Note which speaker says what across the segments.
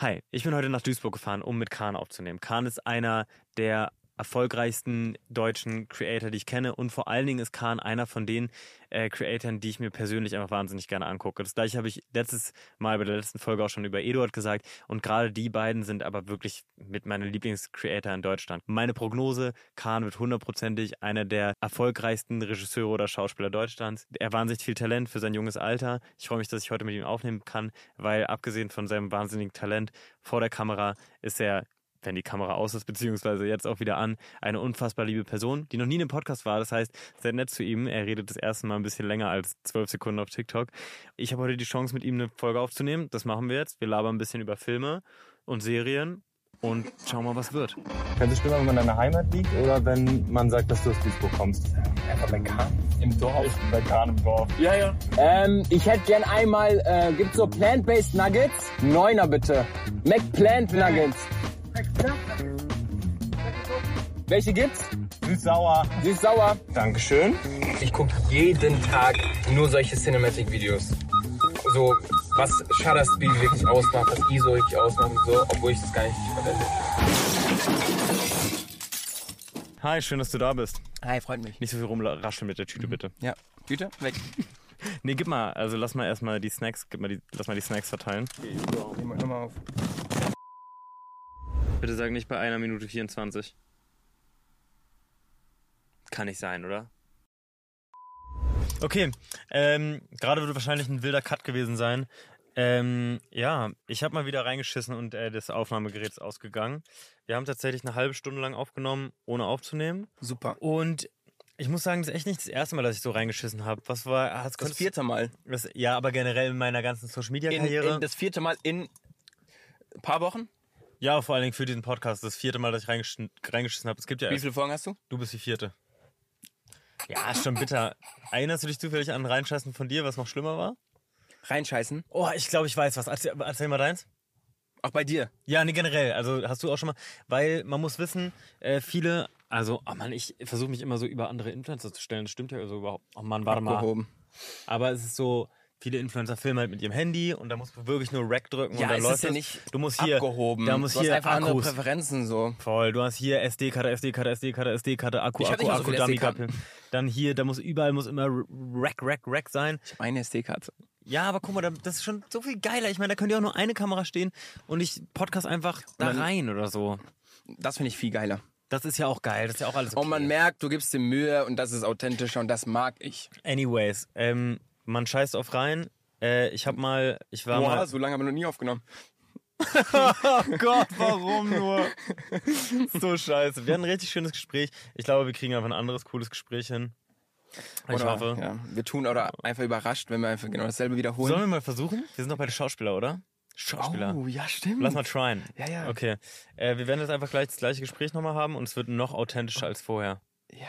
Speaker 1: Hi, ich bin heute nach Duisburg gefahren, um mit Kahn aufzunehmen. Kahn ist einer der erfolgreichsten deutschen Creator, die ich kenne. Und vor allen Dingen ist Kahn einer von den äh, Creatoren, die ich mir persönlich einfach wahnsinnig gerne angucke. Das gleiche habe ich letztes Mal bei der letzten Folge auch schon über Eduard gesagt. Und gerade die beiden sind aber wirklich mit meinen Lieblingscreator in Deutschland. Meine Prognose, Kahn wird hundertprozentig einer der erfolgreichsten Regisseure oder Schauspieler Deutschlands. Er wahnsinnig viel Talent für sein junges Alter. Ich freue mich, dass ich heute mit ihm aufnehmen kann, weil abgesehen von seinem wahnsinnigen Talent vor der Kamera ist er wenn die Kamera aus ist, beziehungsweise jetzt auch wieder an, eine unfassbar liebe Person, die noch nie in einem Podcast war. Das heißt, seid nett zu ihm. Er redet das erste Mal ein bisschen länger als zwölf Sekunden auf TikTok. Ich habe heute die Chance, mit ihm eine Folge aufzunehmen. Das machen wir jetzt. Wir labern ein bisschen über Filme und Serien und schauen mal, was wird.
Speaker 2: Fändest du schlimmer, wenn man in deiner Heimat liegt oder wenn man sagt, dass du aus Duisburg kommst?
Speaker 3: Einfach bei Kahn
Speaker 2: Im Dorf.
Speaker 3: bei Kahn im Dorf.
Speaker 2: Ja, ja.
Speaker 4: Ähm, ich hätte gern einmal, äh, gibt's so Plant-Based Nuggets? Neuner bitte. McPlant Nuggets. Welche gibt's?
Speaker 2: Süß-sauer.
Speaker 4: Sie ist sauer.
Speaker 2: Dankeschön.
Speaker 5: Ich gucke jeden Tag nur solche Cinematic-Videos. So, was Shutter Speed wirklich ausmacht, was ISO wirklich ausmacht und so, obwohl ich das gar nicht verwende.
Speaker 1: Hi, schön, dass du da bist.
Speaker 5: Hi, freut mich.
Speaker 1: Nicht so viel rumrascheln mit der Tüte, bitte.
Speaker 5: Mhm. Ja, Güte, weg.
Speaker 1: Nee, gib mal, also lass mal erstmal die Snacks, gib mal die, lass mal die Snacks verteilen.
Speaker 5: Immer, immer auf.
Speaker 1: Bitte sag nicht bei einer Minute 24. Kann nicht sein, oder? Okay, ähm, gerade wird wahrscheinlich ein wilder Cut gewesen sein. Ähm, ja, ich habe mal wieder reingeschissen und äh, das Aufnahmegerät ist ausgegangen. Wir haben tatsächlich eine halbe Stunde lang aufgenommen, ohne aufzunehmen.
Speaker 5: Super.
Speaker 1: Und ich muss sagen, das ist echt nicht das erste Mal, dass ich so reingeschissen habe. Was war, ah, das
Speaker 5: Das
Speaker 1: könntest-
Speaker 5: vierte Mal.
Speaker 1: das, ja, aber generell in meiner ganzen Social Media
Speaker 5: In,
Speaker 1: Karriere.
Speaker 5: in, das vierte Mal in ein paar Wochen.
Speaker 1: ja, vor allen Dingen für diesen Podcast, das vierte Mal, dass ich reingeschissen, reingeschissen habe. Es gibt ja
Speaker 5: Wie viele Folgen hast du?
Speaker 1: Du bist die vierte. Ja, ist schon bitter. Erinnerst du dich zufällig an Reinscheißen von dir, was noch schlimmer war?
Speaker 5: Reinscheißen.
Speaker 1: Oh, ich glaube, ich weiß was. Erzähl, erzähl mal deins.
Speaker 5: Auch bei dir.
Speaker 1: Ja, nee, generell. Also hast du auch schon mal, weil man muss wissen, äh, viele, also, oh Mann, ich versuche mich immer so über andere Influencer zu stellen. Das stimmt ja so überhaupt. Oh Mann, warte mal.
Speaker 5: Gehoben.
Speaker 1: Aber es ist so, viele Influencer filmen halt mit ihrem Handy und da musst du wirklich nur Rack drücken
Speaker 5: Ja,
Speaker 1: und dann
Speaker 5: es
Speaker 1: läuft
Speaker 5: ist ja
Speaker 1: es.
Speaker 5: nicht
Speaker 1: Du musst hier,
Speaker 5: abgehoben.
Speaker 1: da muss
Speaker 5: du
Speaker 1: hier
Speaker 5: hast einfach andere
Speaker 1: Akkus.
Speaker 5: Präferenzen so.
Speaker 1: Voll, du hast hier SD-Karte, SD-Karte, SD-Karte, SD-Karte, Akku,
Speaker 5: Ich hab
Speaker 1: Akku,
Speaker 5: nicht mal so
Speaker 1: Akku,
Speaker 5: viele
Speaker 1: Dummy,
Speaker 5: SD-Karten.
Speaker 1: Kabel. Dann hier, da muss überall muss immer Rack, Rack, Rack sein.
Speaker 5: Meine SD-Karte.
Speaker 1: Ja, aber guck mal, da- das ist schon so viel geiler. Ich meine, da könnte ja auch nur eine Kamera stehen und ich podcast einfach da
Speaker 5: dann-
Speaker 1: rein oder so.
Speaker 5: Das finde ich viel geiler.
Speaker 1: Das ist ja auch geil, das ist ja auch alles okay.
Speaker 5: Und Oh, man merkt, du gibst dir Mühe und das ist authentischer und das mag ich.
Speaker 1: Anyways, ähm, man scheißt auf rein. Äh, ich hab mal, ich war
Speaker 5: Boah,
Speaker 1: mal...
Speaker 5: so lange haben wir noch nie aufgenommen.
Speaker 1: Oh Gott, warum nur? so scheiße. Wir hatten ein richtig schönes Gespräch. Ich glaube, wir kriegen einfach ein anderes cooles Gespräch hin. Ich
Speaker 5: Oder,
Speaker 1: hoffe.
Speaker 5: Ja, wir tun oder einfach überrascht, wenn wir einfach genau dasselbe wiederholen.
Speaker 1: Sollen wir mal versuchen? Wir sind doch beide Schauspieler, oder? Schauspieler.
Speaker 5: Oh, ja, stimmt.
Speaker 1: Lass mal tryen.
Speaker 5: Ja, ja.
Speaker 1: Okay. Äh, wir werden jetzt einfach gleich das gleiche Gespräch nochmal haben und es wird noch authentischer als vorher.
Speaker 5: Ja.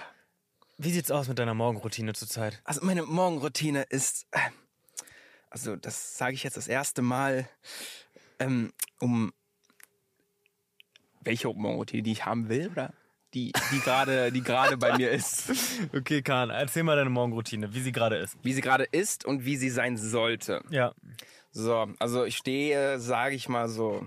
Speaker 1: Wie sieht's aus mit deiner Morgenroutine zurzeit?
Speaker 5: Also meine Morgenroutine ist, äh, also das sage ich jetzt das erste Mal, ähm, um welche Morgenroutine, die ich haben will, oder? Die, die gerade, die gerade bei mir ist.
Speaker 1: Okay, Kahn, erzähl mal deine Morgenroutine, wie sie gerade ist.
Speaker 5: Wie sie gerade ist und wie sie sein sollte.
Speaker 1: Ja.
Speaker 5: So, also ich stehe, sage ich mal so,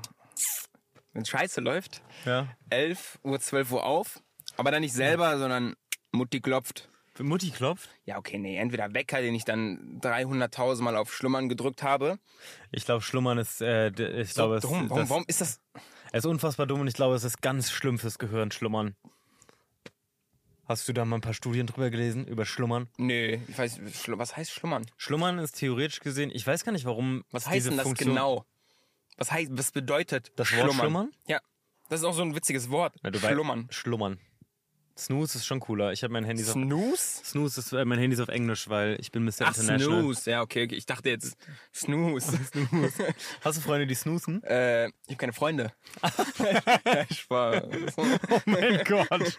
Speaker 5: wenn Scheiße läuft,
Speaker 1: Ja.
Speaker 5: 11 Uhr, 12 Uhr auf, aber dann nicht selber, sondern Mutti klopft.
Speaker 1: Mutti klopft.
Speaker 5: Ja, okay, nee, entweder Wecker, den ich dann 300.000 Mal auf Schlummern gedrückt habe.
Speaker 1: Ich glaube, Schlummern ist, äh, d- ich glaube,
Speaker 5: warum,
Speaker 1: es,
Speaker 5: warum,
Speaker 1: das,
Speaker 5: warum ist das?
Speaker 1: es ist unfassbar dumm und ich glaube, es ist ganz schlimm fürs Gehirn, Schlummern. Hast du da mal ein paar Studien drüber gelesen, über Schlummern?
Speaker 5: Nee, ich weiß, Schlu- was heißt Schlummern?
Speaker 1: Schlummern ist theoretisch gesehen, ich weiß gar nicht, warum
Speaker 5: Was
Speaker 1: diese
Speaker 5: heißt denn das
Speaker 1: Funktion-
Speaker 5: genau? Was heißt, was bedeutet
Speaker 1: Das Wort Schlummern?
Speaker 5: Ja, das ist auch so ein witziges Wort.
Speaker 1: Na, du
Speaker 5: Schlummern.
Speaker 1: Weißt, schlummern. Snooze ist schon cooler. Ich habe mein Handy auf,
Speaker 5: Snooze?
Speaker 1: Snooze ist, äh, mein Handy ist auf Englisch, weil ich bin Mr.
Speaker 5: Ach,
Speaker 1: International.
Speaker 5: Snooze. Ja, okay, okay. Ich dachte jetzt Snooze. Snooze.
Speaker 1: Hast du Freunde, die snoozen?
Speaker 5: äh, ich habe keine Freunde. Spaß. Oh
Speaker 1: mein Gott.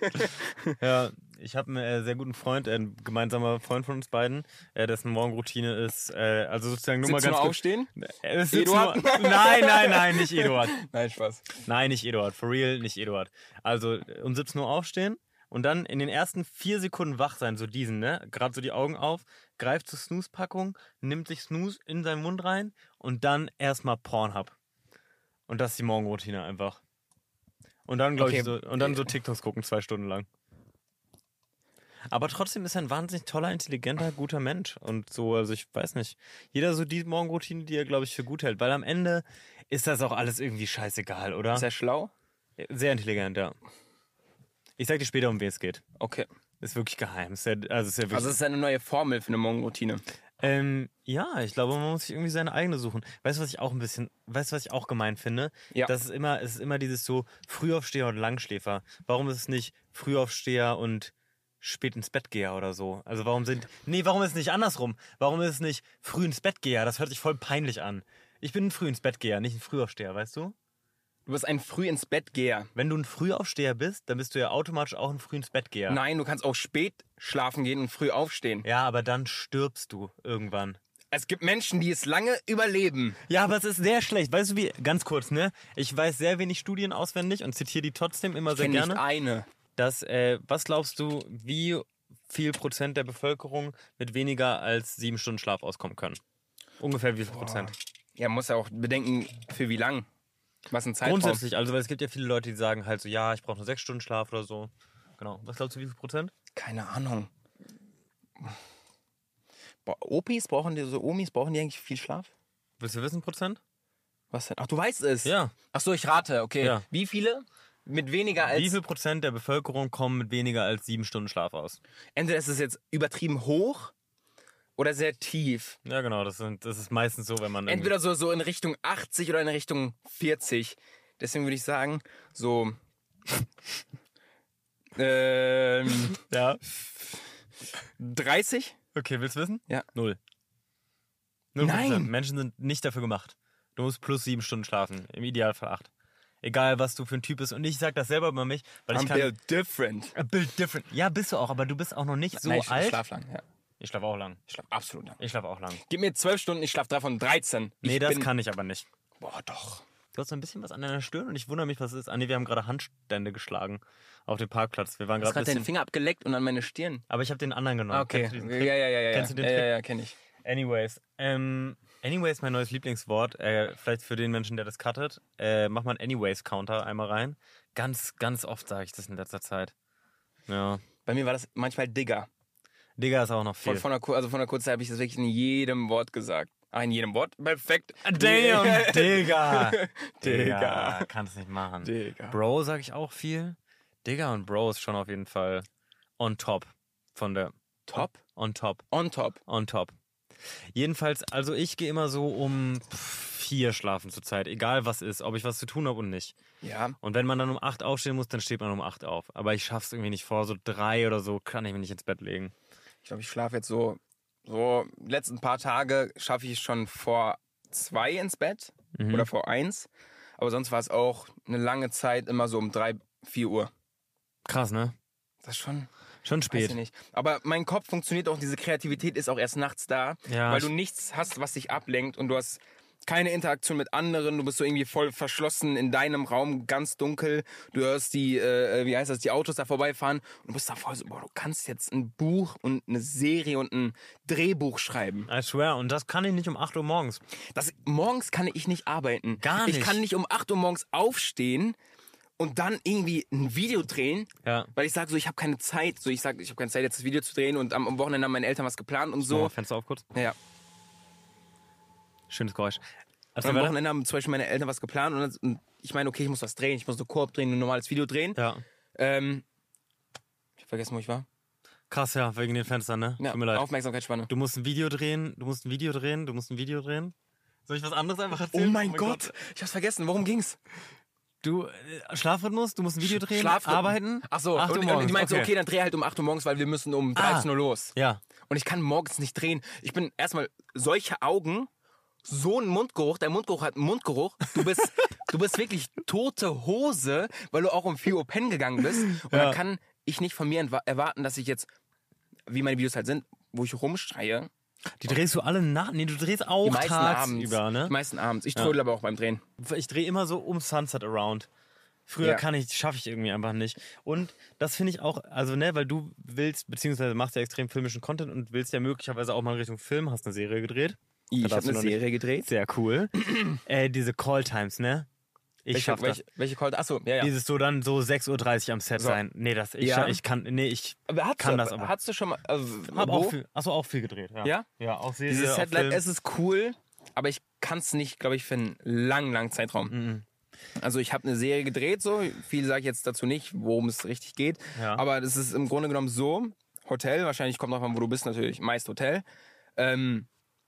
Speaker 1: Ja, ich habe einen äh, sehr guten Freund, äh, ein gemeinsamer Freund von uns beiden, äh, dessen Morgenroutine ist, äh, also sozusagen nur mal
Speaker 5: 17
Speaker 1: ganz
Speaker 5: Uhr
Speaker 1: kurz.
Speaker 5: aufstehen?
Speaker 1: Äh, es sitzt
Speaker 5: Eduard?
Speaker 1: Nur, nein, nein, nein, nicht Eduard.
Speaker 5: Nein, Spaß.
Speaker 1: Nein, nicht Eduard. For real, nicht Eduard. Also äh, um 17 Uhr aufstehen und dann in den ersten vier Sekunden wach sein, so diesen, ne? Gerade so die Augen auf, greift zur Snooze-Packung, nimmt sich Snooze in seinen Mund rein und dann erstmal Pornhub. Und das ist die Morgenroutine einfach. Und dann, glaube ich, so,
Speaker 5: Okay.
Speaker 1: und dann so TikToks gucken, zwei Stunden lang. Aber trotzdem ist er ein wahnsinnig toller, intelligenter, guter Mensch. Und so, also ich weiß nicht. Jeder so die Morgenroutine, die er, glaube ich, für gut hält. Weil am Ende ist das auch alles irgendwie scheißegal, oder?
Speaker 5: Ist er schlau?
Speaker 1: Sehr intelligent, ja. Ich sag dir später, um wen es geht.
Speaker 5: Okay.
Speaker 1: Ist wirklich geheim. Ist ja, also ist ja wirklich,
Speaker 5: Also es ist eine neue Formel für eine Morgenroutine.
Speaker 1: ähm, ja, ich glaube, man muss sich irgendwie seine eigene suchen. Weißt du, was ich auch ein bisschen, weißt du, was ich auch gemein finde?
Speaker 5: Ja.
Speaker 1: Das ist immer, es ist immer dieses so Frühaufsteher und Langschläfer. Warum ist es nicht Frühaufsteher und spät ins Bett geher oder so? Also warum sind, nee, warum ist es nicht andersrum? Warum ist es nicht früh ins Bett geher? Das hört sich voll peinlich an. Ich bin ein früh ins Bett geher, nicht ein Frühaufsteher, weißt du?
Speaker 5: Du bist ein früh ins Bett geher.
Speaker 1: Wenn du ein Frühaufsteher bist, dann bist du ja automatisch auch ein früh ins Bett geher.
Speaker 5: Nein, du kannst auch spät schlafen gehen und früh aufstehen.
Speaker 1: Ja, aber dann stirbst du irgendwann.
Speaker 5: Es gibt Menschen, die es lange überleben.
Speaker 1: Ja, aber es ist sehr schlecht. Weißt du wie, ganz kurz, ne? Ich weiß sehr wenig Studien auswendig und zitiere die trotzdem immer sehr
Speaker 5: Kenn nicht
Speaker 1: gerne.
Speaker 5: eine.
Speaker 1: Dass, äh, was glaubst du, wie viel Prozent der Bevölkerung mit weniger als sieben Stunden Schlaf auskommen können? Ungefähr wie viel Prozent?
Speaker 5: Ja, muss ja auch bedenken, für wie lang. Was ein Zeitraum.
Speaker 1: Grundsätzlich, also weil es gibt ja viele Leute, die sagen halt so, ja, ich brauche nur sechs Stunden Schlaf oder so. Genau. Was glaubst du, wie viel Prozent?
Speaker 5: Keine Ahnung. Boah, Opis brauchen die, so Omis brauchen die eigentlich viel Schlaf?
Speaker 1: Willst du wissen, Prozent?
Speaker 5: Was denn? Ach, du weißt es.
Speaker 1: Ja.
Speaker 5: Ach so, ich rate. Okay.
Speaker 1: Ja.
Speaker 5: Wie viele? Mit weniger als.
Speaker 1: Wie viel Prozent der Bevölkerung kommen mit weniger als sieben Stunden Schlaf aus?
Speaker 5: Entweder ist es jetzt übertrieben hoch oder sehr tief.
Speaker 1: Ja, genau, das, sind, das ist meistens so, wenn man. irgendwie-
Speaker 5: Entweder so, so in Richtung 80 oder in Richtung 40. Deswegen würde ich sagen, so. ähm,
Speaker 1: Ja.
Speaker 5: 30?
Speaker 1: Okay, willst du wissen?
Speaker 5: Ja.
Speaker 1: Null. Null
Speaker 5: Nein.
Speaker 1: Prozent. Menschen sind nicht dafür gemacht. Du musst plus sieben Stunden schlafen. Im Idealfall acht. Egal, was du für ein Typ bist. Und ich sag das selber über mich, weil ich
Speaker 5: I'm
Speaker 1: kann.
Speaker 5: built different.
Speaker 1: A bit different. Ja, bist du auch, aber du bist auch noch nicht so
Speaker 5: Nein, ich
Speaker 1: alt.
Speaker 5: schlaf lang. Ja.
Speaker 1: Ich schlafe auch lang.
Speaker 5: Ich schlaf absolut lang.
Speaker 1: Ich schlafe auch lang.
Speaker 5: Gib mir 12 Stunden, ich schlaf davon 13.
Speaker 1: Nee,
Speaker 5: ich
Speaker 1: das
Speaker 5: bin-
Speaker 1: kann ich aber nicht.
Speaker 5: Boah, doch.
Speaker 1: Du hast so ein bisschen was an deiner Stirn und ich wundere mich, was es ist. Ah, nee, wir haben gerade Handstände geschlagen auf dem Parkplatz. Wir waren
Speaker 5: Du hast
Speaker 1: gerade ein
Speaker 5: gerade deinen
Speaker 1: bisschen.
Speaker 5: Finger abgeleckt und an meine Stirn.
Speaker 1: Aber ich habe den anderen genommen.
Speaker 5: Ah, okay.
Speaker 1: Kennst du diesen Trick?
Speaker 5: Ja, ja, ja, ja.
Speaker 1: Kennst du den
Speaker 5: ja,
Speaker 1: Trick?
Speaker 5: ja, ja, kenn ich.
Speaker 1: Anyways, ähm, Anyways, mein neues Lieblingswort, äh, vielleicht für den Menschen, der das cuttet, äh, mach mal einen Anyways-Counter einmal rein. Ganz, ganz oft sage ich das in letzter Zeit. Ja.
Speaker 5: Bei mir war das manchmal Digger.
Speaker 1: Digga ist auch noch
Speaker 5: Von,
Speaker 1: viel.
Speaker 5: von, der, Kur- also von der kurzen Zeit habe ich das wirklich in jedem Wort gesagt. Ah, in jedem Wort? Perfekt.
Speaker 1: Damn, Digga.
Speaker 5: Digga.
Speaker 1: Kannst nicht machen.
Speaker 5: Digga.
Speaker 1: Bro sage ich auch viel. Digga und Bro ist schon auf jeden Fall on top von der...
Speaker 5: Top?
Speaker 1: On top.
Speaker 5: On top.
Speaker 1: On top. Jedenfalls, also ich gehe immer so um pff, vier schlafen zur Zeit, egal was ist, ob ich was zu tun habe und nicht.
Speaker 5: Ja.
Speaker 1: Und wenn man dann um 8 aufstehen muss, dann steht man um 8 auf. Aber ich schaff's irgendwie nicht vor, so drei oder so kann ich mich nicht ins Bett legen.
Speaker 5: Ich glaube, ich schlafe jetzt so, so die letzten paar Tage schaffe ich schon vor zwei ins Bett oder vor eins. Aber sonst war es auch eine lange Zeit immer so um drei, vier Uhr.
Speaker 1: Krass, ne?
Speaker 5: Das ist schon,
Speaker 1: Schon
Speaker 5: weiß ich
Speaker 1: spät.
Speaker 5: nicht. Aber mein Kopf funktioniert auch, diese Kreativität ist auch erst nachts da,
Speaker 1: Ja.
Speaker 5: weil du nichts hast, was dich ablenkt und du hast keine Interaktion mit anderen, du bist so irgendwie voll verschlossen in deinem Raum, ganz dunkel, du hörst die, äh, wie heißt das, die Autos da vorbeifahren und du bist da voll so, boah, du kannst jetzt ein Buch und eine Serie und ein Drehbuch schreiben.
Speaker 1: I swear, und das kann ich nicht um 8 Uhr morgens.
Speaker 5: Das, morgens kann ich nicht arbeiten.
Speaker 1: Gar nicht.
Speaker 5: Ich kann nicht um 8 Uhr morgens aufstehen und dann irgendwie ein Video drehen,
Speaker 1: Ja.
Speaker 5: weil ich sage so, ich habe keine Zeit. So, ich sage, ich habe keine Zeit, jetzt das Video zu drehen und am, am Wochenende haben meine Eltern was geplant und
Speaker 1: So,
Speaker 5: so.
Speaker 1: oh, Fenster auf kurz.
Speaker 5: Ja,
Speaker 1: Schönes Geräusch. Also,
Speaker 5: am
Speaker 1: weiter.
Speaker 5: Wochenende haben zum Beispiel meine Eltern was geplant und, dann, und ich meine, okay, ich muss was drehen, ich muss eine Koop drehen, ein normales Video drehen.
Speaker 1: ja.
Speaker 5: Ähm, ich habe vergessen, wo ich war.
Speaker 1: Krass, ja, wegen den Fenstern, ne?
Speaker 5: Ja,
Speaker 1: Tut mir leid.
Speaker 5: Aufmerksamkeitsspanne.
Speaker 1: Du musst ein Video drehen, du musst ein Video drehen, du musst ein Video drehen. Soll ich was anderes einfach
Speaker 5: Oh
Speaker 1: erzählen?
Speaker 5: mein Gott. ich hab's vergessen. Worum ging's?
Speaker 1: Du, äh, Schlafrhythmus, du musst ein Video drehen,
Speaker 5: Schlafrhythmen.
Speaker 1: arbeiten.
Speaker 5: Ach so,
Speaker 1: Acht Uhr
Speaker 5: und, und
Speaker 1: morgens,
Speaker 5: die meinte so, okay, dann dreh halt um 8 Uhr morgens, weil wir müssen um
Speaker 1: Ah.
Speaker 5: 13 Uhr los.
Speaker 1: Ja.
Speaker 5: Und ich kann morgens nicht drehen. Ich bin erstmal solche Augen, so ein Mundgeruch. Dein Mundgeruch hat einen Mundgeruch. Du bist, du bist wirklich tote Hose, weil du auch um 4 Uhr pennen gegangen bist. Und
Speaker 1: Ja.
Speaker 5: dann kann ich nicht von mir entwa- erwarten, dass ich jetzt, wie meine Videos halt sind, wo ich rumschreie.
Speaker 1: Die drehst du alle nach. Nee, du drehst
Speaker 5: Die
Speaker 1: auch
Speaker 5: meisten abends.
Speaker 1: tagsüber, ne?
Speaker 5: Die meisten abends. Ich trödel aber auch beim Drehen.
Speaker 1: ich drehe immer so um Sunset Around. Früher
Speaker 5: Ja.
Speaker 1: kann ich, schaffe ich irgendwie einfach nicht. Und das finde ich auch, also ne, weil du willst, beziehungsweise machst ja extrem filmischen Content und willst ja möglicherweise auch mal Richtung Film, hast eine Serie gedreht.
Speaker 5: Ich
Speaker 1: darfst
Speaker 5: habe
Speaker 1: du
Speaker 5: eine
Speaker 1: noch nicht.
Speaker 5: Serie gedreht.
Speaker 1: Sehr cool. äh, diese Call Times, ne? Ich
Speaker 5: welche,
Speaker 1: schaff das.
Speaker 5: welche, welche Call? Achso, ja, ja.
Speaker 1: Dieses so dann so 6.30 Uhr am Set
Speaker 5: So.
Speaker 1: sein. Nee, das ich,
Speaker 5: Ja.
Speaker 1: scha- ich kann nee, ich
Speaker 5: aber hast
Speaker 1: kann
Speaker 5: du,
Speaker 1: das aber.
Speaker 5: Hast du schon mal. Äh,
Speaker 1: hab
Speaker 5: wo?
Speaker 1: auch viel, achso, auch viel gedreht. Ja?
Speaker 5: Ja?
Speaker 1: Ja, auch Serie,
Speaker 5: Dieses
Speaker 1: auch
Speaker 5: Satellite,
Speaker 1: Film.
Speaker 5: es ist cool, aber ich kann es nicht, glaube ich, für einen langen, langen Zeitraum.
Speaker 1: Mhm.
Speaker 5: Also ich habe eine Serie gedreht, so viel sage ich jetzt dazu nicht, worum es richtig geht.
Speaker 1: Ja.
Speaker 5: Aber das ist im Grunde genommen so Hotel. Wahrscheinlich kommt drauf an, wo du bist natürlich. Meist Hotel. Ähm,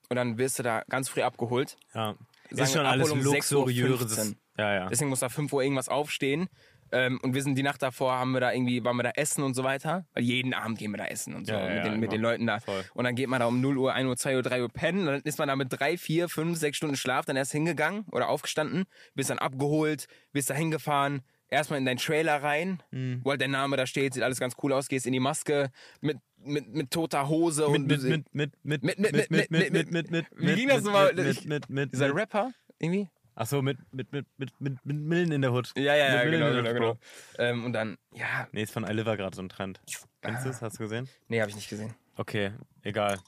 Speaker 5: und dann wirst du da ganz früh abgeholt.
Speaker 1: ja.
Speaker 5: wir
Speaker 1: Ist schon alles
Speaker 5: Abholung 6 Uhr 15.
Speaker 1: luxuriöses. Ja, ja.
Speaker 5: Deswegen muss da 5 Uhr irgendwas aufstehen. Ähm, und wir sind die Nacht davor, haben wir da irgendwie, waren wir da essen und so weiter. Weil jeden Abend gehen wir da essen und so
Speaker 1: Ja,
Speaker 5: mit,
Speaker 1: ja,
Speaker 5: den,
Speaker 1: ja,
Speaker 5: mit den
Speaker 1: immer.
Speaker 5: Leuten da.
Speaker 1: Voll.
Speaker 5: Und dann geht man da um 0 Uhr, 1 Uhr, 2 Uhr, 3 Uhr pennen. Und dann ist man da mit 3, 4, 5, 6 Stunden Schlaf dann erst hingegangen oder aufgestanden. Bist dann abgeholt, bist da hingefahren. Erstmal in deinen Trailer rein,
Speaker 1: Mhm.
Speaker 5: wo halt dein Name da steht, sieht alles ganz cool aus, gehst in die Maske mit, mit, mit toter Hose und
Speaker 1: Mit, mit, mit, mit, mit, mit, mit, mit, mit, mit, mit, mit,
Speaker 5: Wie ging das
Speaker 1: mit,
Speaker 5: nochmal?
Speaker 1: mit, mit, mit, mit,
Speaker 5: dieser
Speaker 1: mit-
Speaker 5: Rapper irgendwie.
Speaker 1: Ach so, mit, mit, mit, mit, mit, mit Millen in der Hut.
Speaker 5: Ja, ja, ja,
Speaker 1: Mit Millen
Speaker 5: genau,
Speaker 1: in der
Speaker 5: genau,
Speaker 1: Hut,
Speaker 5: genau.
Speaker 1: Bro.
Speaker 5: Ähm, und dann, ja,
Speaker 1: Nee, ist von Aliva gerade so ein Trend. Kennst du es? Hast du gesehen?
Speaker 5: nee, habe ich nicht gesehen.
Speaker 1: Okay, egal.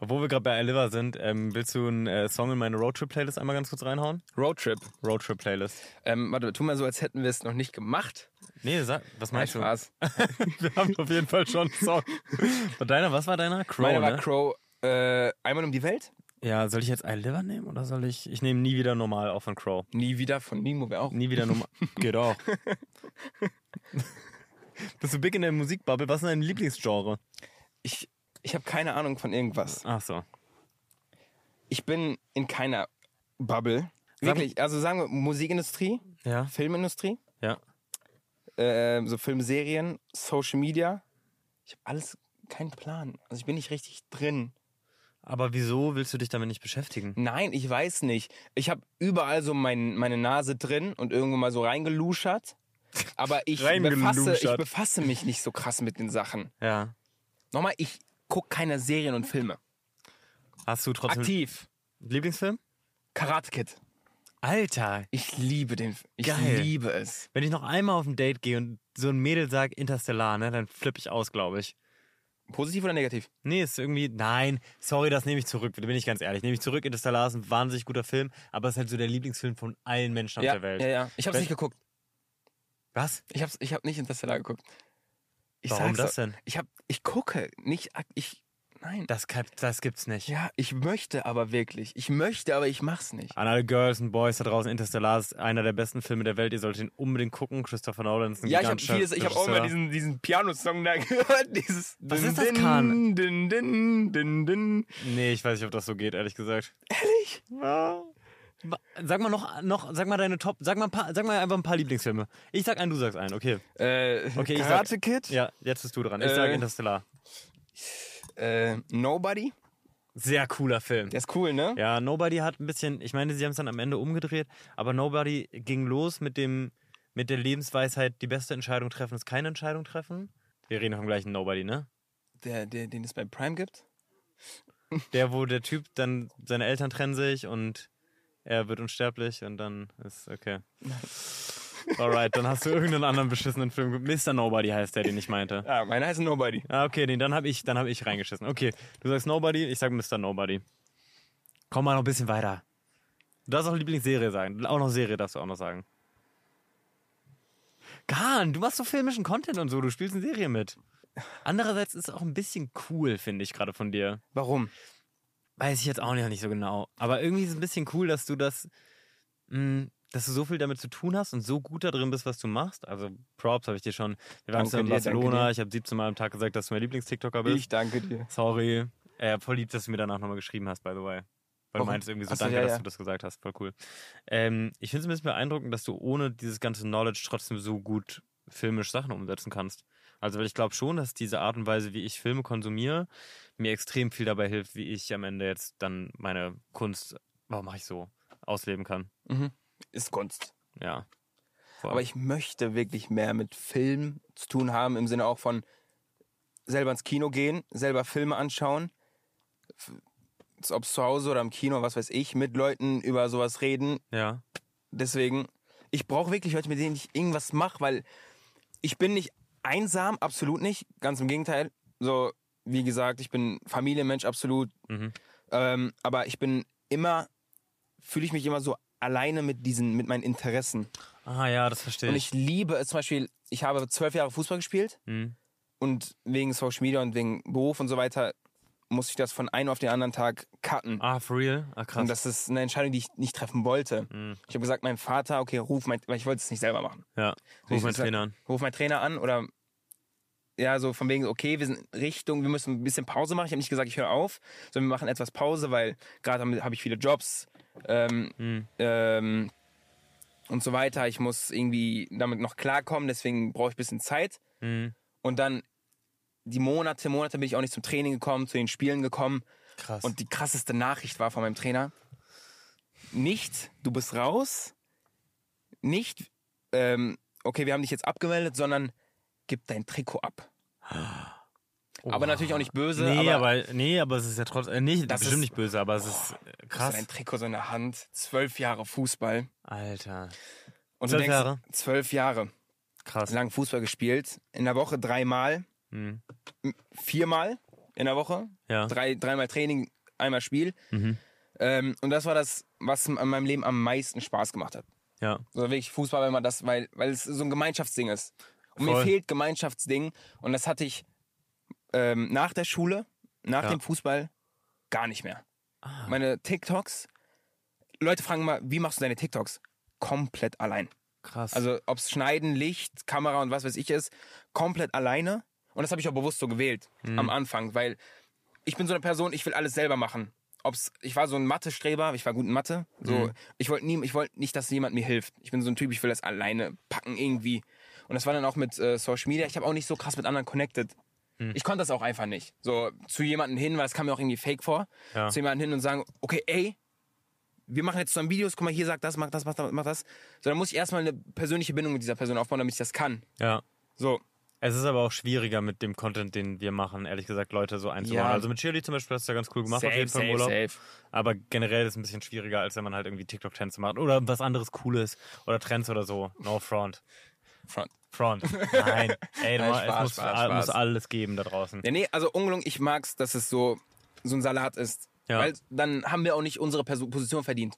Speaker 1: Wo wir gerade bei Aliva sind, ähm, willst du einen äh, Song in meine Roadtrip-Playlist einmal ganz kurz reinhauen?
Speaker 5: Roadtrip.
Speaker 1: Roadtrip-Playlist.
Speaker 5: Ähm, warte, tu mal so, als hätten wir es noch nicht gemacht.
Speaker 1: Nee, sag, was
Speaker 5: Nein,
Speaker 1: meinst du?
Speaker 5: Spaß.
Speaker 1: Wir haben auf jeden Fall schon einen Song. Und deiner, was war deiner? Crow,
Speaker 5: Meiner war
Speaker 1: ne?
Speaker 5: Crow äh, einmal um die Welt.
Speaker 1: Ja, soll ich jetzt I Liver nehmen oder soll ich... Ich nehme nie wieder normal, auch von Crow.
Speaker 5: Nie wieder von Nemo wäre auch.
Speaker 1: Nie wieder normal. Geht auch. Bist du big in der Musikbubble? Was ist dein Lieblingsgenre?
Speaker 5: Ich, ich habe keine Ahnung von irgendwas.
Speaker 1: Ach so.
Speaker 5: Ich bin in keiner Bubble. Wirklich, also sagen wir Musikindustrie,
Speaker 1: Ja?
Speaker 5: Filmindustrie,
Speaker 1: Ja.
Speaker 5: äh, so Filmserien, Social Media. Ich habe alles keinen Plan. Also ich bin nicht richtig drin.
Speaker 1: Aber wieso willst du dich damit nicht beschäftigen?
Speaker 5: Nein, ich weiß nicht. Ich habe überall so mein, meine Nase drin und irgendwo mal so reingeluschert. Aber ich befasse, ich
Speaker 1: Reingeluschert.
Speaker 5: befasse mich nicht so krass mit den Sachen.
Speaker 1: Ja.
Speaker 5: Nochmal, ich gucke keine Serien und Filme.
Speaker 1: Hast du trotzdem...
Speaker 5: Aktiv.
Speaker 1: Lieblingsfilm?
Speaker 5: Karate Kid.
Speaker 1: Alter,
Speaker 5: Ich liebe den. F- Ich
Speaker 1: Geil.
Speaker 5: liebe es.
Speaker 1: wenn ich noch einmal auf ein Date gehe und so ein Mädel sagt Interstellar, ne, dann flippe ich aus, glaube ich.
Speaker 5: Positiv oder negativ?
Speaker 1: Nee, ist irgendwie. Nein, sorry, das nehme ich zurück. Da bin ich ganz ehrlich. Nehme ich zurück. Interstellar ist ein wahnsinnig guter Film, aber es ist halt so der Lieblingsfilm von allen Menschen auf
Speaker 5: ja,
Speaker 1: der Welt.
Speaker 5: ja, ja. Ich habe
Speaker 1: Wel-
Speaker 5: nicht geguckt.
Speaker 1: Was?
Speaker 5: Ich habe ich hab nicht Interstellar geguckt. Ich
Speaker 1: Warum
Speaker 5: sag's
Speaker 1: das
Speaker 5: doch.
Speaker 1: denn?
Speaker 5: Ich, hab, ich gucke nicht. ak- Ich, nein.
Speaker 1: Das, kann, das gibt's nicht.
Speaker 5: Ja, ich möchte aber wirklich. Ich möchte, aber ich mach's nicht.
Speaker 1: An alle Girls und Boys da draußen, Interstellar ist einer der besten Filme der Welt. Ihr solltet ihn unbedingt gucken. Christopher Nolan ist ein
Speaker 5: Ja, ich habe
Speaker 1: gigantischer
Speaker 5: vieles, ich habe auch immer
Speaker 1: Regisseur.
Speaker 5: diesen, diesen Piano-Song da gehört. Dieses
Speaker 1: Was ist das,
Speaker 5: Din,
Speaker 1: Kahn?
Speaker 5: Din, din, din, din.
Speaker 1: Nee, ich weiß nicht, ob das so geht, ehrlich gesagt. Ehrlich?
Speaker 5: Ah.
Speaker 1: Ja. Wa- Sag mal noch, noch, sag mal deine Top, sag mal, ein paar, sag mal einfach ein paar Lieblingsfilme. Ich sag einen, du sagst einen, okay.
Speaker 5: Äh,
Speaker 1: Okay, ich sag-
Speaker 5: Karate Kid,
Speaker 1: Ja, jetzt bist du dran. Ich
Speaker 5: Äh.
Speaker 1: sage Interstellar.
Speaker 5: äh, Nobody.
Speaker 1: Sehr cooler Film.
Speaker 5: Der ist cool, ne?
Speaker 1: Ja, Nobody hat ein bisschen, ich meine, sie haben es dann am Ende umgedreht, aber Nobody ging los mit dem, mit der Lebensweisheit, die beste Entscheidung treffen ist keine Entscheidung treffen. Wir reden vom gleichen Nobody, ne?
Speaker 5: Der, der, den es bei Prime gibt.
Speaker 1: Der, wo der Typ dann, seine Eltern trennen sich und er wird unsterblich und dann ist, okay. Alright, dann hast du irgendeinen anderen beschissenen Film. ge- Mr. Nobody heißt der, den ich meinte.
Speaker 5: Ah, meiner heißt Nobody.
Speaker 1: Ah, okay, nee, dann habe ich, dann hab ich reingeschissen. Okay, du sagst Nobody, ich sag Mr. Nobody. Komm mal noch ein bisschen weiter. Du darfst auch Lieblingsserie sagen. Auch noch Serie darfst du auch noch sagen. Kahn, du machst so filmischen Content und so, du spielst eine Serie mit. Andererseits ist es auch ein bisschen cool, finde ich gerade von dir.
Speaker 5: Warum?
Speaker 1: Weiß ich jetzt auch noch nicht so genau. Aber irgendwie ist es ein bisschen cool, dass du das, mh, dass du so viel damit zu tun hast und so gut da drin bist, was du machst. Also Props habe ich dir schon. Wir waren
Speaker 5: Danke
Speaker 1: zusammen in
Speaker 5: dir, danke
Speaker 1: Barcelona.
Speaker 5: dir.
Speaker 1: Ich habe 17 Mal am Tag gesagt, dass du mein Lieblings-TikToker bist.
Speaker 5: Ich danke dir.
Speaker 1: Sorry. Äh, voll lieb, dass du mir danach nochmal geschrieben hast, by the way. Weil du
Speaker 5: Warum?
Speaker 1: meinst irgendwie so,
Speaker 5: Ach so,
Speaker 1: danke,
Speaker 5: ja,
Speaker 1: dass
Speaker 5: ja.
Speaker 1: du das gesagt hast. Voll cool. Ähm, ich finde es ein bisschen beeindruckend, dass du ohne dieses ganze Knowledge trotzdem so gut filmisch Sachen umsetzen kannst. Also, weil ich glaube schon, dass diese Art und Weise, wie ich Filme konsumiere, mir extrem viel dabei hilft, wie ich am Ende jetzt dann meine Kunst, warum mache ich so, ausleben kann.
Speaker 5: Ist Kunst.
Speaker 1: Ja. Voll.
Speaker 5: Aber ich möchte wirklich mehr mit Film zu tun haben, im Sinne auch von selber ins Kino gehen, selber Filme anschauen. Ob zu Hause oder im Kino, was weiß ich, mit Leuten über sowas reden,
Speaker 1: ja.
Speaker 5: Deswegen, ich brauche wirklich Leute, mit denen ich irgendwas mache, weil ich bin nicht einsam, absolut nicht. Ganz im Gegenteil. So, wie gesagt, ich bin Familienmensch, absolut.
Speaker 1: Mhm.
Speaker 5: Ähm, aber ich bin immer, fühle ich mich immer so alleine mit diesen, mit meinen Interessen.
Speaker 1: Ah ja, das verstehe
Speaker 5: Und
Speaker 1: ich.
Speaker 5: ich liebe es zum Beispiel, ich habe zwölf Jahre Fußball gespielt
Speaker 1: Mhm.
Speaker 5: und wegen Social Media und wegen Beruf und so weiter musste ich das von einem auf den anderen Tag cutten.
Speaker 1: Ah, for real? Ah, krass.
Speaker 5: Und das ist eine Entscheidung, die ich nicht treffen wollte. Ich habe gesagt, mein Vater, okay, ruf mein, weil ich wollte es nicht selber machen.
Speaker 1: ja,
Speaker 5: So,
Speaker 1: ruf
Speaker 5: ich
Speaker 1: meinen
Speaker 5: sag-
Speaker 1: Trainer an.
Speaker 5: Ruf meinen Trainer an oder ja, so von wegen, okay, wir sind Richtung, wir müssen ein bisschen Pause machen. Ich habe nicht gesagt, ich höre auf, sondern wir machen etwas Pause, weil gerade damit habe ich viele Jobs ähm,
Speaker 1: Hm.
Speaker 5: ähm, und so weiter. Ich muss irgendwie damit noch klarkommen, deswegen brauche ich ein bisschen Zeit.
Speaker 1: Mhm.
Speaker 5: Und dann die Monate, Monate bin ich auch nicht zum Training gekommen, zu den Spielen gekommen.
Speaker 1: Krass.
Speaker 5: Und die krasseste Nachricht war von meinem Trainer: Nicht, du bist raus. Nicht, ähm, okay, wir haben dich jetzt abgemeldet, sondern gib dein Trikot ab. Aber natürlich auch nicht böse.
Speaker 1: Oh. Nee,
Speaker 5: aber,
Speaker 1: aber, nee, aber es ist ja trotzdem, äh, nee,
Speaker 5: Das
Speaker 1: bestimmt
Speaker 5: ist-
Speaker 1: nicht böse, aber es ist äh,
Speaker 5: hast
Speaker 1: krass.
Speaker 5: du dein Trikot so in der Hand, zwölf Jahre Fußball.
Speaker 1: Alter,
Speaker 5: Und
Speaker 1: Zwölf
Speaker 5: du denkst,
Speaker 1: Jahre?
Speaker 5: zwölf Jahre
Speaker 1: krass.
Speaker 5: lang Fußball gespielt. In der Woche dreimal,
Speaker 1: Mhm.
Speaker 5: viermal in der Woche.
Speaker 1: Ja.
Speaker 5: Drei, dreimal Training, einmal Spiel.
Speaker 1: Mhm.
Speaker 5: Ähm, und das war das, was an meinem Leben am meisten Spaß gemacht hat.
Speaker 1: Ja.
Speaker 5: So wirklich Fußball, weil man das, weil, weil es so ein Gemeinschaftsding ist. Und mir
Speaker 1: Voll.
Speaker 5: fehlt Gemeinschaftsding. Und das hatte ich ähm, nach der Schule, nach
Speaker 1: Ja. Ah.
Speaker 5: dem Fußball, gar nicht mehr. Meine TikToks, Leute fragen mal, wie machst du deine TikToks? Komplett allein.
Speaker 1: Krass.
Speaker 5: Also ob es Schneiden, Licht, Kamera und was weiß ich ist, komplett alleine. Und das habe ich auch bewusst so gewählt
Speaker 1: Mhm.
Speaker 5: am Anfang, weil ich bin so eine Person, ich will alles selber machen. Ob's, ich war so ein Mathe-Streber, ich war gut in Mathe. So,
Speaker 1: Mhm.
Speaker 5: Ich wollte nie, ich wollte nicht, dass jemand mir hilft. Ich bin so ein Typ, ich will das alleine packen irgendwie. Und das war dann auch mit äh, Social Media. Ich habe auch nicht so krass mit anderen connected.
Speaker 1: Mhm.
Speaker 5: Ich konnte das auch einfach nicht. So zu jemandem hin, weil das kam mir auch irgendwie fake vor.
Speaker 1: Ja.
Speaker 5: Zu jemandem hin und sagen, okay, ey, wir machen jetzt zusammen Videos, guck mal, hier sagt das, mach das, mach das, mach das. Sondern muss ich erstmal eine persönliche Bindung mit dieser Person aufbauen, damit ich das kann.
Speaker 1: ja.
Speaker 5: So,
Speaker 1: Es ist aber auch schwieriger mit dem Content, den wir machen, ehrlich gesagt, Leute so einzubauen.
Speaker 5: Ja.
Speaker 1: Also mit Shirley zum Beispiel hast du ja ganz cool gemacht auf jeden Fall im Urlaub. Aber generell ist es ein bisschen schwieriger, als wenn man halt irgendwie TikTok-Trends macht oder was anderes Cooles oder Trends oder so. No front.
Speaker 5: Front.
Speaker 1: Front. Nein. Ey, du
Speaker 5: Nein,
Speaker 1: mal- es
Speaker 5: Spaß,
Speaker 1: muss,
Speaker 5: Spaß,
Speaker 1: a-
Speaker 5: Spaß.
Speaker 1: muss alles geben da draußen.
Speaker 5: Ja, nee, also ungelungen, ich mag's, dass es so, so ein Salat ist.
Speaker 1: Ja.
Speaker 5: Weil dann haben wir auch nicht unsere Perso Position verdient.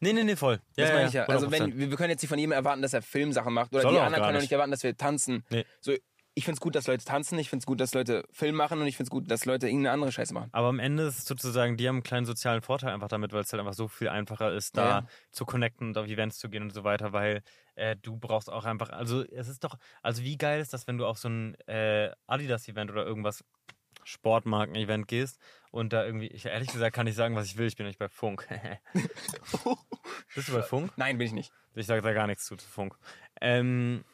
Speaker 1: Nee, nee, nee, voll.
Speaker 5: Das meine ich ja. Also
Speaker 1: 100%.
Speaker 5: wenn, wir wir können jetzt nicht von jedem erwarten, dass er Filmsachen macht. Oder
Speaker 1: Soll
Speaker 5: die
Speaker 1: er auch
Speaker 5: anderen
Speaker 1: gar
Speaker 5: können auch
Speaker 1: nicht.
Speaker 5: nicht erwarten, dass wir tanzen.
Speaker 1: Nee.
Speaker 5: So, ich find's gut, dass Leute tanzen, ich find's gut, dass Leute Film machen und ich find's gut, dass Leute irgendeine andere Scheiße machen.
Speaker 1: Aber am Ende ist sozusagen, die haben einen kleinen sozialen Vorteil einfach damit, weil es halt einfach so viel einfacher ist, da
Speaker 5: Ja, ja.
Speaker 1: zu connecten und auf Events zu gehen und so weiter, weil äh, du brauchst auch einfach, also es ist doch, also wie geil ist das, wenn du auf so ein äh, Adidas-Event oder irgendwas Sportmarken-Event gehst und da irgendwie, ich, ehrlich gesagt kann ich sagen, was ich will, ich bin nicht bei Funk. Bist du bei Funk?
Speaker 5: Nein, bin ich nicht.
Speaker 1: Ich sage da gar nichts zu, zu Funk. Ähm,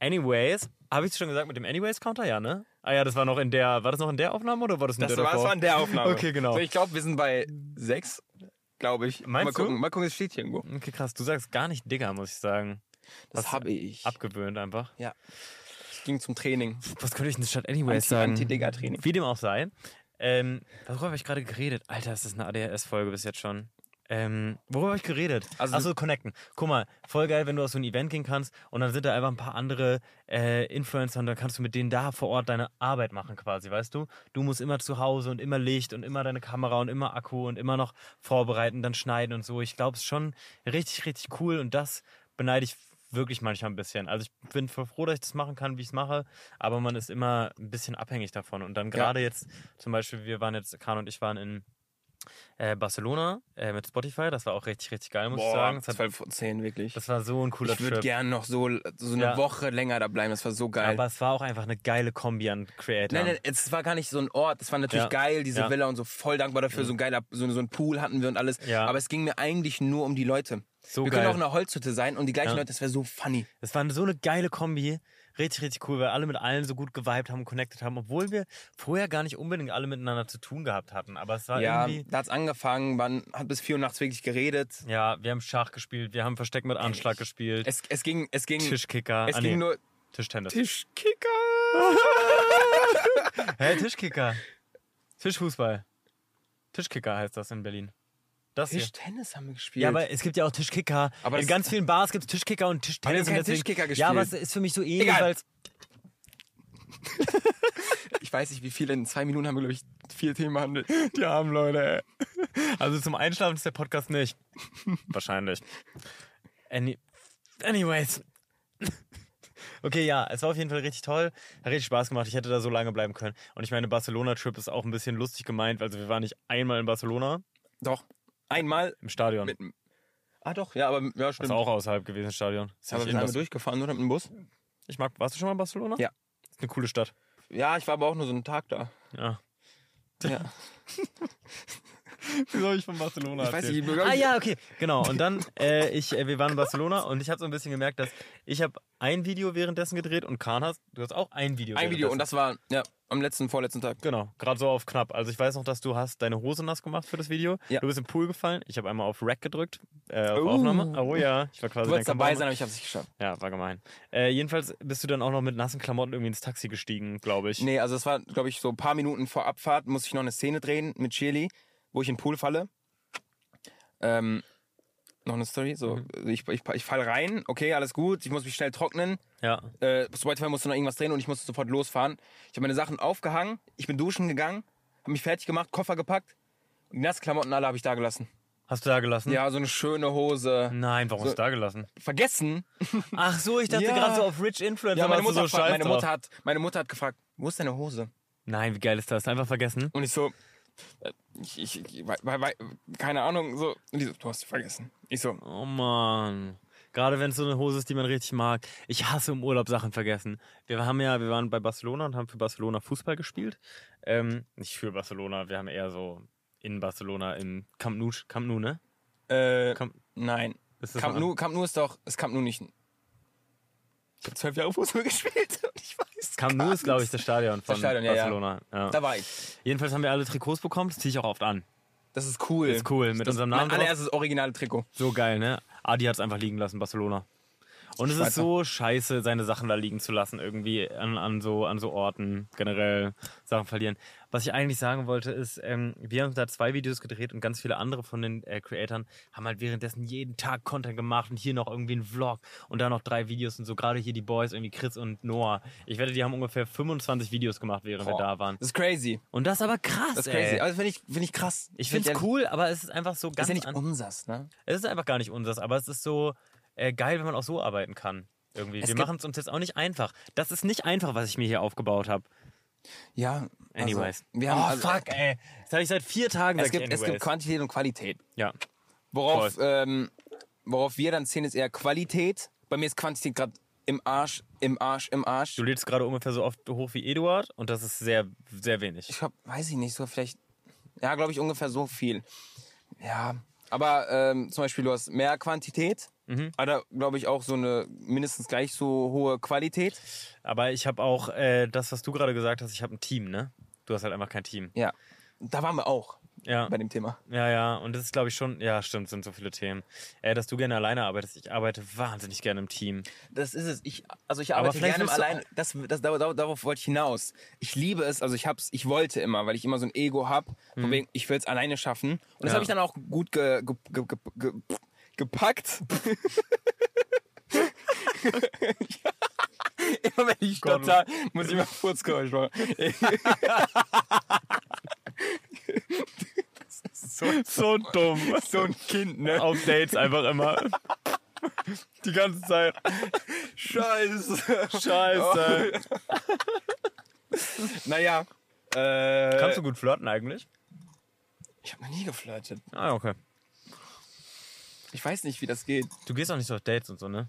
Speaker 1: anyways, habe ich schon gesagt mit dem Anyways-Counter? Ja, ne? Ah ja, das war noch in der, war das noch in der Aufnahme oder war das in
Speaker 5: Das
Speaker 1: der
Speaker 5: war, das
Speaker 1: davor?
Speaker 5: war in der Aufnahme.
Speaker 1: Okay, genau.
Speaker 5: So, ich glaube, wir sind bei sechs, glaube ich.
Speaker 1: Meinst
Speaker 5: mal gucken,
Speaker 1: du?
Speaker 5: mal gucken, es steht hier irgendwo.
Speaker 1: Okay, krass. Du sagst gar nicht Digger, muss ich sagen.
Speaker 5: Das
Speaker 1: Was-
Speaker 5: habe ich.
Speaker 1: Abgewöhnt einfach.
Speaker 5: Ich ging zum Training.
Speaker 1: Was könnte ich denn statt Anyways sagen?
Speaker 5: Anti-Digger-Training.
Speaker 1: Wie dem auch sei. Ähm, worüber habe ich gerade geredet? Alter, ist das eine ADHS-Folge bis jetzt schon? Ähm, worüber habe ich geredet?
Speaker 5: Also-
Speaker 1: Achso, connecten. Guck mal, voll geil, wenn du auf so ein Event gehen kannst und dann sind da einfach ein paar andere äh, Influencer und dann kannst du mit denen da vor Ort deine Arbeit machen quasi, weißt du? Du musst immer zu Hause und immer Licht und immer deine Kamera und immer Akku und immer noch vorbereiten, dann schneiden und so. Ich glaube, es ist schon richtig, richtig cool und das beneide ich wirklich manchmal ein bisschen. Also ich bin voll froh, dass ich das machen kann, wie ich es mache, aber man ist immer ein bisschen abhängig davon. Und dann gerade jetzt, zum Beispiel, wir waren jetzt, Kahn und ich waren in äh, Barcelona äh, mit Spotify, das war auch richtig, richtig geil, muss ich sagen. Das, hat,
Speaker 5: 12 von 10, wirklich.
Speaker 1: das war so ein cooler
Speaker 5: ich würde
Speaker 1: Trip.
Speaker 5: gern noch so, so eine
Speaker 1: Ja.
Speaker 5: Woche länger da bleiben. Das war so geil.
Speaker 1: aber es war auch einfach eine geile Kombi an Creator.
Speaker 5: Nein, nein, es war gar nicht so ein Ort. Es war natürlich
Speaker 1: Ja.
Speaker 5: geil, diese
Speaker 1: Ja. Mhm.
Speaker 5: Villa und so voll dankbar dafür. So ein geiler, so, so ein Pool hatten wir und alles.
Speaker 1: Ja.
Speaker 5: Aber es ging mir eigentlich nur um die Leute.
Speaker 1: So
Speaker 5: wir
Speaker 1: geil.
Speaker 5: können auch in einer Holzhütte sein und die gleichen
Speaker 1: Ja.
Speaker 5: Leute, das wäre so funny.
Speaker 1: Es war so eine geile Kombi. Richtig, richtig cool, weil alle mit allen so gut geweibt haben, connected haben, obwohl wir vorher gar nicht unbedingt alle miteinander zu tun gehabt hatten. Aber es war
Speaker 5: Ja,
Speaker 1: irgendwie.
Speaker 5: da hat's angefangen, man hat bis 4 Uhr nachts wirklich geredet.
Speaker 1: Ja, wir haben Schach gespielt, wir haben Versteck mit Anschlag gespielt,
Speaker 5: Es, es ging, es ging,
Speaker 1: Tischkicker,
Speaker 5: es
Speaker 1: ah,
Speaker 5: ging
Speaker 1: nee, Ah.
Speaker 5: nur
Speaker 1: Tischtennis.
Speaker 5: Tischkicker.
Speaker 1: Hä, Tischkicker. Tischfußball. Tischkicker heißt das in Berlin. Das hier.
Speaker 5: Tischtennis haben wir gespielt.
Speaker 1: Ja, aber es gibt ja auch Tischkicker.
Speaker 5: Aber
Speaker 1: in
Speaker 5: das-
Speaker 1: ganz vielen Bars gibt es Tischkicker und Tischtennis.
Speaker 5: Haben wir
Speaker 1: und
Speaker 5: keinen Tischkicker
Speaker 1: Ja, aber es
Speaker 5: gespielt?
Speaker 1: ist für mich so ähnlich,
Speaker 5: Egal.
Speaker 1: weil es
Speaker 5: Ich weiß nicht, wie viele. In zwei Minuten haben wir, glaube ich, vier Themen behandelt.
Speaker 1: Die armen Leute, ey. Also zum Einschlafen ist der Podcast nicht. Wahrscheinlich. Any Anyways. Okay, ja, es war auf jeden Fall richtig toll. Hat richtig Spaß gemacht. Ich hätte da so lange bleiben können. Und ich meine, Barcelona-Trip ist auch ein bisschen lustig gemeint. Also wir waren nicht einmal in Barcelona
Speaker 5: Doch. Einmal
Speaker 1: im Stadion.
Speaker 5: mit. Ah, doch, ja, aber ja, stimmt.
Speaker 1: ist auch außerhalb gewesen, das Stadion. Ist nicht
Speaker 5: Aber wir
Speaker 1: in
Speaker 5: sind einmal
Speaker 1: Bas-
Speaker 5: durchgefahren, oder? Mit dem Bus?
Speaker 1: Ich mag, warst du schon mal in Barcelona?
Speaker 5: Ja.
Speaker 1: Ist eine coole Stadt.
Speaker 5: Ja, ich war aber auch nur so einen Tag da.
Speaker 1: Ja.
Speaker 5: Ja.
Speaker 1: Wieso habe ich von Barcelona
Speaker 5: Ich weiß nicht, ich,
Speaker 1: Ah ja, okay, genau. Und dann, äh, ich, äh, wir waren in Barcelona und ich habe so ein bisschen gemerkt, dass ich habe ein Video währenddessen gedreht und Kahn hast, du hast auch ein Video.
Speaker 5: Ein Video
Speaker 1: währenddessen.
Speaker 5: und das war ja, am letzten, vorletzten Tag.
Speaker 1: Genau, gerade so auf knapp. Also ich weiß noch, dass du hast deine Hose nass gemacht für das Video.
Speaker 5: Ja.
Speaker 1: Du bist im Pool gefallen. Ich habe einmal auf Rack gedrückt, äh, auf
Speaker 5: Oh.
Speaker 1: Aufnahme. Oh ja, ich war quasi
Speaker 5: Du wolltest
Speaker 1: dein
Speaker 5: dabei
Speaker 1: Kameramann.
Speaker 5: sein, aber ich habe es nicht geschafft.
Speaker 1: Ja, war gemein. Äh, jedenfalls bist du dann auch noch mit nassen Klamotten irgendwie ins Taxi gestiegen, glaube ich.
Speaker 5: Nee, also es war, glaube ich, so ein paar Minuten vor Abfahrt muss ich noch eine Szene drehen mit Shirley, wo ich in den Pool falle. Ähm, noch eine Story? So, also ich, ich, ich fall rein, okay, alles gut, ich muss mich schnell trocknen.
Speaker 1: Ja.
Speaker 5: Äh, Spotify musste noch irgendwas drehen und ich musste sofort losfahren. Ich habe meine Sachen aufgehangen, ich bin duschen gegangen, habe mich fertig gemacht, Koffer gepackt und die nassen Klamotten alle habe ich da gelassen.
Speaker 1: Hast du da gelassen?
Speaker 5: Ja, so eine schöne Hose.
Speaker 1: Nein, warum
Speaker 5: So-
Speaker 1: hast du da gelassen?
Speaker 5: Vergessen.
Speaker 1: Ach so, ich dachte
Speaker 5: Ja.
Speaker 1: gerade so auf Rich Influencer.
Speaker 5: Ja, meine
Speaker 1: warst du
Speaker 5: Mutter,
Speaker 1: so
Speaker 5: fra-
Speaker 1: scheiß
Speaker 5: meine,
Speaker 1: drauf.
Speaker 5: Mutter hat, meine Mutter hat gefragt, wo ist deine Hose?
Speaker 1: Nein, wie geil ist das? Einfach vergessen.
Speaker 5: Und ich so, äh, ich, ich, ich wei- wei- wei- keine Ahnung, so. Und die so, du hast sie vergessen. Ich so,
Speaker 1: Oh Mann. Gerade wenn es so eine Hose ist, die man richtig mag. Ich hasse im Urlaub Sachen vergessen. Wir haben ja, wir waren bei Barcelona und haben für Barcelona Fußball gespielt. Ähm, nicht für Barcelona, wir haben eher so in Barcelona im Camp Nou, Camp Nou, ne?
Speaker 5: äh,
Speaker 1: Camp,
Speaker 5: nein.
Speaker 1: ist
Speaker 5: Camp
Speaker 1: ein-
Speaker 5: Nou, Camp Nou ist doch, es Camp Nou nicht. Ich habe zwölf Jahre Fußball gespielt und ich weiß.
Speaker 1: Camp Nou ist, glaube ich, das Stadion von
Speaker 5: Stadion, ja, ja.
Speaker 1: Barcelona. Ja.
Speaker 5: Da war ich.
Speaker 1: Jedenfalls haben wir alle Trikots bekommen, das ziehe ich auch oft an.
Speaker 5: Das ist cool.
Speaker 1: Ist cool, mit unserem Namen
Speaker 5: Mein
Speaker 1: drauf.
Speaker 5: allererstes originale Trikot.
Speaker 1: So geil, ne? Adi hat es einfach liegen lassen, Barcelona. Und es ist
Speaker 5: Schweizer.
Speaker 1: so scheiße, seine Sachen da liegen zu lassen, irgendwie an, an, so, an so Orten generell Sachen verlieren. Was ich eigentlich sagen wollte, ist, ähm, wir haben da zwei Videos gedreht und ganz viele andere von den äh, Creatoren haben halt währenddessen jeden Tag Content gemacht und hier noch irgendwie einen Vlog und da noch drei Videos und so. Gerade hier die Boys, irgendwie Chris und Noah. Ich wette, die haben ungefähr 25 Videos gemacht, während wir
Speaker 5: Boah.
Speaker 1: da waren.
Speaker 5: Das ist crazy.
Speaker 1: Und das ist aber krass,
Speaker 5: Das ist crazy.
Speaker 1: ey.
Speaker 5: Also finde ich, find ich krass.
Speaker 1: Äh. Ich finde es
Speaker 5: ehrlich-
Speaker 1: cool, aber es ist einfach so
Speaker 5: Das
Speaker 1: ganz
Speaker 5: ist ja nicht
Speaker 1: an-
Speaker 5: unsers, ne?
Speaker 1: es ist einfach gar nicht unseres, aber es ist so äh, geil, wenn man auch so arbeiten kann. Irgendwie.
Speaker 5: Es
Speaker 1: wir
Speaker 5: gibt-
Speaker 1: machen es uns jetzt auch nicht einfach. Das ist nicht einfach, was ich mir hier aufgebaut habe.
Speaker 5: Ja. also,
Speaker 1: Anyways.
Speaker 5: wir haben,
Speaker 1: oh,
Speaker 5: also,
Speaker 1: fuck, ey. Das habe ich seit vier Tagen
Speaker 5: Es
Speaker 1: sag ich
Speaker 5: gibt, es gibt
Speaker 1: anyways.
Speaker 5: Quantität und Qualität.
Speaker 1: Ja.
Speaker 5: Worauf, ähm, worauf wir dann zählen, ist eher Qualität. Bei mir ist Quantität gerade im Arsch, im Arsch, im Arsch.
Speaker 1: Du lädst gerade ungefähr so oft hoch wie Eduard und das ist sehr, sehr wenig.
Speaker 5: Ich glaube, weiß ich nicht, so vielleicht, ja, glaube ich, ungefähr so viel. Ja, aber ähm, zum Beispiel, du hast mehr Quantität,
Speaker 1: Mhm.
Speaker 5: aber glaube ich auch so eine mindestens gleich so hohe Qualität.
Speaker 1: Aber ich habe auch äh, das, was du gerade gesagt hast, ich habe ein Team, ne? Du hast halt einfach kein Team.
Speaker 5: Ja, da waren wir auch
Speaker 1: Ja,
Speaker 5: bei dem Thema.
Speaker 1: ja, ja. Und das ist, glaube ich, schon, ja, stimmt, sind so viele Themen. Äh, dass du gerne alleine arbeitest. Ich arbeite wahnsinnig gerne im Team.
Speaker 5: Das ist es. Ich, also ich
Speaker 1: Aber
Speaker 5: arbeite
Speaker 1: vielleicht
Speaker 5: gerne
Speaker 1: willst du-
Speaker 5: allein. Das, das, darauf, darauf- darauf wollte ich hinaus. Ich liebe es. Also ich hab's, ich wollte immer, weil ich immer so ein Ego hab. Von wegen, ich will's alleine schaffen. Und das
Speaker 1: Mhm. Ja.
Speaker 5: habe ich dann auch gut ge, ge, ge, ge, ge, gepackt. immer wenn ich
Speaker 1: Gott.
Speaker 5: stotter, muss ich mal kurz Geräusch machen.
Speaker 1: So, so dumm.
Speaker 5: So ein Kind, ne?
Speaker 1: Auf Dates einfach immer. Die ganze Zeit.
Speaker 5: Scheiße.
Speaker 1: Scheiße.
Speaker 5: Naja. Äh,
Speaker 1: Kannst du gut flirten eigentlich?
Speaker 5: ich habe noch nie geflirtet.
Speaker 1: Ah, okay.
Speaker 5: Ich weiß nicht, wie das geht.
Speaker 1: Du gehst auch nicht so auf Dates und so, ne?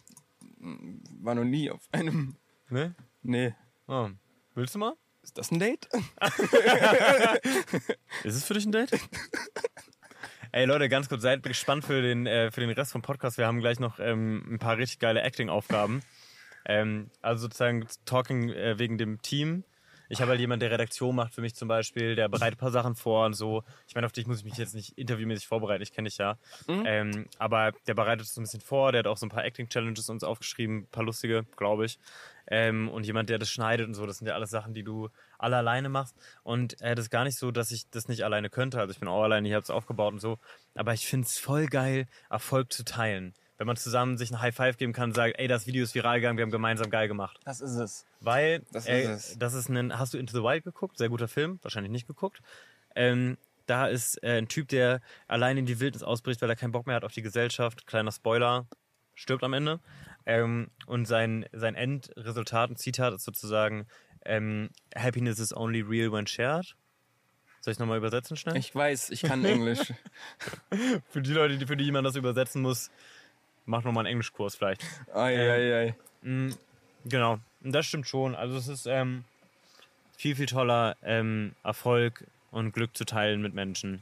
Speaker 5: War noch nie auf einem.
Speaker 1: Ne?
Speaker 5: Nee.
Speaker 1: Oh. Willst du mal?
Speaker 5: Ist das ein Date?
Speaker 1: Ist es für dich ein Date? Ey Leute, ganz kurz, seid gespannt für den, äh, für den Rest vom Podcast. Wir haben gleich noch ähm, ein paar richtig geile Acting-Aufgaben. Ähm, also sozusagen Talking äh, wegen dem Team. Ich habe halt jemanden, der Redaktion macht für mich zum Beispiel, der bereitet ein paar Sachen vor und so. Ich meine, auf dich muss ich mich jetzt nicht interviewmäßig vorbereiten, ich kenne dich ja. Ähm, aber der bereitet es so ein bisschen vor, der hat auch so ein paar Acting-Challenges uns aufgeschrieben, ein paar lustige, glaube ich. Ähm, und jemand, der das schneidet und so, das sind ja alles Sachen, die du alle alleine machst. Und äh, das ist gar nicht so, dass ich das nicht alleine könnte. Also ich bin auch alleine, ich habe es aufgebaut und so. Aber ich finde es voll geil, Erfolg zu teilen. Wenn man zusammen sich ein High Five geben kann und sagt, ey, das Video ist viral gegangen, wir haben gemeinsam geil gemacht.
Speaker 5: Das ist es.
Speaker 1: Weil,
Speaker 5: Das
Speaker 1: äh,
Speaker 5: ist es.
Speaker 1: das ist ein, hast du Into the Wild geguckt? Sehr guter Film, wahrscheinlich nicht geguckt. Ähm, da ist äh, ein Typ, der allein in die Wildnis ausbricht, weil er keinen Bock mehr hat auf die Gesellschaft. Kleiner Spoiler, stirbt am Ende. Ähm, und sein, sein Endresultat und Zitat ist sozusagen ähm, Happiness is only real when shared. Soll ich nochmal übersetzen schnell?
Speaker 5: Ich weiß, ich kann Englisch.
Speaker 1: Für die Leute, die, für die jemand das übersetzen muss, mach nochmal einen Englischkurs vielleicht.
Speaker 5: Ei, ei, ei.
Speaker 1: Genau, Und das stimmt schon. Also es ist ähm, viel, viel toller, ähm, Erfolg und Glück zu teilen mit Menschen.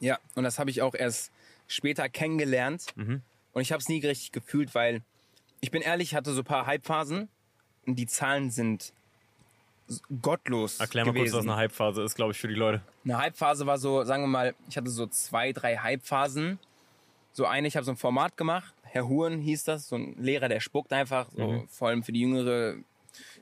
Speaker 5: Ja, und das habe ich auch erst später kennengelernt.
Speaker 1: Mhm.
Speaker 5: Und ich habe es nie richtig gefühlt, weil ich bin ehrlich, ich hatte so ein paar Hype-Phasen und die Zahlen sind s- gottlos.
Speaker 1: Erklär mal
Speaker 5: gewesen.
Speaker 1: kurz, was eine Hypephase ist, glaube ich, für die Leute.
Speaker 5: Eine Hype-Phase war so, sagen wir mal, ich hatte so zwei, drei Hype-Phasen. So eine, ich habe so ein Format gemacht, Herr Huren hieß das, so ein Lehrer, der spuckt einfach, so,
Speaker 1: Mhm.
Speaker 5: vor allem für die jüngere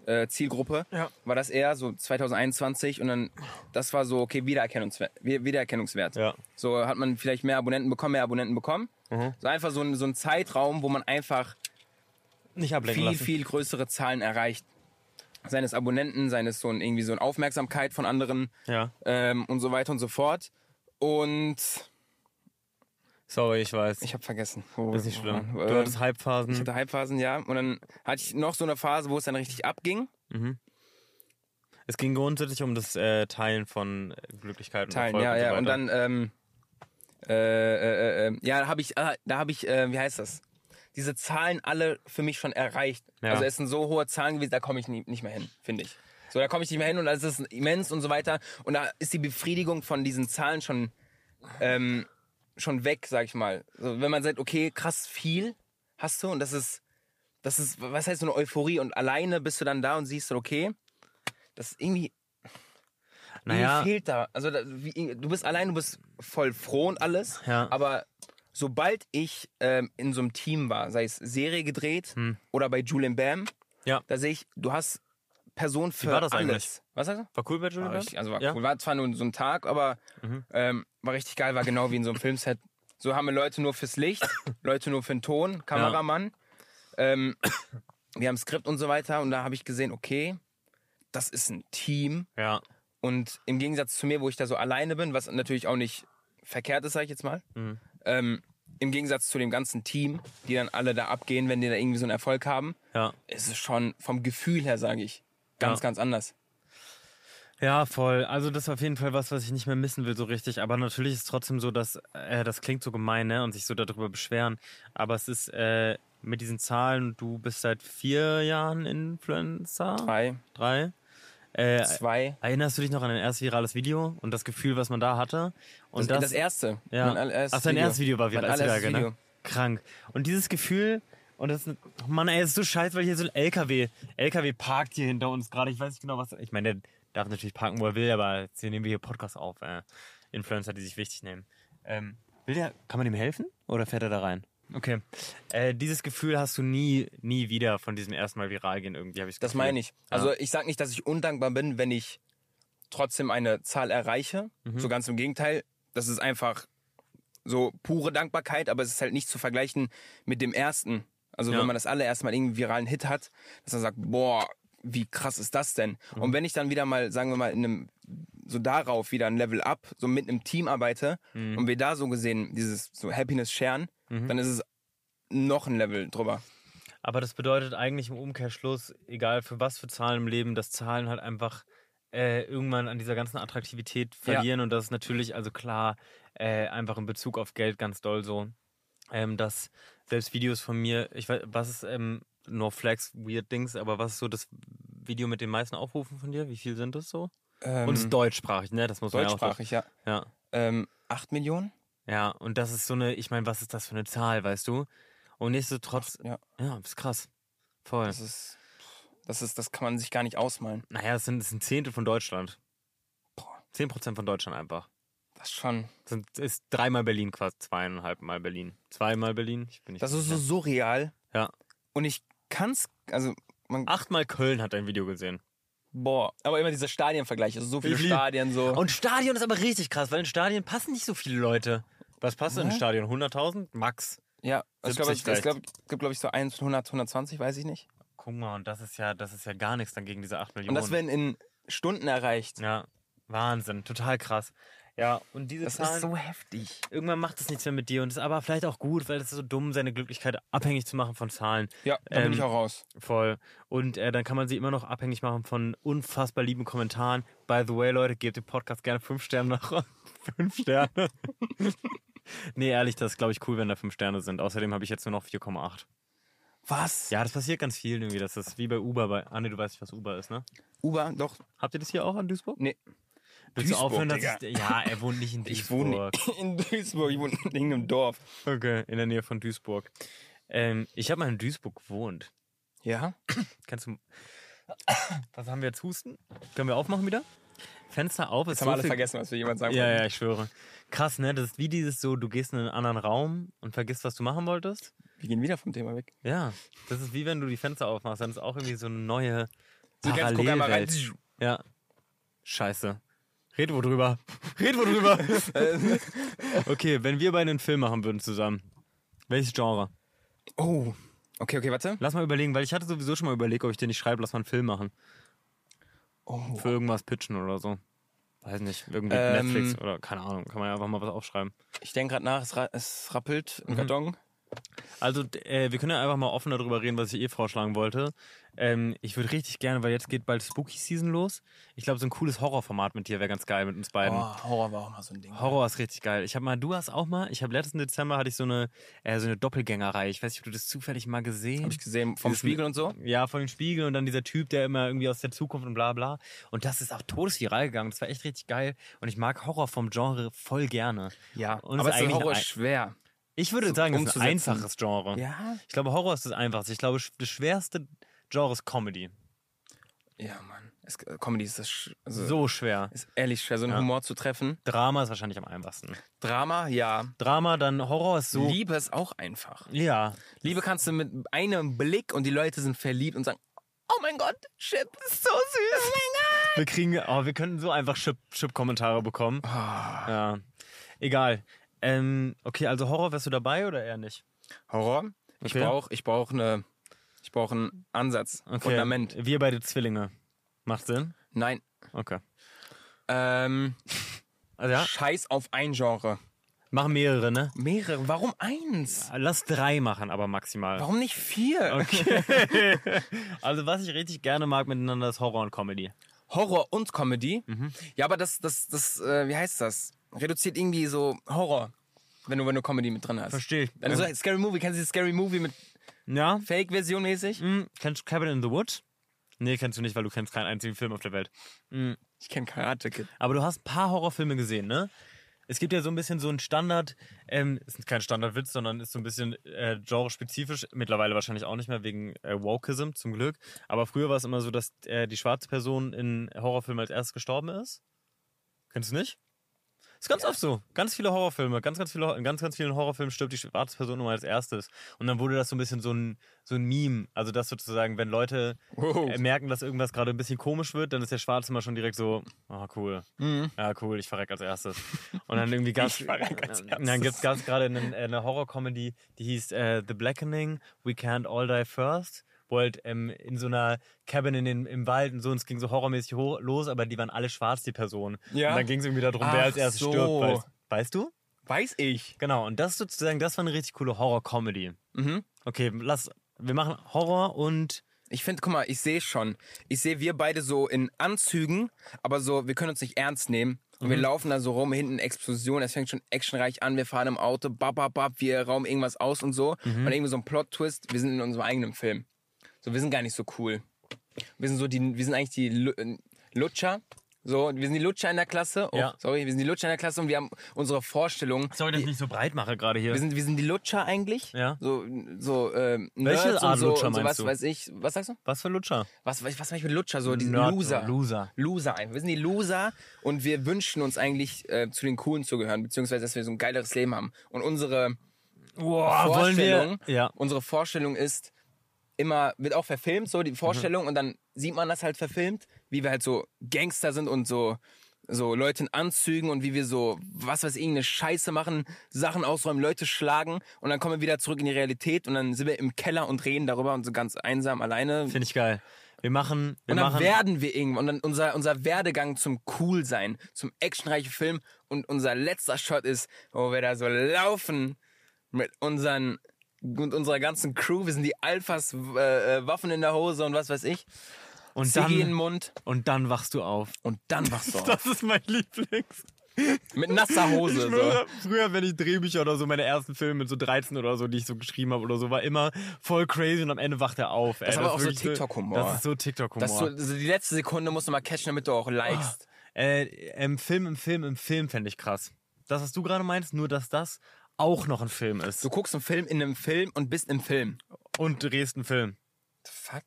Speaker 5: äh, Zielgruppe, war das eher so 2021 und dann, das war so, okay, Wiedererkennungswert. Wi- Wiedererkennungswert.
Speaker 1: Ja.
Speaker 5: So hat man vielleicht mehr Abonnenten bekommen, mehr Abonnenten bekommen.
Speaker 1: Mhm.
Speaker 5: So einfach so ein, so ein Zeitraum, wo man einfach
Speaker 1: Nicht ablenken
Speaker 5: viel,
Speaker 1: lassen.
Speaker 5: viel größere Zahlen erreicht. Seines Abonnenten, seines so ein, irgendwie so eine Aufmerksamkeit von anderen
Speaker 1: Ja.
Speaker 5: ähm, und so weiter und so fort. Und
Speaker 1: Sorry, ich weiß.
Speaker 5: ich habe vergessen. Oh,
Speaker 1: das ist nicht schlimm.
Speaker 5: Äh,
Speaker 1: Du hattest
Speaker 5: ich
Speaker 1: Hypephasen.
Speaker 5: hatte Halbphasen, ja. Und dann hatte ich noch so eine Phase, wo es dann richtig abging.
Speaker 1: Es ging grundsätzlich um das äh, Teilen von äh, Glücklichkeit und
Speaker 5: Teilen,
Speaker 1: Erfolg
Speaker 5: ja,
Speaker 1: und so weiter.
Speaker 5: ja. Und dann, ähm, äh, äh, äh, äh, ja, da habe ich, ah, da habe ich, äh, wie heißt das? Diese Zahlen alle für mich schon erreicht.
Speaker 1: Ja.
Speaker 5: Also es sind so hohe Zahlen gewesen, da komme ich nie, nicht mehr hin, finde ich. So, da komme ich nicht mehr hin und das ist immens und so weiter. Und da ist die Befriedigung von diesen Zahlen schon, ähm, schon weg, sag ich mal. So, wenn man sagt, okay, krass viel hast du und das ist, das ist, was heißt so eine Euphorie und alleine bist du dann da und siehst, so, okay, das ist irgendwie
Speaker 1: Naja.
Speaker 5: mir fehlt da. Also da, wie, du bist allein, du bist voll froh und alles.
Speaker 1: Ja.
Speaker 5: Aber sobald ich ähm, in so einem Team war, sei es Serie gedreht oder bei Julian Bam,
Speaker 1: Ja.
Speaker 5: da sehe ich, du hast Personen für
Speaker 1: war das
Speaker 5: alles.
Speaker 1: eigentlich?
Speaker 5: Was sagst du?
Speaker 1: Ah, War cool bei Julian?
Speaker 5: War richtig, also war
Speaker 1: ja?
Speaker 5: cool. War zwar nur so ein Tag, aber ähm, war richtig geil, war genau wie in so einem Filmset. So haben wir Leute nur fürs Licht, Leute nur für den Ton, Kameramann. Ähm, wir haben Skript und so weiter und da habe ich gesehen, okay, das ist ein Team.
Speaker 1: Ja.
Speaker 5: Und im Gegensatz zu mir, wo ich da so alleine bin, was natürlich auch nicht verkehrt ist, sag ich jetzt mal,
Speaker 1: Mhm.
Speaker 5: ähm, im Gegensatz zu dem ganzen Team, die dann alle da abgehen, wenn die da irgendwie so einen Erfolg haben,
Speaker 1: Ja.
Speaker 5: ist es schon vom Gefühl her, sage ich, ganz,
Speaker 1: Ja.
Speaker 5: ganz anders.
Speaker 1: Ja, voll. Also das ist auf jeden Fall was, was ich nicht mehr missen will so richtig. Aber natürlich ist es trotzdem so, dass äh, das klingt so gemein, ne? Und sich so darüber beschweren. Aber es ist äh, mit diesen Zahlen. Du bist seit vier Jahren Influencer.
Speaker 5: Drei,
Speaker 1: Drei. Äh,
Speaker 5: zwei.
Speaker 1: erinnerst du dich noch an dein erstes virales Video und das Gefühl, was man da hatte? Und
Speaker 5: das, das erste.
Speaker 1: ja.
Speaker 5: Mein allererstes
Speaker 1: Ach, dein erstes Video war viral.
Speaker 5: Mein
Speaker 1: Ist
Speaker 5: allererstes
Speaker 1: wieder,
Speaker 5: Video.
Speaker 1: ne? Krank. Und dieses Gefühl, und das, oh Mann, ey, das ist so scheiße, weil hier so ein LKW, LKW parkt hier hinter uns gerade. Ich weiß nicht genau, was, ich meine, der darf natürlich parken, wo er will, aber jetzt hier nehmen wir hier Podcast auf, äh, Influencer, die sich wichtig nehmen. Ähm, will der, kann man ihm helfen? Oder fährt er da rein? Okay. Äh, dieses Gefühl hast du nie, nie wieder von diesem ersten Mal viral gehen irgendwie, habe ich
Speaker 5: Das meine ich. Also ich sage nicht, dass ich undankbar bin, wenn ich trotzdem eine Zahl erreiche.
Speaker 1: Mhm.
Speaker 5: So ganz im Gegenteil. Das ist einfach so pure Dankbarkeit, aber es ist halt nicht zu vergleichen mit dem ersten. Also
Speaker 1: Ja.
Speaker 5: wenn man das allererste Mal irgendeinen viralen Hit hat, dass man sagt, boah, wie krass ist das denn?
Speaker 1: Mhm.
Speaker 5: Und wenn ich dann wieder mal, sagen wir mal, in einem, so darauf wieder ein Level up, so mit einem Team arbeite
Speaker 1: Mhm.
Speaker 5: und wir da so gesehen dieses so Happiness scheren, dann ist es noch ein Level drüber.
Speaker 1: Aber das bedeutet eigentlich im Umkehrschluss, egal für was für Zahlen im Leben, dass Zahlen halt einfach äh, irgendwann an dieser ganzen Attraktivität verlieren. Und das ist natürlich, also klar, äh, einfach in Bezug auf Geld ganz doll so, ähm, dass selbst Videos von mir, ich weiß, was ist, ähm, no flags, weird Dings, aber was ist so das Video mit den meisten Aufrufen von dir? Wie viel sind das so? Und es ist
Speaker 5: Ähm,
Speaker 1: deutschsprachig, ne? Das muss man ja auch sagen.
Speaker 5: deutschsprachig, ja.
Speaker 1: Ja.
Speaker 5: Ähm, 8 Millionen?
Speaker 1: Ja, und das ist so eine, ich meine, was ist das für eine Zahl, weißt du? Und nichtsdestotrotz,
Speaker 5: Ja,
Speaker 1: ja, ist krass. Voll.
Speaker 5: das ist, das ist, das kann man sich gar nicht ausmalen.
Speaker 1: Naja, es sind, es sind Zehntel von Deutschland.
Speaker 5: Boah.
Speaker 1: Zehn Prozent von Deutschland einfach.
Speaker 5: Das ist schon,
Speaker 1: Das sind, ist dreimal Berlin quasi, zweieinhalb Mal Berlin. Zweimal Berlin, ich bin nicht
Speaker 5: das ist so
Speaker 1: sicher.
Speaker 5: surreal.
Speaker 1: Ja. Ah.
Speaker 5: Und ich kann's, also, man,
Speaker 1: Achtmal Köln hat ein Video gesehen.
Speaker 5: boah, aber immer diese Stadienvergleiche, so viele
Speaker 1: Ich lieb-
Speaker 5: Stadien, so.
Speaker 1: Und Stadion ist aber richtig krass, weil in Stadien passen nicht so viele Leute. Was passt denn in
Speaker 5: Hä?
Speaker 1: Stadion? 100.000? Max.
Speaker 5: Ja, also ich glaube,
Speaker 1: 70
Speaker 5: es es
Speaker 1: vielleicht.
Speaker 5: glaub, gibt, glaube ich, so 1 von 100, 120, weiß ich nicht.
Speaker 1: Guck mal, und das ist ja, das ist ja gar nichts dann gegen diese 8 Millionen.
Speaker 5: Und das werden in Stunden erreicht.
Speaker 1: ja, Wahnsinn, total krass. Ja, und diese
Speaker 5: Das
Speaker 1: Zahlen,
Speaker 5: ist so heftig.
Speaker 1: irgendwann macht das nichts mehr mit dir und ist aber vielleicht auch gut, weil es ist so dumm, seine Glücklichkeit abhängig zu machen von Zahlen.
Speaker 5: Ja, da
Speaker 1: Ähm,
Speaker 5: bin ich auch raus.
Speaker 1: Voll. Und äh, dann kann man sie immer noch abhängig machen von unfassbar lieben Kommentaren. By the way, Leute, gebt dem Podcast gerne fünf Sterne nach. fünf Sterne. nee, ehrlich, das ist, glaube ich, cool, wenn da fünf Sterne sind. Außerdem habe ich jetzt nur noch 4,8.
Speaker 5: Was?
Speaker 1: Ja, das passiert ganz viel irgendwie. Das ist wie bei Uber. Bei, ah, nee, du weißt nicht, was Uber ist, ne?
Speaker 5: Uber, doch.
Speaker 1: Habt ihr das hier auch an Duisburg?
Speaker 5: Nee.
Speaker 1: Willst du
Speaker 5: Duisburg,
Speaker 1: aufhören, dass
Speaker 5: Digga.
Speaker 1: ich, Ja, er wohnt nicht in
Speaker 5: Ich
Speaker 1: Duisburg.
Speaker 5: wohne in Duisburg, ich wohne in irgendeinem Dorf.
Speaker 1: Okay, in der Nähe von Duisburg. Ähm, ich habe mal in Duisburg gewohnt.
Speaker 5: Ja?
Speaker 1: Kannst du. Was haben wir jetzt? Husten? Können wir aufmachen wieder? Fenster auf.
Speaker 5: Das
Speaker 1: ist
Speaker 5: haben
Speaker 1: so
Speaker 5: wir alle
Speaker 1: viel-
Speaker 5: vergessen, was wir jemand sagen
Speaker 1: Ja,
Speaker 5: wollten.
Speaker 1: ja, ich schwöre. Krass, ne? Das ist wie dieses so, du gehst in einen anderen Raum und vergisst, was du machen wolltest.
Speaker 5: Wir gehen wieder vom Thema weg.
Speaker 1: Ja, das ist wie wenn du die Fenster aufmachst. Dann ist auch irgendwie so eine neue
Speaker 5: So ganz guck einmal rein.
Speaker 1: Parallelwelt. Ja. Scheiße. Red wo drüber. Red wo drüber. okay, wenn wir beide einen Film machen würden zusammen. Welches Genre?
Speaker 5: Oh. Okay, okay, warte.
Speaker 1: Lass mal überlegen, weil ich hatte sowieso schon mal überlegt, ob ich den nicht schreibe, lass mal einen Film machen.
Speaker 5: Oh.
Speaker 1: Für irgendwas pitchen oder so. Weiß nicht, irgendwie
Speaker 5: Ähm.
Speaker 1: Netflix oder keine Ahnung, kann man ja einfach mal was aufschreiben.
Speaker 5: Ich denke gerade nach, es, ra es rappelt im Karton.
Speaker 1: Also, d- äh, wir können ja einfach mal offen darüber reden, was ich eh vorschlagen wollte. Ähm, ich würde richtig gerne, weil jetzt geht bald Spooky Season los. Ich glaube, so ein cooles Horrorformat mit dir wäre ganz geil mit uns beiden.
Speaker 5: Oh, Horror war auch mal so ein Ding.
Speaker 1: Horror ist richtig geil. Ich habe mal, du hast auch mal, ich habe letzten Dezember hatte ich so eine, äh, so eine Doppelgängerei. Ich weiß nicht, ob du das zufällig mal gesehen
Speaker 5: Hab ich gesehen, vom
Speaker 1: Dieses-
Speaker 5: Spiegel und so.
Speaker 1: Ja, von dem Spiegel und dann dieser Typ, der immer irgendwie aus der Zukunft und bla bla. Und das ist auch todesviral gegangen. Das war echt richtig geil. Und ich mag Horror vom Genre voll gerne.
Speaker 5: Ja,
Speaker 1: Und
Speaker 5: aber
Speaker 1: es ist
Speaker 5: so
Speaker 1: eigentlich
Speaker 5: Horror
Speaker 1: ein-
Speaker 5: ist schwer.
Speaker 1: Ich würde sagen, es ist ein
Speaker 5: umzusetzen.
Speaker 1: einfaches Genre.
Speaker 5: Ja?
Speaker 1: Ich glaube, Horror ist das einfachste. Ich glaube, sch- das schwerste Genre ist Comedy.
Speaker 5: Ja, Mann. Es, äh, Comedy ist das sch also
Speaker 1: So schwer.
Speaker 5: ist ehrlich schwer, so einen
Speaker 1: Ja.
Speaker 5: Humor zu treffen.
Speaker 1: Drama ist wahrscheinlich am einfachsten.
Speaker 5: Drama, ja.
Speaker 1: Drama, dann Horror ist so.
Speaker 5: Liebe ist auch einfach.
Speaker 1: ja.
Speaker 5: Liebe kannst du mit einem Blick und die Leute sind verliebt und sagen, oh mein Gott, shit, das ist so süß.
Speaker 1: Wir kriegen, oh, wir könnten so einfach Chip- Chip-Kommentare bekommen.
Speaker 5: Ah.
Speaker 1: Ja. Egal. Ähm, okay, also Horror wärst du dabei oder eher nicht?
Speaker 5: Horror? Ich
Speaker 1: Okay.
Speaker 5: brauche ich brauch eine, ich brauch einen Ansatz,
Speaker 1: Okay.
Speaker 5: Fundament.
Speaker 1: Wir beide Zwillinge. Macht Sinn?
Speaker 5: Nein.
Speaker 1: Okay.
Speaker 5: Ähm,
Speaker 1: Also ja,
Speaker 5: Scheiß auf ein Genre.
Speaker 1: machen mehrere, ne?
Speaker 5: Mehrere. Warum eins?
Speaker 1: Lass drei machen, aber maximal.
Speaker 5: Warum nicht vier?
Speaker 1: Okay. also was ich richtig gerne mag miteinander ist Horror und Comedy.
Speaker 5: Horror und Comedy. Ja, aber das, das, das, äh, wie heißt das? Reduziert irgendwie so Horror, wenn du, wenn du Comedy mit drin hast.
Speaker 1: Verstehe ich.
Speaker 5: Wenn du so ein Scary Movie, kennst du die Scary Movie mit
Speaker 1: Also, Ja.
Speaker 5: Fake-Version mäßig?
Speaker 1: Hm, kennst du Cabin in the Wood? Nee, kennst du nicht, weil du kennst keinen einzigen Film auf der Welt.
Speaker 5: Ich kenne Karate Kid.
Speaker 1: Aber du hast ein paar Horrorfilme gesehen, ne? Es gibt ja so ein bisschen so einen Standard, ähm, ist kein Standardwitz, sondern ist so ein bisschen äh, genre-spezifisch, mittlerweile wahrscheinlich auch nicht mehr wegen äh, Wokeism, zum Glück. Aber früher war es immer so, dass äh, die schwarze Person in Horrorfilmen als erstes gestorben ist. Kennst du nicht? Ist ganz oft so. Ganz viele Horrorfilme, ganz, ganz viele, in ganz, ganz vielen Horrorfilmen stirbt die schwarze Person immer als erstes. Und dann wurde das so ein bisschen so ein, so ein Meme. Also, dass sozusagen, wenn Leute
Speaker 5: Wow.
Speaker 1: äh, merken, dass irgendwas gerade ein bisschen komisch wird, dann ist der Schwarze immer schon direkt so, ah cool, ja cool, ich verreck als erstes. Und dann irgendwie gab's,
Speaker 5: Ich verreck als
Speaker 1: äh, dann gibt's ganz gerade einen- äh, eine Horror-Comedy, die hieß äh, The Blackening, We Can't All Die First, wo halt ähm, in so einer Cabin in den, im Wald und so, und es ging so horrormäßig ho los, aber die waren alle schwarz, die Personen.
Speaker 5: Ja.
Speaker 1: Und dann ging es irgendwie darum, wer
Speaker 5: Ach
Speaker 1: als erstes
Speaker 5: so.
Speaker 1: stirbt, weißt, weißt du?
Speaker 5: Weiß ich.
Speaker 1: Genau, und das sozusagen, das war eine richtig coole Horror-Comedy.
Speaker 5: Mhm.
Speaker 1: Okay, lass, wir machen Horror und
Speaker 5: Ich finde, guck mal, ich sehe schon. Ich sehe wir beide so in Anzügen, aber so, wir können uns nicht ernst nehmen. Und
Speaker 1: Mhm.
Speaker 5: wir laufen da so rum, hinten Explosion, es fängt schon actionreich an, wir fahren im Auto, bap, bap, bap, wir rauben irgendwas aus und so.
Speaker 1: Mhm.
Speaker 5: Und irgendwie so ein Plot-Twist, wir sind in unserem eigenen Film. So, wir sind gar nicht so cool. Wir sind so die, wir sind eigentlich die Lu- äh, Lutscher. So, wir sind die Lutscher in der Klasse. Oh,
Speaker 1: Ja.
Speaker 5: sorry, wir sind die Lutscher in der Klasse und wir haben unsere Vorstellung.
Speaker 1: Sorry, dass ich nicht so breit mache gerade hier.
Speaker 5: Wir sind, wir sind die Lutscher eigentlich.
Speaker 1: Ja.
Speaker 5: So, so, ähm, Nerds
Speaker 1: Welche
Speaker 5: und
Speaker 1: Art
Speaker 5: so,
Speaker 1: Lutscher
Speaker 5: und so
Speaker 1: meinst
Speaker 5: was
Speaker 1: du?
Speaker 5: weiß ich. Was sagst du?
Speaker 1: Was für Lutscher?
Speaker 5: Was, was, was meine ich mit Lutscher? So, die
Speaker 1: Nerd-
Speaker 5: Loser.
Speaker 1: Loser.
Speaker 5: Loser einfach. Wir sind die Loser und wir wünschen uns eigentlich, äh, zu den Coolen zu gehören, beziehungsweise, dass wir so ein geileres Leben haben. Und unsere
Speaker 1: Boah,
Speaker 5: Vorstellung,
Speaker 1: Ja.
Speaker 5: unsere Vorstellung ist immer, wird auch
Speaker 1: Mhm.
Speaker 5: verfilmt, so die Vorstellung, und dann sieht man das halt verfilmt, wie wir halt so Gangster sind und so So Leute in Anzügen und wie wir so, was weiß ich, eine Scheiße machen, Sachen ausräumen, Leute schlagen und dann kommen wir wieder zurück in die Realität und dann sind wir im Keller und reden darüber und so ganz einsam alleine.
Speaker 1: Finde ich geil. Wir machen, wir
Speaker 5: Und dann
Speaker 1: machen
Speaker 5: werden wir irgendwann. Und dann unser, unser Werdegang zum Coolsein, zum actionreichen Film. Und unser letzter Shot ist, wo wir da so laufen mit unseren mit unserer ganzen Crew. Wir sind die Alphas, äh, äh, Waffen in der Hose und was weiß ich.
Speaker 1: und
Speaker 5: Ziggy in den
Speaker 1: dann,
Speaker 5: Mund.
Speaker 1: und dann wachst du auf.
Speaker 5: Und dann wachst du auf.
Speaker 1: Das ist mein Lieblings.
Speaker 5: Mit nasser
Speaker 1: Ich
Speaker 5: Hose. So.
Speaker 1: schwöre, früher, wenn ich Drehbücher oder so, meine ersten Filme mit so 13 oder so, die ich so geschrieben habe oder so, war immer voll crazy und am Ende wacht er auf. Ey,
Speaker 5: ist aber auch so
Speaker 1: wirklich
Speaker 5: TikTok-Humor.
Speaker 1: Das ist so
Speaker 5: Dass
Speaker 1: TikTok-Humor.
Speaker 5: du, so die letzte Sekunde musst du mal catchen, damit du auch likest.
Speaker 1: Äh, Im Film, im Film, im Film fände ich krass. Das, was du gerade meinst, nur dass das auch noch ein Film ist.
Speaker 5: Du guckst einen Film in einem Film und bist im Film.
Speaker 1: Und drehst einen Film.
Speaker 5: Fuck.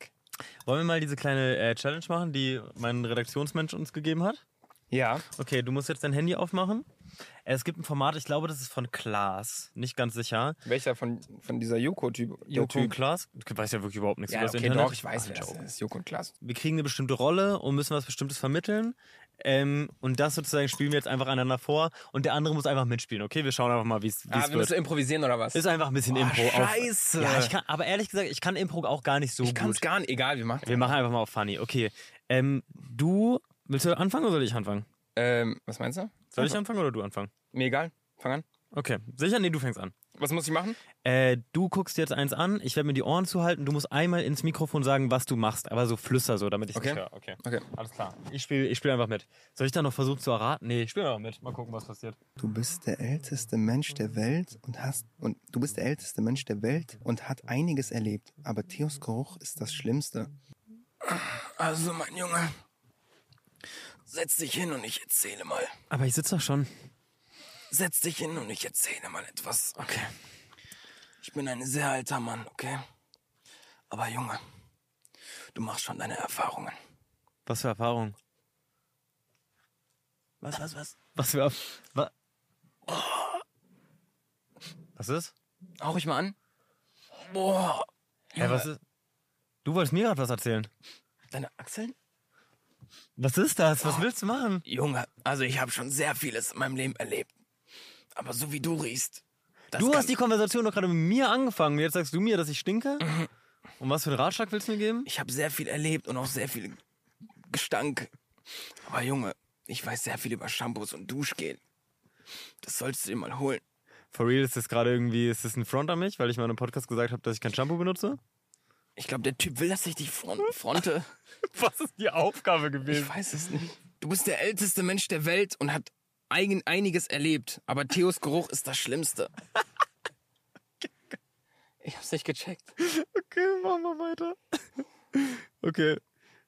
Speaker 1: Wollen wir mal diese kleine äh, Challenge machen, die mein Redaktionsmensch uns gegeben hat?
Speaker 5: Ja.
Speaker 1: Okay, du musst jetzt dein Handy aufmachen. Es gibt ein Format, ich glaube, das ist von Klaas. Nicht ganz sicher.
Speaker 5: Welcher von, von dieser Joko-Typ?
Speaker 1: Joko und Klaas. Du weißt ja wirklich überhaupt nichts
Speaker 5: Ja,
Speaker 1: über das
Speaker 5: okay,
Speaker 1: Internet.
Speaker 5: doch, ich weiß, wer das ist. Joko und Klaas.
Speaker 1: wir kriegen eine bestimmte Rolle und müssen was Bestimmtes vermitteln. Ähm, und das sozusagen spielen wir jetzt einfach einander vor und der andere muss einfach mitspielen. Okay, wir schauen einfach mal, wie es wie
Speaker 5: Ah,
Speaker 1: es
Speaker 5: wir müssen
Speaker 1: wird.
Speaker 5: improvisieren oder was?
Speaker 1: Ist einfach ein bisschen
Speaker 5: Boah,
Speaker 1: Impro.
Speaker 5: scheiße.
Speaker 1: Auf, ja, ich kann, aber ehrlich gesagt, ich kann Impro auch gar nicht so
Speaker 5: ich kann
Speaker 1: gut.
Speaker 5: es gar nicht. Egal, wir machen.
Speaker 1: Wir machen einfach mal auf Funny. Okay, ähm, du willst du anfangen oder soll ich anfangen?
Speaker 5: Ähm, was meinst du?
Speaker 1: Soll ich anfangen oder du anfangen?
Speaker 5: Mir egal. Fang an.
Speaker 1: Okay, sicher? Nee, du fängst an.
Speaker 5: Was muss ich machen?
Speaker 1: Äh, du guckst jetzt eins an, ich werde mir die Ohren zuhalten, du musst einmal ins Mikrofon sagen, was du machst, aber so flüster so, damit ich
Speaker 5: Okay.
Speaker 1: nicht höre. Okay.
Speaker 5: Okay.
Speaker 1: Alles klar. Ich spiele ich spiel einfach mit. Soll ich da noch versuchen zu erraten? Nee, ich spiele einfach mit. Mal gucken, was passiert.
Speaker 3: Du bist der älteste Mensch der Welt und hast und du bist der älteste Mensch der Welt und hat einiges erlebt, aber Theos Geruch ist das Schlimmste.
Speaker 5: Also, mein Junge, setz dich hin und ich erzähle mal.
Speaker 1: Aber ich sitze doch schon.
Speaker 5: Setz dich hin und ich erzähle mal etwas. Okay. Ich bin ein sehr alter Mann, okay? Aber Junge, du machst schon deine Erfahrungen.
Speaker 1: Was für Erfahrung?
Speaker 5: Was, was, was?
Speaker 1: Was für Erf wa Was ist?
Speaker 5: Hauch ich mal an? Boah,
Speaker 1: Hä, was ist? Du wolltest mir gerade was erzählen.
Speaker 5: deine Achseln?
Speaker 1: Was ist das? Was willst du machen?
Speaker 5: Junge, also ich habe schon sehr vieles in meinem Leben erlebt. Aber so wie du riechst. das
Speaker 1: Du
Speaker 5: kann-
Speaker 1: hast die Konversation doch gerade mit mir angefangen. Jetzt sagst du mir, dass ich stinke? Und was für einen Ratschlag willst du mir geben?
Speaker 5: Ich habe sehr viel erlebt und auch sehr viel Gestank. Aber Junge, ich weiß sehr viel über Shampoos und Duschgel. Das solltest du dir mal holen.
Speaker 1: For real ist das gerade irgendwie, ist das ein Front an mich, weil ich mal in einem Podcast gesagt habe, dass ich kein Shampoo benutze?
Speaker 5: Ich glaube, der Typ will, dass ich dich front fronte.
Speaker 1: Was ist die Aufgabe gewesen?
Speaker 5: Ich weiß es nicht. Du bist der älteste Mensch der Welt und hat eigen, einiges erlebt. Aber Theos Geruch ist das Schlimmste. Ich hab's nicht gecheckt.
Speaker 1: Okay, machen wir weiter. Okay.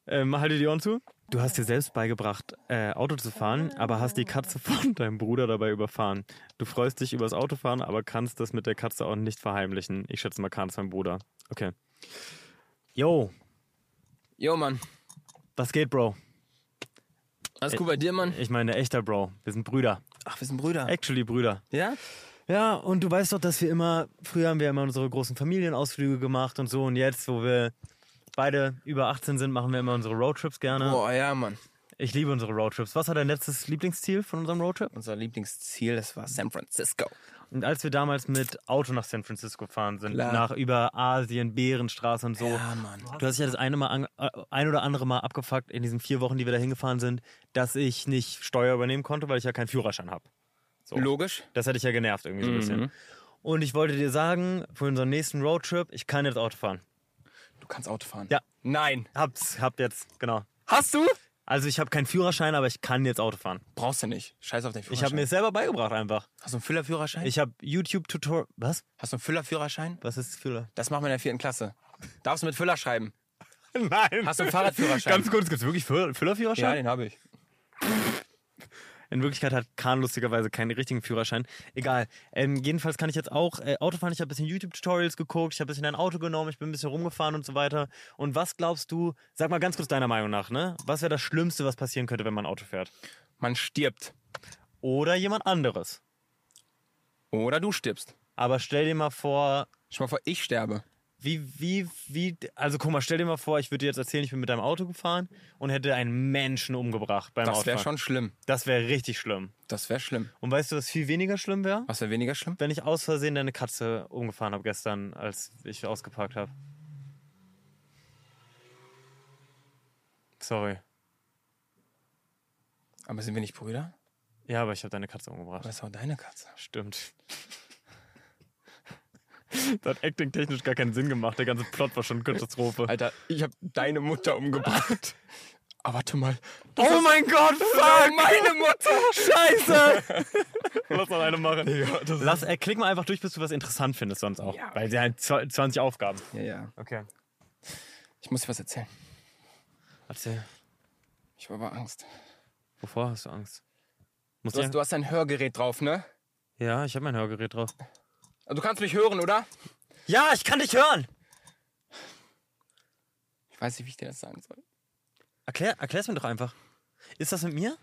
Speaker 1: Ähm, halte die Ohren zu. Du hast dir selbst beigebracht, äh, Auto zu fahren, aber hast die Katze von deinem Bruder dabei überfahren. Du freust dich übers Autofahren, aber kannst das mit der Katze auch nicht verheimlichen. Ich schätze mal, Kahn ist mein Bruder. Okay. Yo,
Speaker 5: Jo, Mann.
Speaker 1: was geht, Bro?
Speaker 5: Alles gut bei dir, Mann?
Speaker 1: Ich meine, echter Bro. Wir sind Brüder.
Speaker 5: Ach, wir sind Brüder.
Speaker 1: Actually Brüder.
Speaker 5: Ja?
Speaker 1: Ja, und du weißt doch, dass wir immer, früher haben wir immer unsere großen Familienausflüge gemacht und so. Und jetzt, wo wir beide über 18 sind, machen wir immer unsere Roadtrips gerne.
Speaker 5: Boah, ja, Mann.
Speaker 1: Ich liebe unsere Roadtrips. Was war dein letztes Lieblingsziel von unserem Roadtrip?
Speaker 5: Unser Lieblingsziel, das war San Francisco.
Speaker 1: Und als wir damals mit Auto nach San Francisco fahren sind,
Speaker 5: Klar.
Speaker 1: nach über Asien, Bärenstraße und so.
Speaker 5: Mann.
Speaker 1: Du hast dich ja das eine mal an, äh, ein oder andere Mal abgefuckt in diesen vier Wochen, die wir da hingefahren sind, dass ich nicht Steuer übernehmen konnte, weil ich ja keinen Führerschein habe.
Speaker 5: Logisch.
Speaker 1: Das hätte ich ja genervt irgendwie so ein
Speaker 5: Mhm.
Speaker 1: bisschen. Und ich wollte dir sagen, für unseren nächsten Roadtrip, ich kann jetzt Auto fahren.
Speaker 5: Du kannst Auto fahren.
Speaker 1: Ja.
Speaker 5: Nein.
Speaker 1: Hab's, hab jetzt, genau.
Speaker 5: Hast du?
Speaker 1: Also ich habe keinen Führerschein, aber ich kann jetzt Auto fahren.
Speaker 5: Brauchst du nicht. Scheiß auf den
Speaker 1: Ich habe
Speaker 5: Führerschein.
Speaker 1: mir selber beigebracht einfach.
Speaker 5: Hast du einen Füllerführerschein?
Speaker 1: Ich habe YouTube-Tutorial. Was?
Speaker 5: Hast du einen Füllerführerschein?
Speaker 1: Was ist Führer?
Speaker 5: Das machen wir in der vierten Klasse. Darfst du mit Füller schreiben?
Speaker 1: Nein.
Speaker 5: Hast du einen Fahrradführerschein?
Speaker 1: Ganz kurz, gibt's wirklich Füller- Füllerführerschein?
Speaker 5: den habe ich.
Speaker 1: In Wirklichkeit hat Kahn lustigerweise keinen richtigen Führerschein. Egal. Ähm, jedenfalls kann ich jetzt auch äh, Auto fahren. Ich habe ein bisschen YouTube-Tutorials geguckt. Ich habe ein bisschen ein Auto genommen. Ich bin ein bisschen rumgefahren und so weiter. Und was glaubst du, sag mal ganz kurz deiner Meinung nach, ne? Was wäre das Schlimmste, was passieren könnte, wenn man Auto fährt?
Speaker 5: Man stirbt.
Speaker 1: Oder jemand anderes.
Speaker 5: Oder du stirbst.
Speaker 1: Aber stell dir mal vor,
Speaker 5: Schau mal vor, ich sterbe.
Speaker 1: Wie, wie, wie, also guck mal, stell dir mal vor, ich würde dir jetzt erzählen, ich bin mit deinem Auto gefahren und hätte einen Menschen umgebracht beim
Speaker 5: Das wäre
Speaker 1: Autofahren.
Speaker 5: schon schlimm.
Speaker 1: das wäre richtig schlimm.
Speaker 5: Das wäre schlimm.
Speaker 1: Und weißt du, was viel weniger schlimm wäre?
Speaker 5: Was wäre weniger schlimm?
Speaker 1: Wenn ich aus Versehen deine Katze umgefahren habe gestern, als ich ausgeparkt habe. Sorry.
Speaker 5: Aber sind wir nicht Brüder?
Speaker 1: Ja, aber ich habe deine Katze umgebracht.
Speaker 5: Das ist auch deine Katze.
Speaker 1: Stimmt. Das hat acting-technisch gar keinen Sinn gemacht. Der ganze Plot war schon Katastrophe.
Speaker 5: Alter, ich habe deine Mutter umgebracht. Aber Ah, warte mal.
Speaker 1: oh mein Gott, fuck!
Speaker 5: Meine Mutter!
Speaker 1: Scheiße! Lass noch eine machen.
Speaker 5: das
Speaker 1: Lass, äh, klick mal einfach durch, bis du was interessant findest sonst auch.
Speaker 5: Ja.
Speaker 1: Weil sie halt zw- 20 Aufgaben.
Speaker 5: Ja, ja.
Speaker 1: Okay.
Speaker 5: Ich muss dir was erzählen.
Speaker 1: Erzähl,
Speaker 5: Ich habe aber Angst.
Speaker 1: wovor hast du Angst? Muss
Speaker 5: Du
Speaker 1: ich
Speaker 5: hast, du hast ein Hörgerät drauf, ne? Also
Speaker 1: ja, ich habe mein Hörgerät drauf.
Speaker 5: Du kannst mich hören, oder?
Speaker 1: Ja, ich kann dich hören!
Speaker 5: Ich weiß nicht, wie ich dir das sagen soll.
Speaker 1: Erklär, erklär's mir doch einfach. Ist das mit mir?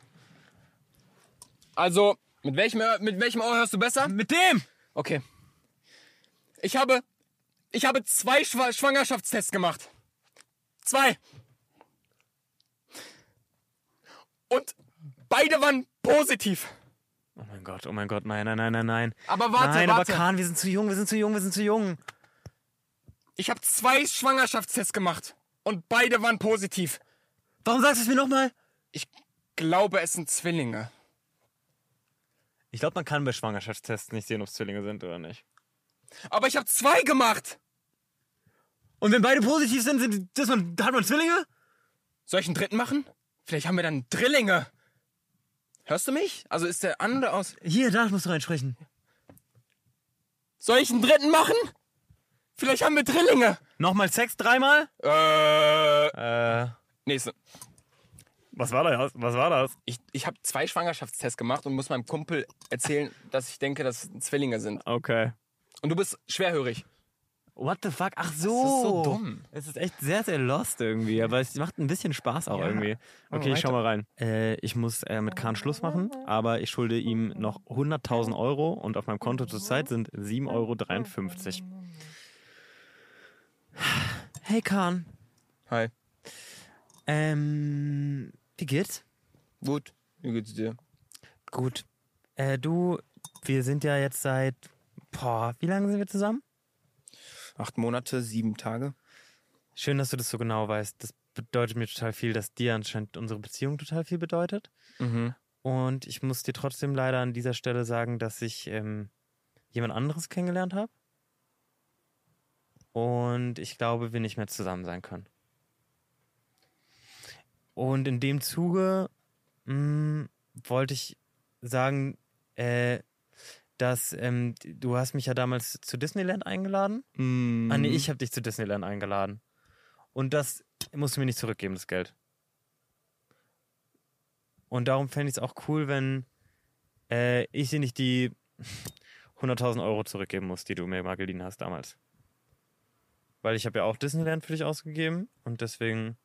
Speaker 5: Also, mit welchem, Ohr- mit welchem Ohr hörst du besser?
Speaker 1: Mit dem!
Speaker 5: Okay. Ich habe. Ich habe zwei Schwa Schwangerschaftstests gemacht. Zwei. Und beide waren positiv.
Speaker 1: Oh mein Gott, oh mein Gott, nein, nein, nein, nein, nein.
Speaker 5: Aber warte,
Speaker 1: nein,
Speaker 5: warte.
Speaker 1: aber Kahn, wir sind zu jung, wir sind zu jung, wir sind zu jung.
Speaker 5: Ich habe zwei Schwangerschaftstests gemacht. Und beide waren positiv.
Speaker 1: Warum sagst du es mir nochmal?
Speaker 5: Ich glaube, es sind Zwillinge.
Speaker 1: Ich glaube, man kann bei Schwangerschaftstests nicht sehen, ob es Zwillinge sind oder nicht.
Speaker 5: Aber ich habe zwei gemacht.
Speaker 1: Und wenn beide positiv sind, sind das man, hat man Zwillinge?
Speaker 5: Soll ich einen dritten machen? Vielleicht haben wir dann Drillinge. Hörst du mich? Also ist der andere aus.
Speaker 1: Hier, da musst du reinsprechen.
Speaker 5: Soll ich einen dritten machen? Vielleicht haben wir Drillinge.
Speaker 1: Nochmal Sex dreimal?
Speaker 5: Äh.
Speaker 1: Äh,
Speaker 5: Nächste.
Speaker 1: was war das? Was war das?
Speaker 5: Ich, ich habe zwei Schwangerschaftstests gemacht und muss meinem Kumpel erzählen, dass ich denke, dass es Zwillinge sind.
Speaker 1: Okay.
Speaker 5: Und du bist schwerhörig.
Speaker 1: What the fuck? Ach so.
Speaker 5: Das ist so dumm.
Speaker 1: Es ist echt sehr, sehr lost irgendwie, aber es macht ein bisschen Spaß auch irgendwie.
Speaker 5: Oh,
Speaker 1: Okay, ich schau mal rein. Äh, ich muss äh, mit Kahn Schluss machen, aber ich schulde ihm noch 100.000 Euro und auf meinem Konto zurzeit sind 7,53 Euro. Hey Kahn,
Speaker 5: Hi.
Speaker 1: ähm, wie geht's?
Speaker 5: Gut. Wie geht's dir?
Speaker 1: Gut. Äh, du, wir sind ja jetzt seit, boah, wie lange sind wir zusammen?
Speaker 3: Acht Monate, sieben Tage.
Speaker 1: Schön, dass du das so genau weißt. Das bedeutet mir total viel, dass dir anscheinend unsere Beziehung total viel bedeutet.
Speaker 5: Mhm.
Speaker 1: Und ich muss dir trotzdem leider an dieser Stelle sagen, dass ich ähm, jemand anderes kennengelernt habe. Und ich glaube, wir nicht mehr zusammen sein können. Und in dem Zuge mh, wollte ich sagen, äh, dass ähm, du hast mich ja damals zu Disneyland eingeladen. Ah,
Speaker 5: Mhm.
Speaker 1: nee, ich habe dich zu Disneyland eingeladen. Und das musst du mir nicht zurückgeben, das Geld. Und darum fände ich es auch cool, wenn äh, ich dir nicht die 100.000 Euro zurückgeben muss, die du mir mal geliehen hast damals. Weil ich habe ja auch Disneyland für dich ausgegeben und deswegen.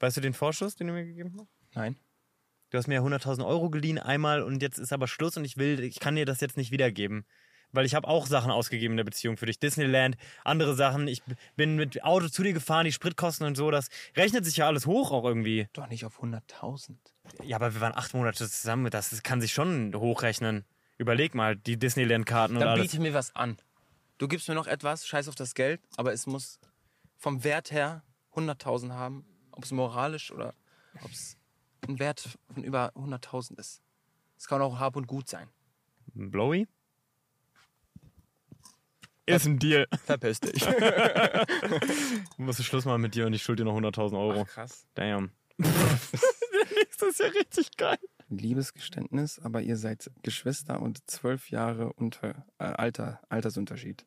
Speaker 1: Weißt du den Vorschuss, den du mir gegeben hast?
Speaker 5: Nein.
Speaker 1: Du hast mir ja 100.000 Euro geliehen einmal und jetzt ist aber Schluss und ich will, ich kann dir das jetzt nicht wiedergeben. Weil ich habe auch Sachen ausgegeben in der Beziehung für dich. Disneyland, andere Sachen. Ich b- bin mit Auto zu dir gefahren, die Spritkosten und so. Das rechnet sich ja alles hoch auch irgendwie.
Speaker 5: Doch nicht auf 100.000.
Speaker 1: Ja, aber wir waren acht Monate zusammen. Das ist- kann sich schon hochrechnen. Überleg mal, die Disneyland-Karten und
Speaker 5: Dann
Speaker 1: alles.
Speaker 5: biete mir was an. Du gibst mir noch etwas, scheiß auf das Geld, aber es muss vom Wert her 100.000 haben. Ob es moralisch oder ob es ein Wert von über 100.000 ist. Es kann auch hab und gut sein.
Speaker 1: Blowy? Ist ein Deal.
Speaker 5: Verpiss dich.
Speaker 1: Ich muss Schluss machen mit dir und ich schulde dir noch 100.000 Euro.
Speaker 5: Krass.
Speaker 1: Damn. das ist ja richtig geil.
Speaker 3: Liebesgeständnis, aber ihr seid Geschwister und zwölf Jahre unter, äh, Alter, Altersunterschied.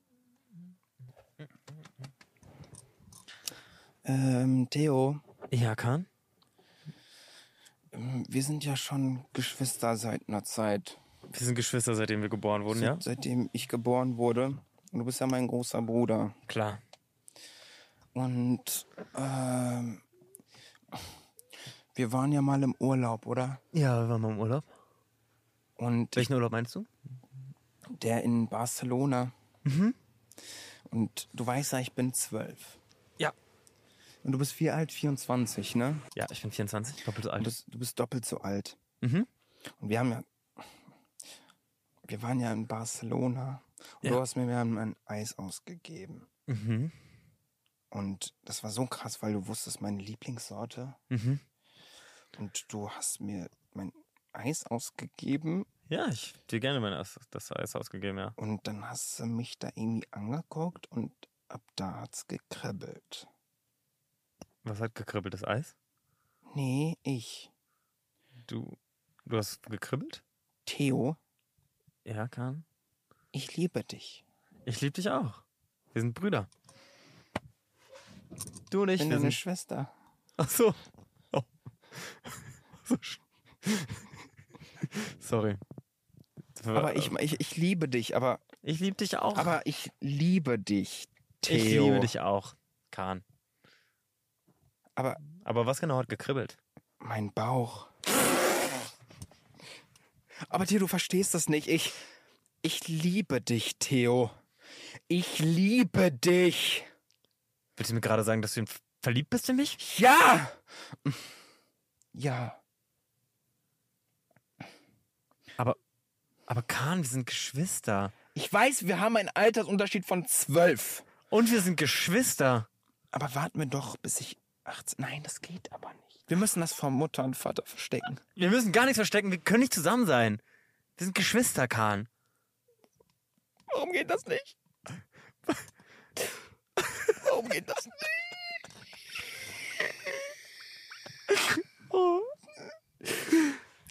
Speaker 3: Ähm, Theo,
Speaker 1: Ja, Kahn?
Speaker 3: ähm, wir sind ja schon Geschwister seit einer Zeit.
Speaker 1: Wir sind Geschwister, seitdem wir geboren wurden, ja?
Speaker 3: Seit- Seitdem ich geboren wurde. Und du bist ja mein großer Bruder.
Speaker 1: Klar.
Speaker 3: Und ähm, wir waren ja mal im Urlaub, oder?
Speaker 1: Ja, wir waren mal im Urlaub.
Speaker 3: Und
Speaker 1: Welchen Urlaub meinst du? Mhm.
Speaker 3: der in Barcelona. Und du weißt ja, ich bin zwölf.
Speaker 1: Ja.
Speaker 3: Und du bist wie alt? 24, ne?
Speaker 1: Ja, ich bin 24, doppelt so
Speaker 3: Du
Speaker 1: alt.
Speaker 3: bist, du bist doppelt so alt.
Speaker 1: Mhm.
Speaker 3: Und wir haben ja. Wir waren ja in Barcelona. Und
Speaker 1: Ja.
Speaker 3: du hast mir ja ein Eis ausgegeben.
Speaker 1: Mhm.
Speaker 3: Und das war so krass, weil du wusstest, meine Lieblingssorte.
Speaker 1: Mhm.
Speaker 3: Und du hast mir mein Eis ausgegeben.
Speaker 1: Ja, ich hab dir gerne mein Eis- das Eis ausgegeben, ja.
Speaker 3: Und dann hast du mich da irgendwie angeguckt. Und ab da hat's gekribbelt.
Speaker 1: Was hat gekribbeltes Eis?
Speaker 3: Nee, ich.
Speaker 1: Du, du hast gekribbelt?
Speaker 3: Theo,
Speaker 1: Ja, Kahn.
Speaker 3: ich liebe dich.
Speaker 1: Ich liebe dich auch. Wir sind Brüder. Du und ich,
Speaker 3: Ich bin
Speaker 1: wir
Speaker 3: deine
Speaker 1: sind...
Speaker 3: Schwester.
Speaker 1: Ach so. Oh. so sch- Sorry.
Speaker 3: Aber ich,
Speaker 1: äh,
Speaker 3: ich, ich liebe dich, aber,
Speaker 1: ich liebe dich auch.
Speaker 3: aber ich liebe dich, Theo.
Speaker 1: ich liebe dich auch, Kahn.
Speaker 3: Aber
Speaker 1: Aber was genau hat gekribbelt?
Speaker 3: mein Bauch. Aber Theo, du verstehst das nicht. Ich, ich liebe dich, Theo. Ich liebe dich.
Speaker 1: Willst du mir gerade sagen, dass du in- verliebt bist in mich?
Speaker 3: Ja! Ja.
Speaker 1: Aber Kahn, wir sind Geschwister.
Speaker 3: Ich weiß, wir haben einen Altersunterschied von zwölf.
Speaker 1: Und wir sind Geschwister.
Speaker 3: Aber warten wir doch, bis ich 18. Nein, das geht aber nicht. Wir müssen das vor Mutter und Vater verstecken.
Speaker 1: Wir müssen gar nichts verstecken, wir können nicht zusammen sein. Wir sind Geschwister, Kahn.
Speaker 3: Warum geht das nicht? Warum geht das nicht?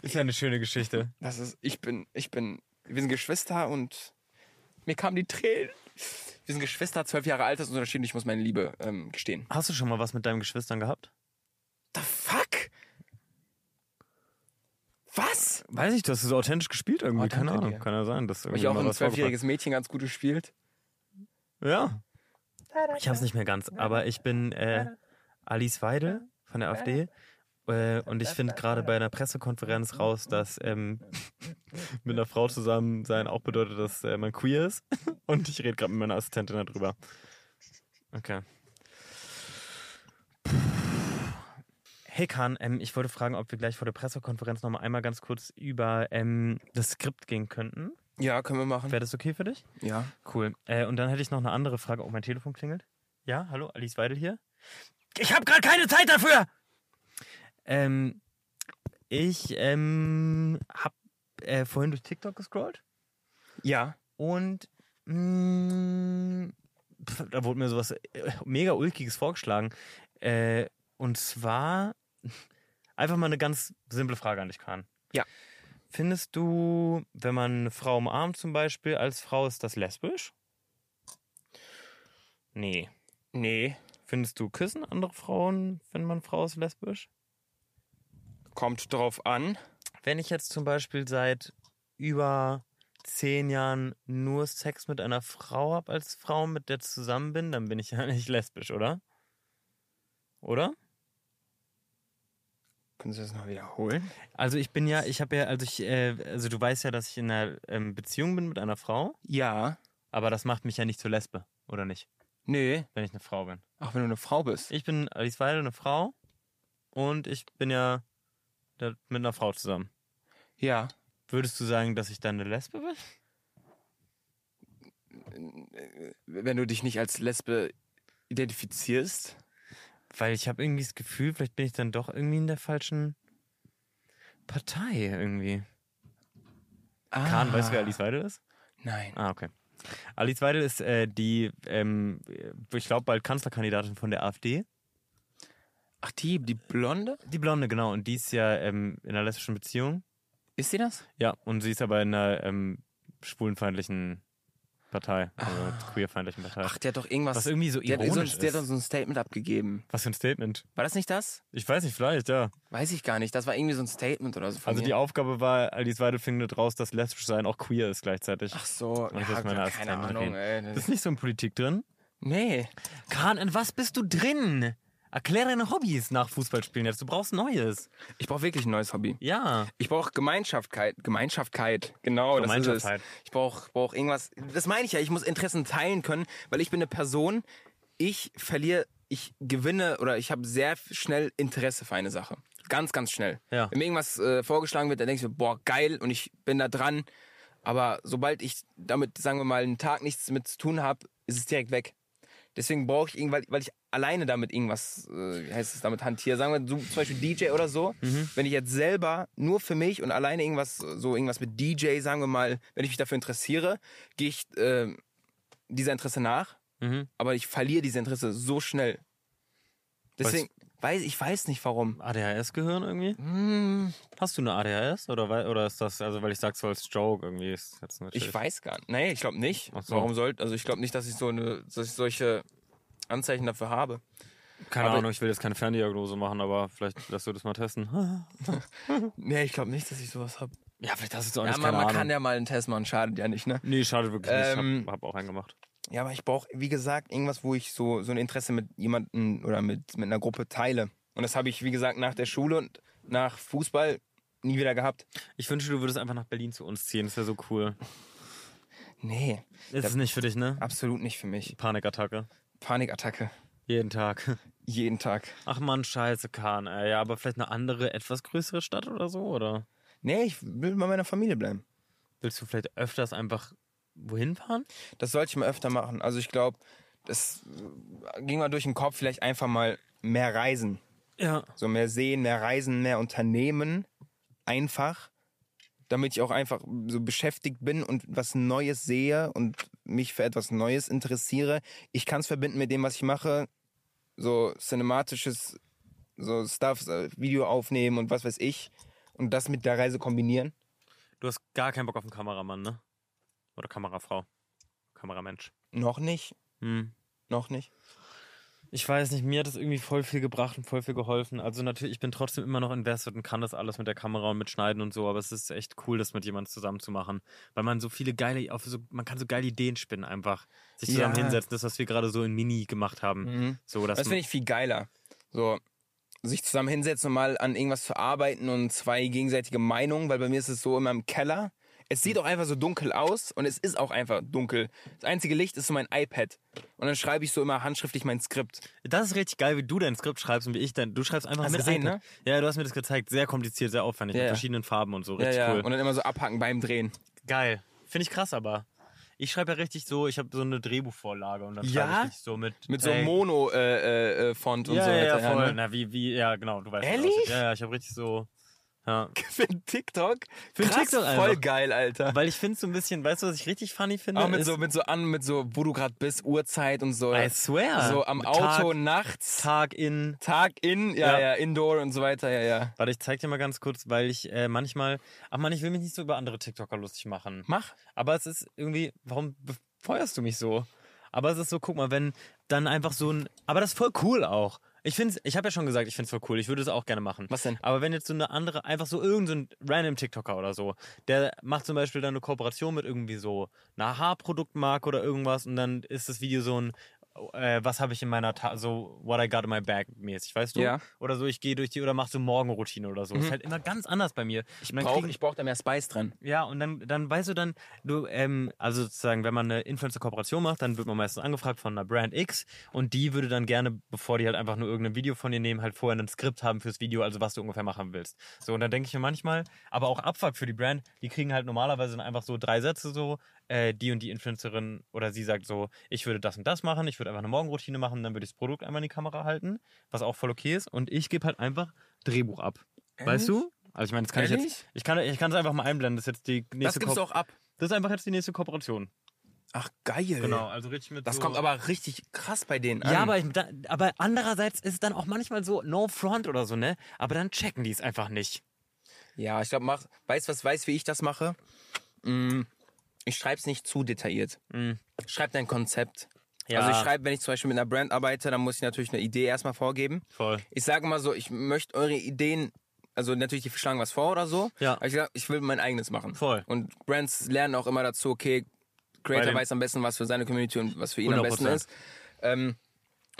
Speaker 1: Ist ja eine schöne Geschichte.
Speaker 5: Das ist, ich bin, ich bin, wir sind Geschwister und mir kamen die Tränen. Wir sind Geschwister, zwölf Jahre Altersunterschied und ich muss meine Liebe ähm, gestehen.
Speaker 1: Hast du schon mal was mit deinen Geschwistern gehabt?
Speaker 5: The fuck? Was?
Speaker 1: Weiß ich, du hast so authentisch gespielt irgendwie.
Speaker 5: Oh, danke
Speaker 1: Keine Ahnung.
Speaker 5: dir.
Speaker 1: Kann ja sein, dass
Speaker 5: Hab
Speaker 1: irgendwie
Speaker 5: ich auch
Speaker 1: mal
Speaker 5: ein
Speaker 1: was vorgefallen
Speaker 5: zwölfjähriges Mädchen ganz gut gespielt?
Speaker 1: Ja. Ich hab's nicht mehr ganz, aber ich bin äh, Alice Weidel von der AfD. Äh, und ich finde gerade bei einer Pressekonferenz raus, dass ähm, mit einer Frau zusammen sein auch bedeutet, dass äh, man queer ist. Und ich rede gerade mit meiner Assistentin darüber. Okay. Hey Kahn, ähm, ich wollte fragen, ob wir gleich vor der Pressekonferenz nochmal einmal ganz kurz über ähm, das Skript gehen könnten.
Speaker 5: Ja, können wir machen.
Speaker 1: Wäre das okay für dich?
Speaker 5: Ja.
Speaker 1: Cool. Äh, und dann hätte ich noch eine andere Frage. Oh, mein Telefon klingelt. Ja, hallo, Alice Weidel hier. Ich habe gerade keine Zeit dafür. Ähm, ich ähm, habe äh, vorhin durch TikTok gescrollt
Speaker 5: Ja.
Speaker 1: und mh, pf, da wurde mir sowas äh, mega ulkiges vorgeschlagen. Äh, und zwar einfach mal eine ganz simple Frage an dich, Kahn.
Speaker 5: Ja.
Speaker 1: Findest du, wenn man eine Frau umarmt zum Beispiel, als Frau ist das lesbisch? Nee.
Speaker 5: Nee.
Speaker 1: Findest du küssen andere Frauen, wenn man Frau ist lesbisch?
Speaker 5: Kommt drauf an.
Speaker 1: Wenn ich jetzt zum Beispiel seit über zehn Jahren nur Sex mit einer Frau habe als Frau, mit der zusammen bin, dann bin ich ja nicht lesbisch, oder? Oder?
Speaker 3: Können Sie das noch wiederholen?
Speaker 1: Also ich bin ja, ich habe ja, also ich, äh, also du weißt ja, dass ich in einer ähm, Beziehung bin mit einer Frau,
Speaker 5: Ja.
Speaker 1: aber das macht mich ja nicht zur Lesbe, oder nicht?
Speaker 5: Nee.
Speaker 1: Wenn ich eine Frau bin.
Speaker 5: Ach, wenn du eine Frau bist.
Speaker 1: Ich bin Alice Weidel, eine Frau, und ich bin ja da mit einer Frau zusammen.
Speaker 5: Ja.
Speaker 1: Würdest du sagen, dass ich dann eine Lesbe bin?
Speaker 5: Wenn du dich nicht als Lesbe identifizierst.
Speaker 1: Weil ich habe irgendwie das Gefühl, vielleicht bin ich dann doch irgendwie in der falschen Partei irgendwie.
Speaker 5: Ah.
Speaker 1: Kahn, weißt du, wer Alice Weidel ist?
Speaker 5: Nein.
Speaker 1: Ah, okay. Alice Weidel ist äh, die, ähm, ich glaube, bald Kanzlerkandidatin von der AfD.
Speaker 5: Ach, die, die Blonde?
Speaker 1: Die Blonde, genau. Und die ist ja ähm, in einer lesbischen Beziehung.
Speaker 5: Ist sie das?
Speaker 1: Ja, und sie ist aber in einer ähm, schwulenfeindlichen Partei. Also queerfeindlichen Partei.
Speaker 5: Ach, der hat doch irgendwas.
Speaker 1: was irgendwie so
Speaker 5: der, hat, so,
Speaker 1: ironisch
Speaker 5: der hat uns
Speaker 1: ist.
Speaker 5: so ein Statement abgegeben.
Speaker 1: Was für ein Statement.
Speaker 5: War das nicht das?
Speaker 1: Ich weiß nicht, vielleicht, ja.
Speaker 5: Weiß ich gar nicht. Das war irgendwie so ein Statement oder so von
Speaker 1: Also
Speaker 5: mir.
Speaker 1: die Aufgabe war, Alice Weidel findet raus, dass lesbisch sein auch queer ist gleichzeitig.
Speaker 5: Ach so,
Speaker 1: Und das ist meine
Speaker 5: ja, keine
Speaker 1: Assistentin
Speaker 5: Ahnung.
Speaker 1: reden.
Speaker 5: Ey.
Speaker 1: Ist nicht so in Politik drin?
Speaker 5: Nee.
Speaker 1: Kahn, in was bist du drin? Erkläre deine Hobbys nach Fußballspielen jetzt. Du brauchst Neues.
Speaker 5: Ich brauche wirklich ein neues Hobby.
Speaker 1: Ja.
Speaker 5: Ich brauche Gemeinschaftkeit. Gemeinschaftkeit. Genau, das ist es.
Speaker 1: Gemeinschaftkeit.
Speaker 5: Ich brauche brauch irgendwas. Das meine ich ja. Ich muss Interessen teilen können, weil ich bin eine Person. Ich verliere, ich gewinne oder ich habe sehr schnell Interesse für eine Sache. Ganz, ganz schnell.
Speaker 1: Ja.
Speaker 5: Wenn mir irgendwas äh, vorgeschlagen wird, dann denke ich mir, boah, geil und ich bin da dran. Aber sobald ich damit, sagen wir mal, einen Tag nichts mit zu tun habe, ist es direkt weg. Deswegen brauche ich irgendwann, weil ich alleine damit irgendwas, äh, wie heißt es, damit hantiere. Sagen wir so, zum Beispiel DJ oder so. Wenn ich jetzt selber nur für mich und alleine irgendwas, so irgendwas mit DJ, sagen wir mal, wenn ich mich dafür interessiere, gehe ich äh, dieser Interesse nach.
Speaker 1: Mhm.
Speaker 5: Aber ich verliere diese Interesse so schnell. Deswegen, weiß, ich weiß nicht warum.
Speaker 1: ADHS-Gehirn irgendwie?
Speaker 5: Hm,
Speaker 1: Hast du eine ADHS? Oder, wei- oder ist das, also weil ich sag's so als Joke irgendwie, ist jetzt natürlich.
Speaker 5: ich weiß gar nicht. Nee, ich glaube nicht.
Speaker 1: Ach so.
Speaker 5: Warum sollte, also ich glaube nicht, dass ich so eine, dass ich solche Anzeichen dafür habe.
Speaker 1: Keine
Speaker 5: aber-
Speaker 1: Ahnung, ich will jetzt keine Ferndiagnose machen, aber vielleicht lässt du das mal testen.
Speaker 5: Nee, ich glaube nicht, dass ich sowas habe.
Speaker 1: Ja, vielleicht hast du auch
Speaker 5: Ja,
Speaker 1: nicht
Speaker 5: man,
Speaker 1: keine
Speaker 5: man
Speaker 1: Ahnung.
Speaker 5: kann ja mal einen Test machen, schadet ja nicht, ne?
Speaker 1: nee, schade wirklich nicht.
Speaker 5: Ähm,
Speaker 1: Ich hab, hab auch einen gemacht.
Speaker 5: Ja, aber ich brauche, wie gesagt, irgendwas, wo ich so, so ein Interesse mit jemandem oder mit, mit einer Gruppe teile. Und das habe ich, wie gesagt, nach der Schule und nach Fußball nie wieder gehabt.
Speaker 1: Ich wünsche, du würdest einfach nach Berlin zu uns ziehen. Das wäre so cool.
Speaker 5: Nee,
Speaker 1: Ist es nicht für dich, ne?
Speaker 5: absolut nicht für mich.
Speaker 1: Panikattacke.
Speaker 5: Panikattacke.
Speaker 1: Jeden Tag.
Speaker 5: Jeden Tag.
Speaker 1: Ach man, scheiße, Kahn. Ey. Ja, aber vielleicht eine andere, etwas größere Stadt oder so, oder?
Speaker 5: Nee, ich will bei meiner Familie bleiben.
Speaker 1: Willst du vielleicht öfters einfach wohin fahren?
Speaker 5: Das sollte ich mal öfter machen. Also ich glaube, das äh, ging mal durch den Kopf, vielleicht einfach mal mehr reisen.
Speaker 1: Ja.
Speaker 5: So mehr sehen, mehr reisen, mehr unternehmen. Einfach. Damit ich auch einfach so beschäftigt bin und was Neues sehe und mich für etwas Neues interessiere. Ich kann es verbinden mit dem, was ich mache. So cinematisches so Stuff, äh, Video aufnehmen und was weiß ich. Und das mit der Reise kombinieren.
Speaker 1: Du hast gar keinen Bock auf einen Kameramann, ne? Oder Kamerafrau. Kameramensch.
Speaker 5: Noch nicht.
Speaker 1: Hm.
Speaker 5: Noch nicht.
Speaker 1: Ich weiß nicht, mir hat das irgendwie voll viel gebracht und voll viel geholfen. Also natürlich, ich bin trotzdem immer noch invested und kann das alles mit der Kamera und mit Schneiden und so, aber es ist echt cool, das mit jemandem zusammen zu machen. Weil man so viele geile, auf so, man kann so geile Ideen spinnen einfach. Sich zusammen
Speaker 5: Ja.
Speaker 1: hinsetzen, das, was wir gerade so in Mini gemacht haben. So, das,
Speaker 5: Das finde ich viel geiler. So, sich zusammen hinsetzen und mal an irgendwas zu arbeiten und zwei gegenseitige Meinungen, weil bei mir ist es so immer im Keller. Es sieht auch einfach so dunkel aus und es ist auch einfach dunkel. Das einzige Licht ist so mein iPad. Und dann schreibe ich so immer handschriftlich mein Skript.
Speaker 1: das ist richtig geil, wie du dein Skript schreibst und wie ich dein. Du schreibst einfach
Speaker 5: Hast
Speaker 1: mit
Speaker 5: gesehen, ne?
Speaker 1: iPad. Ja, du hast mir das gezeigt. Sehr kompliziert, sehr aufwendig,
Speaker 5: Ja,
Speaker 1: mit
Speaker 5: ja.
Speaker 1: verschiedenen Farben und so. Richtig cool.
Speaker 5: Und dann immer so abhaken beim Drehen.
Speaker 1: Geil. Finde ich krass, aber. Ich schreibe ja richtig so, ich habe so eine Drehbuchvorlage und dann schreibe
Speaker 5: Ja?
Speaker 1: ich richtig so mit.
Speaker 5: Mit so
Speaker 1: Tag-
Speaker 5: einem Mono-Font äh, äh, Font und
Speaker 1: ja,
Speaker 5: so.
Speaker 1: ja, ja,
Speaker 5: weiter,
Speaker 1: voll.
Speaker 5: ne?
Speaker 1: Na, wie, wie, ja, genau, du weißt wie das
Speaker 5: Ehrlich?
Speaker 1: aussieht. Ja, ja, ich habe richtig so. Ja.
Speaker 5: Für einen TikTok?
Speaker 1: Für einen
Speaker 5: Krass,
Speaker 1: TikTok
Speaker 5: voll
Speaker 1: einfach.
Speaker 5: geil, Alter.
Speaker 1: Weil ich finde so ein bisschen, weißt du, was ich richtig funny finde?
Speaker 5: Auch mit
Speaker 1: Ist-
Speaker 5: so, mit so an, mit so, wo du gerade bist, Uhrzeit und so.
Speaker 1: I swear.
Speaker 5: So am
Speaker 1: Tag-
Speaker 5: Auto nachts.
Speaker 1: Tag in.
Speaker 5: Tag in, ja,
Speaker 1: Ja.
Speaker 5: ja, Indoor und so weiter, ja, ja.
Speaker 1: Warte, ich zeig dir mal ganz kurz, weil ich äh, manchmal. Ach man, ich will mich nicht so über andere TikToker lustig machen.
Speaker 5: Mach.
Speaker 1: Aber es ist irgendwie, warum befeuerst du mich so? Aber es ist so, guck mal, wenn dann einfach so ein. Aber das ist voll cool auch. Ich find's, ich habe ja schon gesagt, ich find's voll cool. Ich würde es auch gerne machen.
Speaker 5: Was denn?
Speaker 1: Aber wenn jetzt so eine andere, einfach so irgendein so ein random TikToker oder so, der macht zum Beispiel dann eine Kooperation mit irgendwie so einer Haarproduktmarke oder irgendwas und dann ist das Video so ein, äh, was habe ich in meiner, Ta so what I got in my bag mäßig, weißt du?
Speaker 5: Ja.
Speaker 1: Oder so, ich gehe durch die, oder mach so Morgenroutine oder so. Ist halt immer ganz anders bei mir. Ich
Speaker 5: Brauch, ich brauche da mehr Spice dran.
Speaker 1: ja, und dann, dann weißt du dann, du, ähm, also sozusagen, wenn man eine Influencer-Kooperation macht, dann wird man meistens angefragt von einer Brand X und die würde dann gerne, bevor die halt einfach nur irgendein Video von dir nehmen, halt vorher ein Skript haben fürs Video, also was du ungefähr machen willst. So, und dann denke ich mir manchmal, aber auch Abfuck für die Brand, die kriegen halt normalerweise dann einfach so drei Sätze so, äh, die und die Influencerin oder sie sagt so, ich würde das und das machen, ich würde einfach eine Morgenroutine machen, dann würde ich das Produkt einmal in die Kamera halten, was auch voll okay ist und ich gebe halt einfach Drehbuch ab. Weißt du? Also ich meine, das kann ich
Speaker 5: Ehrlich?
Speaker 1: jetzt, ich kann es einfach mal einblenden, das ist jetzt die
Speaker 5: Das
Speaker 1: nächste
Speaker 5: gibst du
Speaker 1: Ko-
Speaker 5: auch ab.
Speaker 1: Das ist einfach jetzt die nächste Kooperation.
Speaker 5: Ach, geil.
Speaker 1: Genau, also richtig mit
Speaker 5: Das
Speaker 1: so
Speaker 5: kommt aber richtig krass bei denen an.
Speaker 1: ja, aber, ich, da, aber andererseits ist es dann auch manchmal so no front oder so, ne? Aber dann checken die es einfach nicht.
Speaker 5: Ja, ich glaube, mach, weiß was weiß, wie ich das mache. Mm, Ich schreibe es nicht zu detailliert. Schreib dein Konzept.
Speaker 1: Ja.
Speaker 5: Also ich schreibe, wenn ich zum Beispiel mit einer Brand arbeite, dann muss ich natürlich eine Idee erstmal vorgeben.
Speaker 1: Voll.
Speaker 5: Ich sage mal so, ich möchte eure Ideen, also natürlich, die schlagen was vor oder so.
Speaker 1: Ja.
Speaker 5: Aber ich, sag, ich will mein eigenes machen.
Speaker 1: Voll.
Speaker 5: Und Brands lernen auch immer dazu, okay,
Speaker 1: Bei
Speaker 5: Creator
Speaker 1: dem-
Speaker 5: weiß am besten, was für seine Community und was für ihn am besten
Speaker 1: 100%.
Speaker 5: ist. Ähm,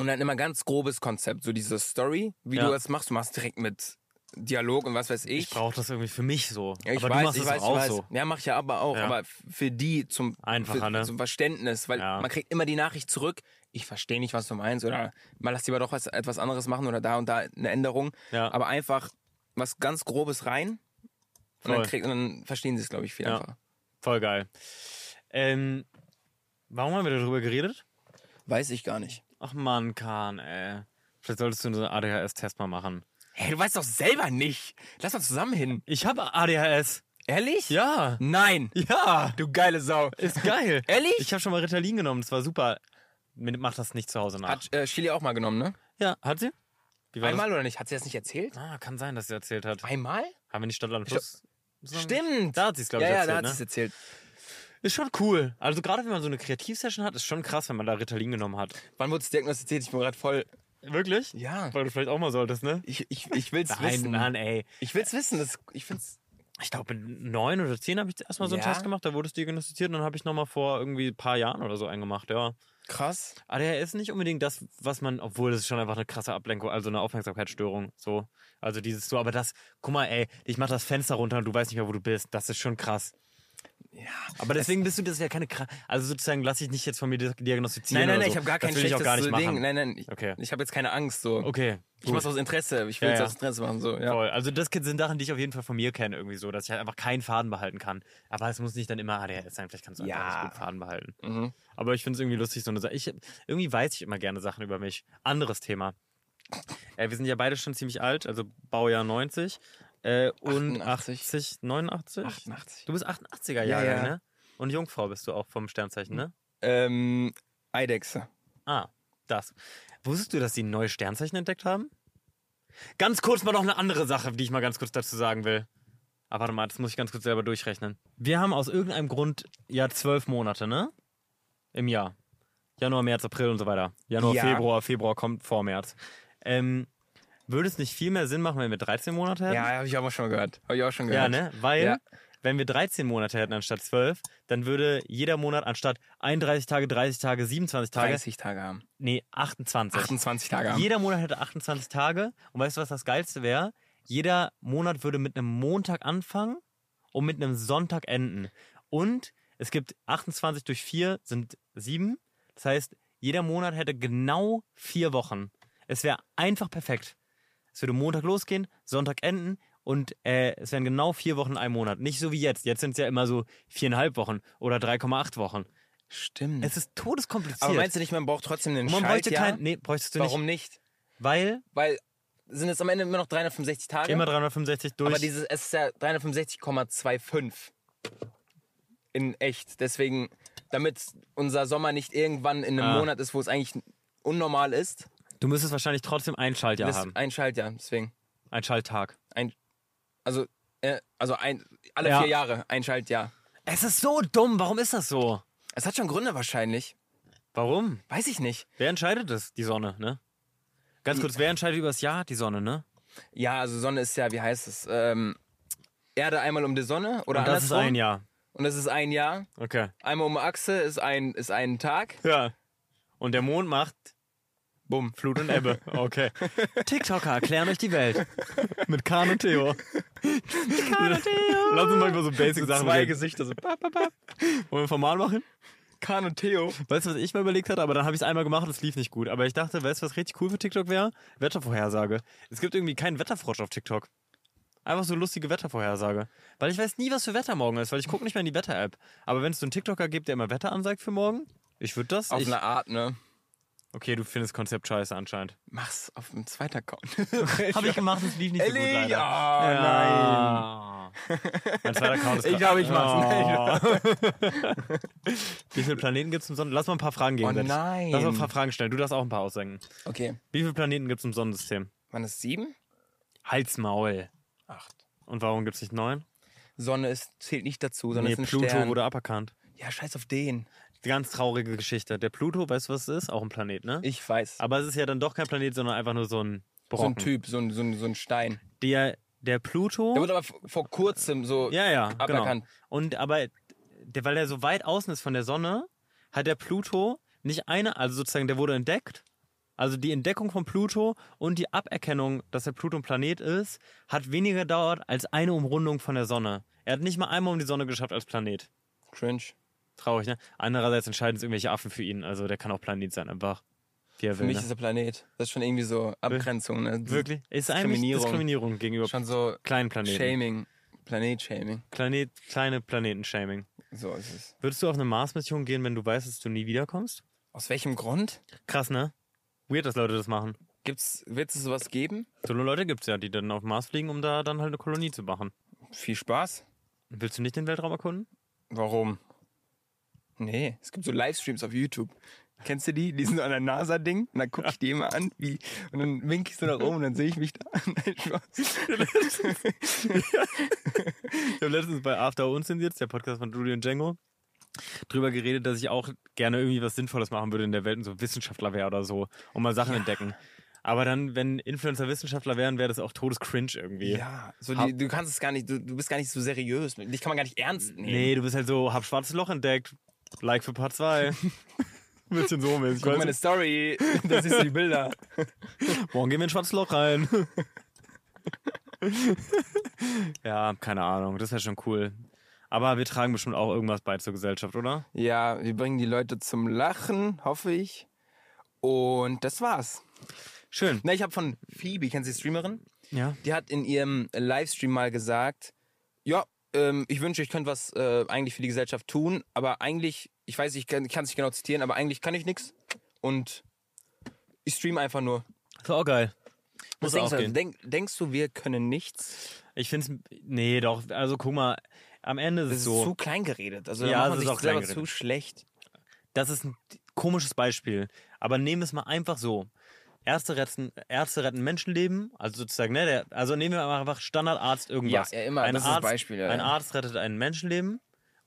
Speaker 5: Und dann immer ganz grobes Konzept, so diese Story, wie
Speaker 1: Ja.
Speaker 5: du das machst. Du machst direkt mit Dialog und was weiß ich.
Speaker 1: Ich brauche das irgendwie für mich so.
Speaker 5: Ja, ich
Speaker 1: aber
Speaker 5: weiß,
Speaker 1: du machst
Speaker 5: ich
Speaker 1: es
Speaker 5: weiß,
Speaker 1: auch
Speaker 5: ich weiß.
Speaker 1: so.
Speaker 5: Ja, mach ich ja aber auch.
Speaker 1: Ja.
Speaker 5: Aber f- für die zum,
Speaker 1: Einfacher,
Speaker 5: für,
Speaker 1: ne?
Speaker 5: zum Verständnis, weil
Speaker 1: Ja.
Speaker 5: man kriegt immer die Nachricht zurück, ich verstehe nicht, was du meinst, oder mal lass lieber doch was, etwas anderes machen oder da und da eine Änderung.
Speaker 1: Ja.
Speaker 5: Aber einfach was ganz Grobes rein und dann,
Speaker 1: Voll.
Speaker 5: krieg, und dann verstehen sie es, glaube ich, viel
Speaker 1: Ja.
Speaker 5: einfacher.
Speaker 1: Voll geil. Ähm, warum haben wir darüber geredet?
Speaker 5: Weiß ich gar nicht.
Speaker 1: Ach Mann, Kahn, ey. Vielleicht solltest du so einen ADHS-Test mal machen.
Speaker 5: Hey, du weißt doch selber nicht. Lass mal zusammen hin.
Speaker 1: Ich habe ADHS.
Speaker 5: Ehrlich?
Speaker 1: Ja.
Speaker 5: Nein.
Speaker 1: Ja.
Speaker 5: Du geile Sau.
Speaker 1: Ist geil.
Speaker 5: Ehrlich?
Speaker 1: Ich habe schon mal Ritalin genommen, das war super. Mit- Mach das nicht zu Hause nach.
Speaker 5: Hat äh, Chili auch mal genommen, ne?
Speaker 1: ja, hat sie? Wie war
Speaker 5: Einmal oder nicht? Hat sie das nicht erzählt?
Speaker 1: Das? Ah, kann sein, dass sie erzählt hat.
Speaker 5: Einmal?
Speaker 1: Haben wir nicht Stadtland Plus? zusammen-
Speaker 5: Stimmt.
Speaker 1: Da hat sie es, glaube
Speaker 5: ja,
Speaker 1: ich,
Speaker 5: ja, da
Speaker 1: erzählt.
Speaker 5: hat sie
Speaker 1: ne?
Speaker 5: es erzählt.
Speaker 1: Ist schon cool. Also gerade wenn man so eine Kreativsession hat, ist schon krass, wenn man da Ritalin genommen hat.
Speaker 5: Wann wurde es diagnostiziert? Ich bin gerade voll.
Speaker 1: Wirklich?
Speaker 5: Ja.
Speaker 1: Weil du vielleicht auch mal solltest, ne?
Speaker 5: Ich, ich, ich will's wissen.
Speaker 1: ey.
Speaker 5: Ich will's wissen. Das, ich find's.
Speaker 1: Ich glaube, mit neun oder zehn habe ich erstmal so einen
Speaker 5: Ja.
Speaker 1: Test gemacht, da wurde es diagnostiziert und dann habe ich nochmal vor irgendwie ein paar Jahren oder so einen gemacht, ja.
Speaker 5: Krass.
Speaker 1: ADHS ist nicht unbedingt das, was man, obwohl das ist schon einfach eine krasse Ablenkung, also eine Aufmerksamkeitsstörung, so. Also dieses so, aber das, guck mal, ey, ich mach das Fenster runter und du weißt nicht mehr, wo du bist. Das ist schon krass.
Speaker 5: Ja.
Speaker 1: Aber deswegen bist du, das ist ja keine kra- Also sozusagen lass ich nicht jetzt von mir di- diagnostizieren.
Speaker 5: Nein, nein,
Speaker 1: oder
Speaker 5: nein,
Speaker 1: so.
Speaker 5: ich habe gar
Speaker 1: das
Speaker 5: kein
Speaker 1: will ich
Speaker 5: schlechtes
Speaker 1: auch gar nicht
Speaker 5: Ding.
Speaker 1: machen.
Speaker 5: Nein, nein. Ich,
Speaker 1: Okay.
Speaker 5: ich habe jetzt keine Angst. So.
Speaker 1: Okay.
Speaker 5: Ich mach's aus Interesse. Ich will's
Speaker 1: Ja, ja.
Speaker 5: aus Interesse machen. So. Ja.
Speaker 1: Voll. Also das sind Sachen, die ich auf jeden Fall von mir kenne, irgendwie so, dass ich halt einfach keinen Faden behalten kann. Aber es muss nicht dann immer ADHS sein, vielleicht kannst du einfach
Speaker 5: Ja.
Speaker 1: nicht gut Faden behalten.
Speaker 5: Mhm.
Speaker 1: Aber ich finde es irgendwie lustig, so eine Sache. Ich, irgendwie weiß ich immer gerne Sachen über mich. Anderes Thema. Äh, wir sind ja beide schon ziemlich alt, also Baujahr 90 äh, und
Speaker 5: 88.
Speaker 1: 80, 89?
Speaker 5: 88.
Speaker 1: Du bist 88er
Speaker 5: Ja,
Speaker 1: Jahre,
Speaker 5: ja.
Speaker 1: ne? Und Jungfrau bist du auch vom Sternzeichen, ne?
Speaker 5: Ähm, Eidechse.
Speaker 1: Ah, das. Wusstest du, dass sie ein neues Sternzeichen entdeckt haben? Ganz kurz mal noch eine andere Sache, die ich mal ganz kurz dazu sagen will. Aber warte mal, das muss ich ganz kurz selber durchrechnen. Wir haben aus irgendeinem Grund ja zwölf Monate, ne? Im Jahr. Januar, März, April und so weiter. Januar,
Speaker 5: Ja.
Speaker 1: Februar, Februar kommt vor März. Ähm, würde es nicht viel mehr Sinn machen, wenn wir 13 Monate hätten?
Speaker 5: Ja, habe ich auch schon gehört. Habe ich auch schon gehört.
Speaker 1: Ja, ne? Weil,
Speaker 5: Ja.
Speaker 1: wenn wir 13 Monate hätten anstatt 12, dann würde jeder Monat anstatt 31 Tage, 30 Tage, 27 Tage,
Speaker 5: 30 Tage haben.
Speaker 1: nee, 28.
Speaker 5: 28 Tage haben.
Speaker 1: Jeder Monat hätte 28 Tage. Und weißt du, was das Geilste wäre? Jeder Monat würde mit einem Montag anfangen und mit einem Sonntag enden. Und es gibt 28 durch 4 sind 7. Das heißt, jeder Monat hätte genau vier Wochen. Es wäre einfach perfekt. Es würde Montag losgehen, Sonntag enden und äh, es wären genau vier Wochen in einem Monat. Nicht so wie jetzt. Jetzt sind es ja immer so viereinhalb Wochen oder 3,8 Wochen.
Speaker 5: Stimmt.
Speaker 1: Es ist todeskompliziert.
Speaker 5: Aber meinst du nicht, man braucht trotzdem einen
Speaker 1: Und man bräuchte
Speaker 5: Schaltjahr?
Speaker 1: kein. Nee, bräuchtest du
Speaker 5: Warum
Speaker 1: nicht.
Speaker 5: nicht?
Speaker 1: Weil
Speaker 5: Weil sind es am Ende immer noch 365 Tage?
Speaker 1: Immer 365 durch.
Speaker 5: Aber dieses, es ist ja 365,25 in echt. Deswegen, damit unser Sommer nicht irgendwann in einem
Speaker 1: Ah.
Speaker 5: Monat ist, wo es eigentlich unnormal ist,
Speaker 1: du müsstest wahrscheinlich trotzdem ein Schaltjahr
Speaker 5: das
Speaker 1: haben.
Speaker 5: ist ein Schaltjahr. Deswegen,
Speaker 1: Ein Schalttag.
Speaker 5: also, äh, also ein, alle
Speaker 1: Ja.
Speaker 5: vier Jahre ein Schaltjahr.
Speaker 1: Es ist so dumm. Warum ist das so?
Speaker 5: Es hat schon Gründe wahrscheinlich.
Speaker 1: Warum?
Speaker 5: Weiß ich nicht.
Speaker 1: Wer entscheidet das? Die Sonne, ne? Ganz kurz, wer entscheidet über das Jahr? Die Sonne, ne?
Speaker 5: Ja, also Sonne ist ja, wie heißt es? Ähm, Erde einmal um die Sonne oder
Speaker 1: Und das ist
Speaker 5: andersrum.
Speaker 1: ein Jahr.
Speaker 5: Und das ist ein Jahr.
Speaker 1: Okay.
Speaker 5: Einmal um die Achse ist ein, ist ein Tag.
Speaker 1: Ja. Und der Mond macht
Speaker 5: Bumm.
Speaker 1: Flut und Ebbe. Okay. TikToker erklären euch die Welt. Mit Kahn und Theo. Kahn und Theo. Lass uns mal über so basic Sachen
Speaker 5: Zwei
Speaker 1: reden.
Speaker 5: Gesichter so. Ba, ba, ba.
Speaker 1: Wollen wir ein Format machen?
Speaker 5: Kahn und Theo.
Speaker 1: Weißt du, was ich mir überlegt hatte? Aber dann habe ich es einmal gemacht und es lief nicht gut. Aber ich dachte, weißt du, was richtig cool für TikTok wäre? Wettervorhersage. Es gibt irgendwie keinen Wetterfrosch auf TikTok. Einfach so lustige Wettervorhersage. Weil ich weiß nie, was für Wetter morgen ist, weil ich gucke nicht mehr in die Wetter-App. Aber wenn es so einen TikToker gibt, der immer Wetter ansagt für morgen, ich würde das.
Speaker 5: Auf
Speaker 1: Ich,
Speaker 5: eine Art, ne?
Speaker 1: okay, du findest Konzept scheiße anscheinend.
Speaker 5: Mach's auf dem zweiten Account.
Speaker 1: Habe ich gemacht und es lief nicht so gut
Speaker 5: Ellie,
Speaker 1: leider.
Speaker 5: ja, nein.
Speaker 1: Ja. Mein zweiter Account ist
Speaker 5: Ich glaube, ich mach's.
Speaker 1: Oh. Wie viele Planeten gibt es im Sonnen? Lass mal ein paar Fragen geben.
Speaker 5: nein.
Speaker 1: Lass mal ein paar Fragen stellen. Du darfst auch ein paar aussenken.
Speaker 5: Okay.
Speaker 1: Wie viele Planeten gibt es im Sonnensystem?
Speaker 5: Wann ist sieben?
Speaker 1: Halsmaul.
Speaker 5: Acht.
Speaker 1: Und warum gibt es nicht neun?
Speaker 5: Sonne ist, zählt nicht dazu, sondern
Speaker 1: Nee,
Speaker 5: ist ein
Speaker 1: Pluto
Speaker 5: Stern.
Speaker 1: wurde aberkannt.
Speaker 5: ja, scheiß auf den.
Speaker 1: Ganz traurige Geschichte. Der Pluto, weißt du, was es ist? Auch ein Planet, ne?
Speaker 5: Ich weiß.
Speaker 1: Aber es ist ja dann doch kein Planet, sondern einfach nur so ein
Speaker 5: so
Speaker 1: Brocken.
Speaker 5: ein Typ, so ein, so ein, so ein Stein.
Speaker 1: Der, der Pluto.
Speaker 5: Der wurde aber v- vor kurzem so.
Speaker 1: ja, ja, genau.
Speaker 5: aberkannt.
Speaker 1: Und aber, der, weil er so weit außen ist von der Sonne, hat der Pluto nicht eine, also sozusagen, der wurde entdeckt Also die Entdeckung von Pluto und die Aberkennung, dass der Pluto ein Planet ist, hat weniger gedauert als eine Umrundung von der Sonne. Er hat nicht mal einmal um die Sonne geschafft als Planet.
Speaker 5: Cringe.
Speaker 1: Traurig, ne? Andererseits entscheiden es irgendwelche Affen für ihn. Also der kann auch Planet sein, einfach. Wie er
Speaker 5: Für
Speaker 1: will,
Speaker 5: mich
Speaker 1: ne?
Speaker 5: ist der Planet. Das ist schon irgendwie so Abgrenzung. Ne? Das
Speaker 1: Wirklich? Ist eigentlich
Speaker 5: Diskriminierung.
Speaker 1: Diskriminierung gegenüber
Speaker 5: Schon so
Speaker 1: kleinen Planeten.
Speaker 5: Shaming. Planet-Shaming.
Speaker 1: Planet, kleine Planetenshaming.
Speaker 5: So ist es.
Speaker 1: Würdest du auf eine Mars-Mission gehen, wenn du weißt, dass du nie wiederkommst?
Speaker 5: Aus welchem Grund? Krass,
Speaker 1: Ne? Weird, dass Leute das machen.
Speaker 5: Gibt's, wird es sowas geben?
Speaker 1: So Leute gibt's ja, die dann auf den Mars fliegen, um da dann halt eine Kolonie zu machen.
Speaker 5: Viel Spaß.
Speaker 1: Willst du nicht den Weltraum erkunden?
Speaker 5: Warum? Nee, es gibt so Livestreams auf YouTube. Kennst du die? Die sind so an der NASA-Ding. Und dann gucke ich die immer an, wie. Und dann wink ich so nach oben und dann sehe ich mich da. Nein, Spaß.
Speaker 1: Ich habe letztens bei After Unzensiert, der Podcast von Julian Django, drüber geredet, dass ich auch gerne irgendwie was Sinnvolles machen würde in der Welt und so Wissenschaftler wäre oder so und mal Sachen entdecken. Aber dann, wenn Influencer Wissenschaftler wären, wäre das auch Todescringe irgendwie.
Speaker 5: ja, so die, du kannst es gar nicht, du, du bist gar nicht so seriös. Dich kann man gar nicht ernst nehmen.
Speaker 1: Nee, du bist halt so, hab schwarzes Loch entdeckt, like für Part 2. Bisschen so mäßig.
Speaker 5: Guck
Speaker 1: weißt
Speaker 5: meine Story, da siehst du die Bilder.
Speaker 1: du? Morgen gehen wir in ein schwarzes Loch rein. ja, keine Ahnung, das wäre schon cool. Aber wir tragen bestimmt auch irgendwas bei zur Gesellschaft, oder?
Speaker 5: Ja, wir bringen die Leute zum Lachen, hoffe ich. Und das war's.
Speaker 1: Schön.
Speaker 5: Na, ich habe von Phoebe, kennst du die Streamerin?
Speaker 1: Ja.
Speaker 5: Die hat in ihrem Livestream mal gesagt, ja, ähm, ich wünsche, ich könnte was äh, eigentlich für die Gesellschaft tun, aber eigentlich, ich weiß, ich kann es nicht genau zitieren, aber eigentlich kann ich nichts und ich streame einfach nur.
Speaker 1: Ist auch geil. Muss
Speaker 5: Was denkst, du,
Speaker 1: auch gehen.
Speaker 5: denk, denkst du, wir können nichts?
Speaker 1: Ich find's. Nee, doch. Also guck mal, am Ende ist
Speaker 5: Das
Speaker 1: es so.
Speaker 5: ist zu klein geredet. Also da
Speaker 1: Ja,
Speaker 5: macht
Speaker 1: es
Speaker 5: man
Speaker 1: ist
Speaker 5: sich
Speaker 1: auch klein
Speaker 5: selber zu
Speaker 1: geredet.
Speaker 5: schlecht.
Speaker 1: das ist ein komisches Beispiel. Aber nehmen wir es mal einfach so. Ärzte retten, Ärzte retten Menschenleben, also sozusagen, ne, der, also nehmen wir mal einfach Standardarzt irgendwas.
Speaker 5: Ja, ja, immer, das ist das
Speaker 1: Arzt,
Speaker 5: Beispiel, ja,
Speaker 1: ein
Speaker 5: ja.
Speaker 1: Arzt rettet ein Menschenleben,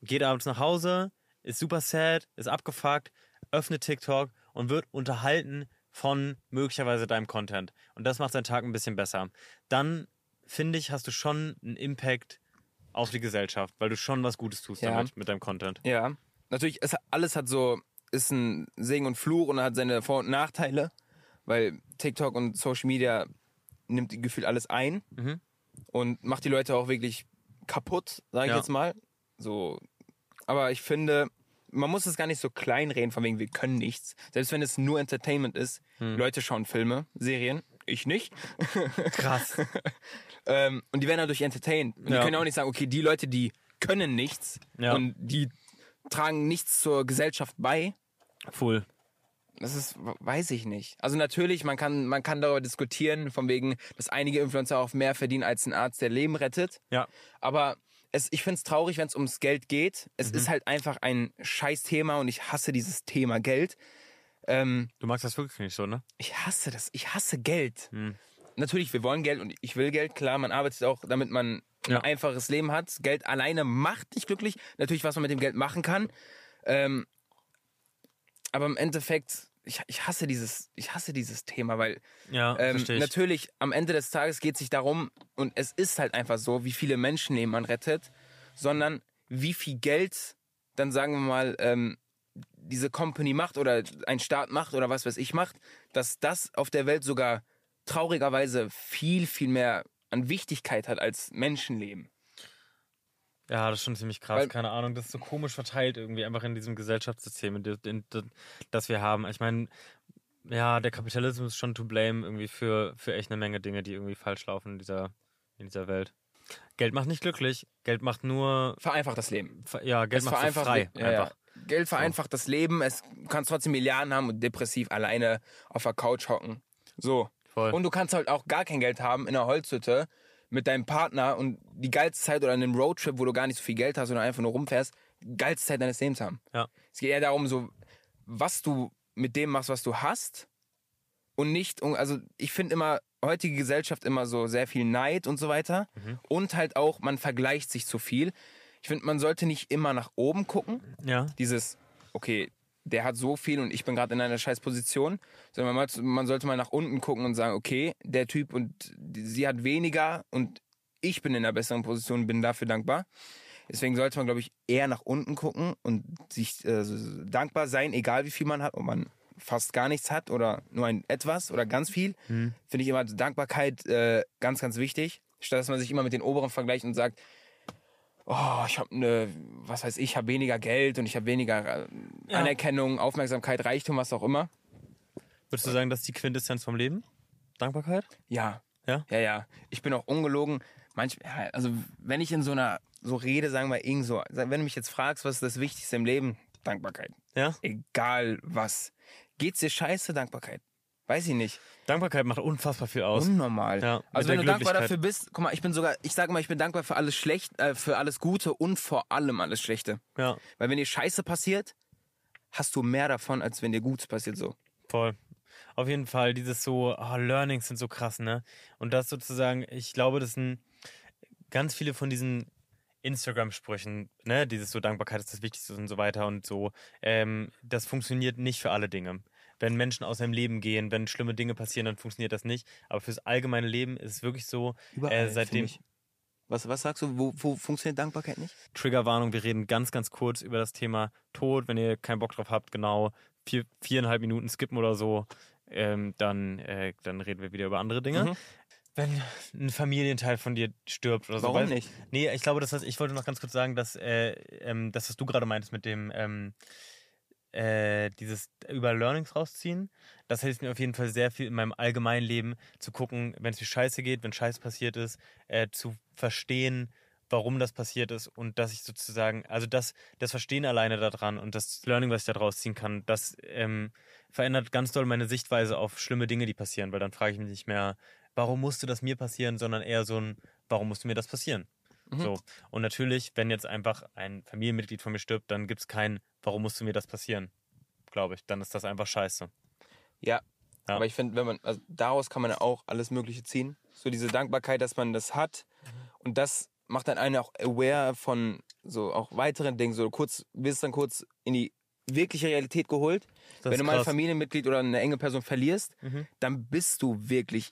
Speaker 1: geht abends nach Hause, ist super sad, ist abgefuckt, öffnet TikTok und wird unterhalten von möglicherweise deinem Content. Und das macht seinen Tag ein bisschen besser. Dann, finde ich, hast du schon einen Impact auf die Gesellschaft, weil du schon was Gutes tust
Speaker 5: Ja.
Speaker 1: damit, mit deinem Content.
Speaker 5: Ja, natürlich, es, alles hat so, ist ein Segen und Fluch und hat seine Vor- und Nachteile, weil TikTok und Social Media nimmt gefühlt alles ein
Speaker 1: Mhm.
Speaker 5: und macht die Leute auch wirklich kaputt, sage ich
Speaker 1: Ja.
Speaker 5: jetzt mal. So, aber ich finde, man muss es gar nicht so kleinreden, von wegen, wir können nichts. Selbst wenn es nur Entertainment ist,
Speaker 1: Mhm.
Speaker 5: Leute schauen Filme, Serien, ich nicht.
Speaker 1: Krass.
Speaker 5: Ähm, und die werden dadurch entertained. Und die
Speaker 1: Ja.
Speaker 5: können ja auch nicht sagen, okay, die Leute, die können nichts
Speaker 1: Ja.
Speaker 5: und die tragen nichts zur Gesellschaft bei.
Speaker 1: Full.
Speaker 5: Das ist, weiß ich nicht. Also natürlich, man kann, man kann darüber diskutieren, von wegen, dass einige Influencer auch mehr verdienen als ein Arzt, der Leben rettet.
Speaker 1: Ja.
Speaker 5: Aber es, ich finde es traurig, wenn es ums Geld geht. Es
Speaker 1: Mhm.
Speaker 5: ist halt einfach ein Scheißthema und ich hasse dieses Thema Geld. Ähm,
Speaker 1: Du magst das wirklich nicht so, ne?
Speaker 5: ich hasse das. Ich hasse Geld. Natürlich, wir wollen Geld und ich will Geld. Klar, man arbeitet auch, damit man ein
Speaker 1: Ja.
Speaker 5: einfaches Leben hat. Geld alleine macht dich glücklich. Natürlich, was man mit dem Geld machen kann. Ähm, aber im Endeffekt, ich, ich, hasse dieses, ich hasse dieses Thema, weil
Speaker 1: Ja,
Speaker 5: ähm,
Speaker 1: verstehe ich.
Speaker 5: natürlich am Ende des Tages geht es sich darum, und es ist halt einfach so, wie viele Menschenleben man rettet, sondern wie viel Geld dann, sagen wir mal, ähm, diese Company macht oder ein Staat macht oder was weiß ich macht, dass das auf der Welt sogar traurigerweise viel, viel mehr an Wichtigkeit hat als Menschenleben.
Speaker 1: Ja, das ist schon ziemlich krass.
Speaker 5: Weil-
Speaker 1: Keine Ahnung, das ist so komisch verteilt irgendwie einfach in diesem Gesellschaftssystem, in, in, in, das wir haben. Ich meine, ja, der Kapitalismus ist schon to blame irgendwie für, für echt eine Menge Dinge, die irgendwie falsch laufen in dieser, in dieser Welt. Geld macht nicht glücklich. Geld macht nur,
Speaker 5: Vereinfacht das Leben.
Speaker 1: ja, Geld
Speaker 5: Es
Speaker 1: macht so
Speaker 5: vereinfacht
Speaker 1: frei.
Speaker 5: Ja,
Speaker 1: einfach.
Speaker 5: Ja. Geld vereinfacht das Leben. Es du kannst trotzdem Milliarden haben und depressiv alleine auf der Couch hocken. So.
Speaker 1: Voll.
Speaker 5: Und du kannst halt auch gar kein Geld haben in einer Holzhütte mit deinem Partner und die geilste Zeit oder in einem Roadtrip, wo du gar nicht so viel Geld hast sondern einfach nur rumfährst, die geilste Zeit deines Lebens haben.
Speaker 1: Ja.
Speaker 5: Es geht eher darum, so was du mit dem machst, was du hast und nicht, um- also ich finde immer heutige Gesellschaft immer so sehr viel Neid und so weiter
Speaker 1: Mhm.
Speaker 5: und halt auch man vergleicht sich zu viel. Ich finde, man sollte nicht immer nach oben gucken,
Speaker 1: Ja.
Speaker 5: dieses, okay, der hat so viel und ich bin gerade in einer scheiß Position, sondern man, mal- man sollte mal nach unten gucken und sagen, okay, der Typ und die, sie hat weniger und ich bin in einer besseren Position und bin dafür dankbar. Deswegen sollte man, glaube ich, eher nach unten gucken und sich äh, so- so dankbar sein, egal wie viel man hat, ob man fast gar nichts hat oder nur ein etwas oder ganz viel, finde ich immer Dankbarkeit äh, ganz, ganz wichtig. Statt dass man sich immer mit den Oberen vergleicht und sagt, oh, ich habe eine, was weiß ich, habe weniger Geld und ich habe weniger äh, Anerkennung, Aufmerksamkeit, Reichtum, was auch immer.
Speaker 1: Würdest du sagen, das ist die Quintessenz vom Leben? Dankbarkeit?
Speaker 5: Ja.
Speaker 1: Ja?
Speaker 5: Ja, ja. Ich bin auch ungelogen. Manch, ja, also wenn ich in so einer so rede, sagen wir irgend so, wenn du mich jetzt fragst, was ist das Wichtigste im Leben? Dankbarkeit.
Speaker 1: Ja?
Speaker 5: Egal was. Geht's dir scheiße, Dankbarkeit? Weiß ich nicht.
Speaker 1: Dankbarkeit macht unfassbar viel aus.
Speaker 5: Unnormal.
Speaker 1: Ja, mit
Speaker 5: also
Speaker 1: der
Speaker 5: wenn du dankbar
Speaker 1: Glücklichkeit.
Speaker 5: dafür bist, guck mal, ich bin sogar, ich sage mal, ich bin dankbar für alles schlecht, äh, für alles Gute und vor allem alles Schlechte.
Speaker 1: Ja,
Speaker 5: Weil wenn dir Scheiße passiert, hast du mehr davon, als wenn dir Gutes passiert so.
Speaker 1: Äh, voll. Auf jeden Fall, dieses so, ah, Learnings sind so krass, ne? Und das sozusagen, ich glaube, das sind ganz viele von diesen Instagram-Sprüchen, ne? Dieses so, Dankbarkeit ist das Wichtigste und so weiter und so. Ähm, das funktioniert nicht für alle Dinge. Wenn Menschen aus ihrem Leben gehen, wenn schlimme Dinge passieren, dann funktioniert das nicht. Aber fürs allgemeine Leben ist es wirklich so, äh, seitdem,
Speaker 5: finde ich. Was, was sagst du, wo, wo funktioniert Dankbarkeit nicht?
Speaker 1: Triggerwarnung, wir reden ganz, ganz kurz über das Thema Tod. Wenn ihr keinen Bock drauf habt, genau vier, viereinhalb Minuten skippen oder so, ähm, dann, äh, dann reden wir wieder über andere Dinge.
Speaker 5: Mhm.
Speaker 1: Wenn ein Familienteil von dir stirbt oder so.
Speaker 5: Warum
Speaker 1: weil-
Speaker 5: nicht?
Speaker 1: Nee, ich glaube, das heißt, ich wollte noch ganz kurz sagen, dass äh, ähm, das, was du gerade meintest mit dem ähm, äh, dieses über Learnings rausziehen, das hilft mir auf jeden Fall sehr viel in meinem allgemeinen Leben zu gucken, wenn es mir scheiße geht, wenn Scheiß passiert ist, äh, zu verstehen, warum das passiert ist und dass ich sozusagen, also das, das Verstehen alleine daran und das Learning, was ich da draus ziehen kann, das ähm, verändert ganz doll meine Sichtweise auf schlimme Dinge, die passieren, weil dann frage ich mich nicht mehr, warum musste das mir passieren, sondern eher so ein, warum musste mir das passieren? So. Und natürlich, wenn jetzt einfach ein Familienmitglied von mir stirbt, dann gibt es kein, warum musste mir das passieren? Glaube ich. Dann ist das einfach scheiße.
Speaker 5: Ja.
Speaker 1: Ja.
Speaker 5: Aber ich finde, wenn man, also daraus kann man ja auch alles Mögliche ziehen. So diese Dankbarkeit, dass man das hat. Und das macht dann einen auch aware von so auch weiteren Dingen. So kurz, wirst dann kurz in die wirkliche Realität geholt.
Speaker 1: Das
Speaker 5: wenn
Speaker 1: ist
Speaker 5: du mal ein
Speaker 1: krass.
Speaker 5: Familienmitglied oder eine enge Person verlierst,
Speaker 1: Mhm.
Speaker 5: dann bist du wirklich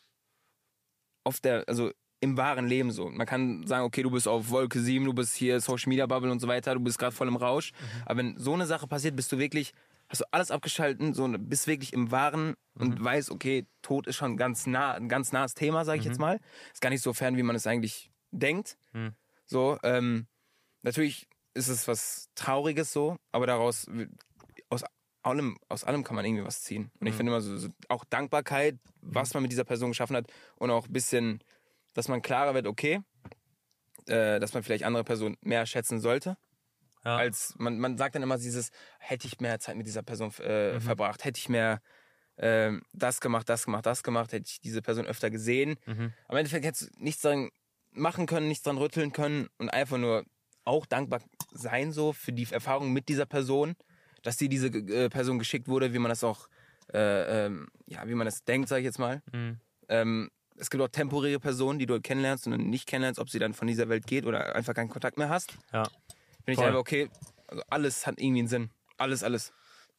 Speaker 5: auf der, also im wahren Leben so. Man kann sagen, okay, du bist auf Wolke 7, du bist hier Social Media Bubble und so weiter, du bist gerade voll im Rausch. Aber wenn so eine Sache passiert, bist du wirklich, hast du alles abgeschalten, so, und bist wirklich im Wahren und weißt, okay, Tod ist schon ganz nah, ein ganz nahes Thema, sage ich jetzt mal. Ist gar nicht so fern, wie man es eigentlich denkt.
Speaker 1: Mhm.
Speaker 5: So, ähm, natürlich ist es was Trauriges so, aber daraus, w- aus allem, aus allem kann man irgendwie was ziehen. Und ich
Speaker 1: Mhm.
Speaker 5: finde immer so, so auch Dankbarkeit, was man mit dieser Person geschaffen hat und auch ein bisschen, dass man klarer wird, okay, äh, dass man vielleicht andere Personen mehr schätzen sollte.
Speaker 1: Ja.
Speaker 5: Als man, man sagt dann immer dieses, hätte ich mehr Zeit mit dieser Person äh,
Speaker 1: Mhm.
Speaker 5: verbracht, hätte ich mehr ähm, das gemacht, das gemacht, das gemacht, hätte ich diese Person öfter gesehen.
Speaker 1: Mhm.
Speaker 5: Am Endeffekt hättest du nichts dran machen können, nichts dran rütteln können und einfach nur auch dankbar sein so für die Erfahrung mit dieser Person, dass dir diese äh, Person geschickt wurde, wie man das auch, äh, ähm, ja, wie man das denkt, sag ich jetzt mal.
Speaker 1: Mhm.
Speaker 5: Ähm, es gibt auch temporäre Personen, die du kennenlernst und dann nicht kennenlernst, ob sie dann von dieser Welt geht oder einfach keinen Kontakt mehr hast.
Speaker 1: Ja.
Speaker 5: Finde ich
Speaker 1: Voll.
Speaker 5: einfach okay. Also alles hat irgendwie einen Sinn. Alles, alles.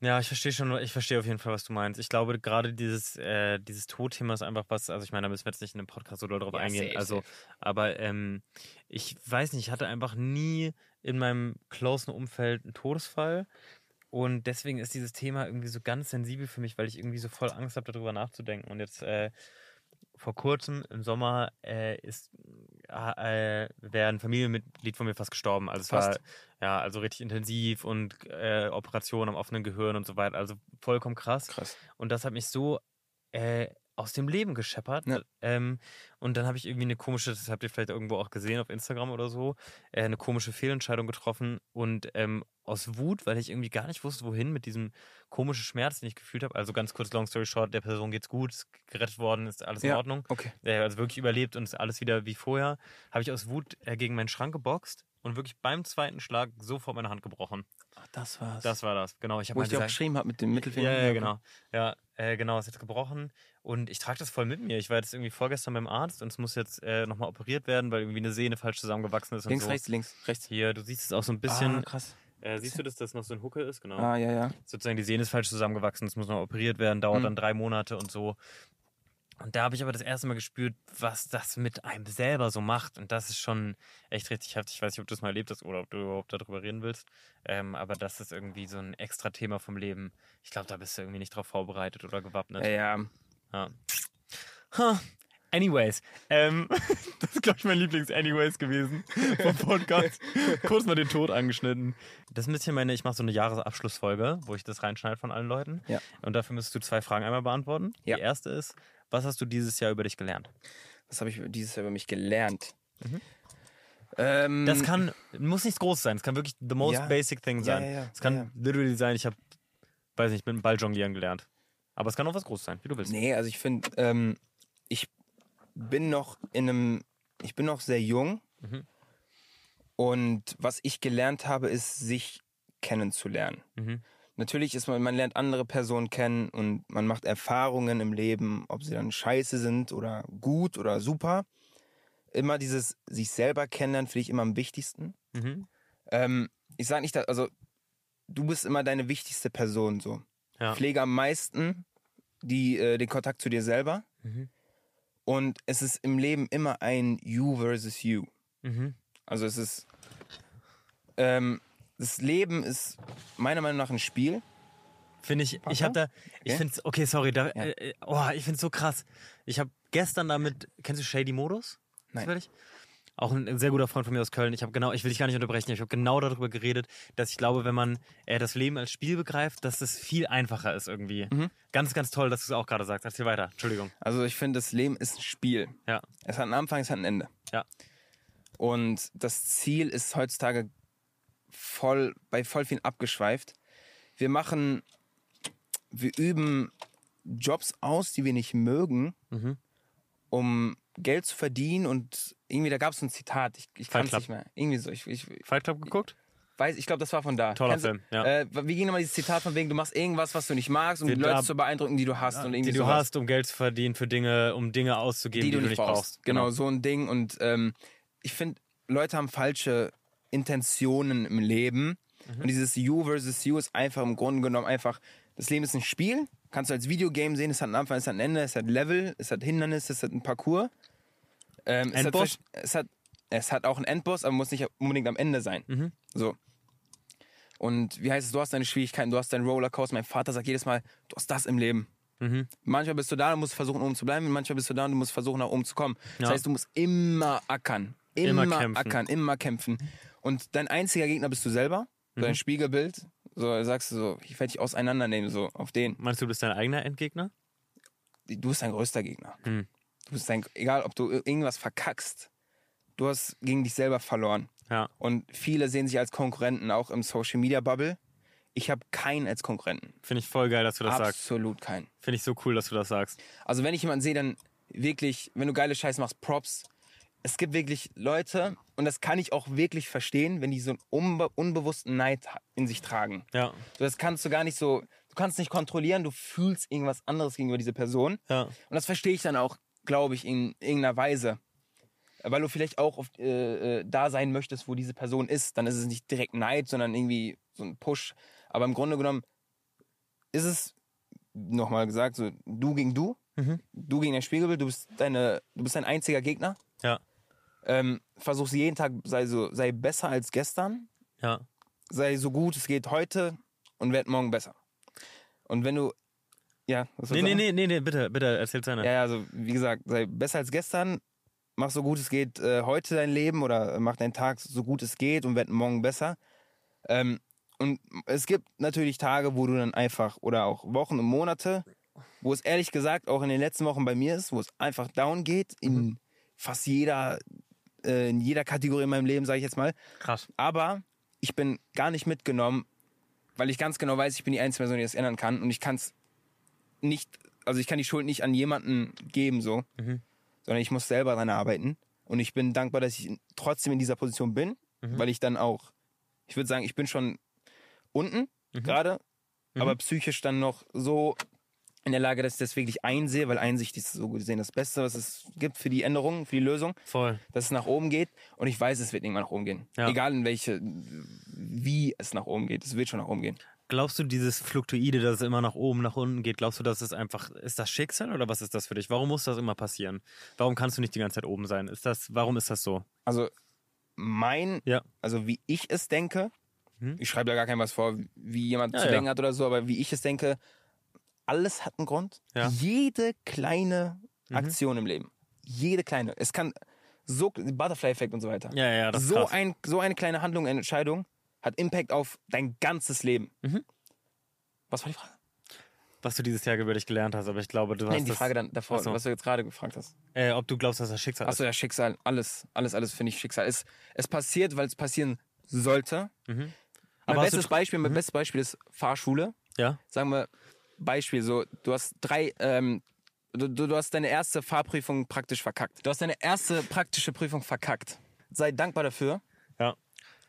Speaker 1: Ja, ich verstehe schon, ich verstehe auf jeden Fall, was du meinst. Ich glaube, gerade dieses, äh, dieses Todthema ist einfach was, also ich meine, da müssen wir jetzt nicht in einem Podcast so doll drauf
Speaker 5: Ja,
Speaker 1: eingehen.
Speaker 5: safe,
Speaker 1: also,
Speaker 5: safe.
Speaker 1: aber ähm, ich weiß nicht, ich hatte einfach nie in meinem closen Umfeld einen Todesfall. Und deswegen ist dieses Thema irgendwie so ganz sensibel für mich, weil ich irgendwie so voll Angst habe, darüber nachzudenken. Und jetzt äh, vor kurzem im Sommer äh, ist äh, äh, wäre ein Familienmitglied von mir fast gestorben. Also es war
Speaker 5: Fast.
Speaker 1: ja also richtig intensiv und äh, Operation am offenen Gehirn und so weiter. Also vollkommen krass.
Speaker 5: Krass.
Speaker 1: Und das hat mich so äh, aus dem Leben gescheppert.
Speaker 5: Ja.
Speaker 1: Ähm, und dann habe ich irgendwie eine komische, das habt ihr vielleicht irgendwo auch gesehen auf Instagram oder so, äh, eine komische Fehlentscheidung getroffen. Und ähm, aus Wut, weil ich irgendwie gar nicht wusste, wohin mit diesem komischen Schmerz, den ich gefühlt habe. Also ganz kurz, long story short, der Person geht's gut, ist gerettet worden, ist alles in
Speaker 5: Ja.
Speaker 1: Ordnung.
Speaker 5: Okay.
Speaker 1: Der also wirklich überlebt und ist alles wieder wie vorher. Habe ich aus Wut äh, gegen meinen Schrank geboxt und wirklich beim zweiten Schlag sofort meine Hand gebrochen.
Speaker 5: Ach, das war's.
Speaker 1: Das war das, genau. Ich habe
Speaker 5: Wo
Speaker 1: mal
Speaker 5: ich dir auch
Speaker 1: gesagt,
Speaker 5: geschrieben habe mit dem Mittelfinger.
Speaker 1: ja, ja, genau. Ja, äh, genau, ist jetzt gebrochen. Und ich trage das voll mit mir. Ich war jetzt irgendwie vorgestern beim Arzt und es muss jetzt äh, nochmal operiert werden, weil irgendwie eine Sehne falsch zusammengewachsen ist und
Speaker 5: Links,
Speaker 1: so.
Speaker 5: rechts, links, rechts.
Speaker 1: Hier, du siehst es auch so ein Also bisschen.
Speaker 5: Ah, krass.
Speaker 1: äh, siehst du, dass das noch so ein Huckel ist? Genau.
Speaker 5: Ah, ja, ja.
Speaker 1: Sozusagen die Sehne ist falsch zusammengewachsen, es muss noch operiert werden, dauert
Speaker 5: Mhm.
Speaker 1: dann drei Monate und so. Und da habe ich aber das erste Mal gespürt, was das mit einem selber so macht. Und das ist schon echt richtig heftig. Ich weiß nicht, ob du es mal erlebt hast oder ob du überhaupt darüber reden willst. Ähm, aber das ist irgendwie so ein extra Thema vom Leben. Ich glaube, da bist du irgendwie nicht drauf vorbereitet oder gewappnet.
Speaker 5: Ja,
Speaker 1: Ja. Huh. Anyways, ähm, das ist, glaube ich, mein Lieblings-Anyways gewesen vom Podcast. Kurz mal den Tod angeschnitten. Das ist ein bisschen meine, ich mache so eine Jahresabschlussfolge, wo ich das reinschneide von allen Leuten.
Speaker 3: Ja.
Speaker 1: Und dafür müsstest du zwei Fragen einmal beantworten.
Speaker 5: Ja.
Speaker 1: Die erste ist, was hast du dieses Jahr über dich gelernt?
Speaker 5: was habe ich dieses Jahr über mich gelernt?
Speaker 1: Mhm.
Speaker 5: Ähm,
Speaker 1: Das kann, muss nichts Großes sein. Es kann wirklich the most
Speaker 3: Ja.
Speaker 1: basic thing
Speaker 3: Ja,
Speaker 1: sein.
Speaker 3: ja, ja.
Speaker 1: Es kann
Speaker 3: Ja, ja.
Speaker 1: literally sein, ich habe, weiß nicht, ich bin Ball jonglieren gelernt. Aber es kann auch was Großes sein, wie du willst.
Speaker 5: Nee, also ich finde, ähm, ich bin noch in einem, ich bin noch sehr jung.
Speaker 1: Mhm.
Speaker 5: Und was ich gelernt habe, ist, sich kennenzulernen.
Speaker 1: Mhm.
Speaker 5: Natürlich ist man, man lernt andere Personen kennen und man macht Erfahrungen im Leben, ob sie dann scheiße sind oder gut oder super. Immer dieses sich selber kennenlernen finde ich immer am wichtigsten.
Speaker 1: Mhm.
Speaker 5: Ähm, ich sage nicht, dass, also du bist immer deine wichtigste Person so.
Speaker 1: Ja.
Speaker 5: Pflege am meisten die, äh, den Kontakt zu dir selber.
Speaker 1: Mhm.
Speaker 5: Und es ist im Leben immer ein You versus You.
Speaker 1: Mhm.
Speaker 5: Also es ist, ähm, das Leben ist meiner Meinung nach ein Spiel.
Speaker 1: Finde ich, ich habe da, ich
Speaker 5: Okay.
Speaker 1: finde es, okay, sorry, da,
Speaker 5: Ja.
Speaker 1: äh, oh, ich finde es so krass. Ich habe gestern damit, kennst du Shady Modus?
Speaker 5: Nein.
Speaker 1: Zufällig? Auch ein sehr guter Freund von mir aus Köln. Ich habe genau, ich will dich gar nicht unterbrechen, aber ich habe genau darüber geredet, dass ich glaube, wenn man äh, das Leben als Spiel begreift, dass es viel einfacher ist irgendwie.
Speaker 5: Mhm.
Speaker 1: Ganz, ganz toll, dass du es auch gerade sagst. Erzähl weiter, Entschuldigung.
Speaker 5: Also ich finde, das Leben ist ein Spiel.
Speaker 1: Ja.
Speaker 5: Es hat einen Anfang, es hat ein Ende.
Speaker 1: Ja.
Speaker 5: Und das Ziel ist heutzutage voll, bei voll vielen abgeschweift. Wir machen, wir üben Jobs aus, die wir nicht mögen,
Speaker 1: Mhm.
Speaker 5: um Geld zu verdienen und irgendwie, da gab es ein Zitat, ich, ich kann
Speaker 1: Fight
Speaker 5: es
Speaker 1: Club.
Speaker 5: nicht mehr. Irgendwie so, ich, ich
Speaker 1: Fight Club geguckt?
Speaker 5: weiß, ich glaube, das war von da.
Speaker 1: Toller
Speaker 5: Kennst du-
Speaker 1: Film, ja.
Speaker 5: Äh, wir gehen immer dieses Zitat von wegen, du machst irgendwas, was du nicht magst, um
Speaker 1: Wir
Speaker 5: die Leute
Speaker 1: darf-
Speaker 5: zu beeindrucken, die du hast. und irgendwie
Speaker 1: die du
Speaker 5: sowas
Speaker 1: hast, um Geld zu verdienen für Dinge, um Dinge auszugeben,
Speaker 5: die, du nicht brauchst. Genau,
Speaker 1: Genau.
Speaker 5: so ein Ding. Und ähm, ich finde, Leute haben falsche Intentionen im Leben. Und dieses You versus You ist einfach im Grunde genommen einfach, das Leben ist ein Spiel. Kannst du als Videogame sehen, es hat einen Anfang, es hat ein Ende, es hat Level, es hat Hindernisse, es hat ein Parcours. Ähm, es, hat,
Speaker 1: Endboss?
Speaker 5: versch- es, hat, es hat auch einen Endboss, aber muss nicht unbedingt am Ende sein. So. Und wie heißt es, du hast deine Schwierigkeiten, du hast deinen Rollercoaster. Mein Vater sagt jedes Mal, du hast das im Leben.
Speaker 1: Mhm.
Speaker 5: Manchmal bist du da und musst versuchen, oben zu bleiben. und Manchmal bist du da und du musst versuchen, nach oben zu kommen. Das
Speaker 1: Ja.
Speaker 5: heißt, du musst immer ackern. Immer,
Speaker 1: Immer kämpfen.
Speaker 5: ackern, immer kämpfen. Und dein einziger Gegner bist du selber.
Speaker 1: Mhm.
Speaker 5: So Dein Spiegelbild. So sagst du so, ich werde dich auseinandernehmen, so auf den.
Speaker 1: Meinst du, du bist dein eigener Endgegner?
Speaker 5: Du bist dein größter Gegner.
Speaker 1: Mhm.
Speaker 5: Du bist dein, egal ob du irgendwas verkackst, du hast gegen dich selber verloren.
Speaker 1: Ja.
Speaker 5: Und viele sehen sich als Konkurrenten, auch im Social Media Bubble. Ich habe keinen als Konkurrenten.
Speaker 1: Finde ich voll geil, dass du das sagst.
Speaker 5: Absolut keinen.
Speaker 1: Finde ich so cool, dass du das sagst.
Speaker 5: Also wenn ich jemanden sehe, dann wirklich, wenn du geile Scheiße machst, Props. Es gibt wirklich Leute, und das kann ich auch wirklich verstehen, wenn die so einen unbe unbewussten Neid ha- in sich tragen.
Speaker 1: Ja,
Speaker 5: So, das kannst du gar nicht so, du kannst nicht kontrollieren, du fühlst irgendwas anderes gegenüber dieser Person.
Speaker 1: ja.
Speaker 5: Und das verstehe ich dann auch, glaube ich, in irgendeiner Weise. Weil du vielleicht auch auf, äh, äh, da sein möchtest, wo diese Person ist. Dann ist es nicht direkt Neid, sondern irgendwie so ein Push. Aber im Grunde genommen ist es, nochmal gesagt, so du gegen du.
Speaker 1: Mhm.
Speaker 5: Du gegen dein Spiegelbild. Du bist, deine, du bist dein einziger Gegner.
Speaker 1: Ja.
Speaker 5: Ähm, versuch's jeden Tag, sei, so, sei besser als gestern.
Speaker 1: Ja.
Speaker 5: Sei so gut es geht heute und werd morgen besser. Und wenn du. Ja, was
Speaker 1: Nee,
Speaker 5: soll's
Speaker 1: nee,
Speaker 5: sagen?
Speaker 1: nee, nee, nee, bitte, bitte, erzähl zu Ende.
Speaker 5: Ja, ja, also wie gesagt, sei besser als gestern. Mach so gut es geht äh, heute dein Leben oder mach deinen Tag so gut es geht und werd morgen besser. Ähm, und es gibt natürlich Tage, wo du dann einfach oder auch Wochen und Monate, wo es ehrlich gesagt auch in den letzten Wochen bei mir ist, wo es einfach down geht in fast jeder äh, in jeder Kategorie in meinem Leben, sage ich jetzt mal.
Speaker 1: Krass.
Speaker 5: Aber ich bin gar nicht mitgenommen, weil ich ganz genau weiß, ich bin die einzige Person, die das ändern kann. Und ich kann es nicht, also ich kann die Schuld nicht an jemanden geben, so,
Speaker 1: Mhm.
Speaker 5: sondern ich muss selber dran arbeiten. Und ich bin dankbar, dass ich trotzdem in dieser Position bin, weil ich dann auch, ich würde sagen, ich bin schon unten gerade, aber psychisch dann noch so in der Lage, dass ich das wirklich einsehe, weil Einsicht ist so gesehen das Beste, was es gibt für die Änderung, für die Lösung
Speaker 1: Voll.
Speaker 5: dass es nach oben geht. Und ich weiß, es wird irgendwann nach oben gehen.
Speaker 1: Ja.
Speaker 5: Egal in welche, wie es nach oben geht, es wird schon nach oben gehen.
Speaker 1: glaubst du, dieses Fluktuide, dass es immer nach oben, nach unten geht, glaubst du, das ist einfach, ist das Schicksal oder was ist das für dich? Warum muss das immer passieren? Warum kannst du nicht die ganze Zeit oben sein? Ist das, warum ist das so?
Speaker 5: Also mein,
Speaker 1: Ja.
Speaker 5: also wie ich es denke,
Speaker 1: Hm?
Speaker 5: ich schreibe da gar keinem was vor, wie jemand
Speaker 1: Ja,
Speaker 5: zu
Speaker 1: ja.
Speaker 5: denken hat oder so, aber wie ich es denke, alles hat einen Grund.
Speaker 1: Ja. Mhm.
Speaker 5: Jede kleine Aktion im Leben, jede kleine, es kann so Butterfly-Effekt und so weiter.
Speaker 1: Ja, ja, das ist
Speaker 5: so,
Speaker 1: krass.
Speaker 5: ein, so eine kleine Handlung, eine Entscheidung hat Impact auf dein ganzes Leben.
Speaker 1: Mhm.
Speaker 5: Was war die Frage?
Speaker 1: was du dieses Jahr über dich gelernt hast, aber ich glaube, du
Speaker 5: Nein,
Speaker 1: hast
Speaker 5: die
Speaker 1: das,
Speaker 5: Frage dann davor,
Speaker 1: Ach so.
Speaker 5: was du jetzt gerade gefragt hast.
Speaker 1: äh, ob du glaubst, dass das Schicksal
Speaker 5: Achso, ja, Schicksal. Alles, alles, alles finde ich Schicksal. Es, es passiert, weil es passieren sollte.
Speaker 1: Mhm.
Speaker 5: Mein,
Speaker 1: Aber hast du Mhm.
Speaker 5: bestes
Speaker 1: tr-
Speaker 5: Beispiel, mein bestes Beispiel ist Fahrschule.
Speaker 1: ist. Ja,
Speaker 5: Sagen wir, Beispiel, so, du hast drei, ähm, du, du du hast deine erste Fahrprüfung praktisch verkackt. Du hast deine erste praktische Prüfung verkackt. Sei dankbar dafür,
Speaker 1: ja,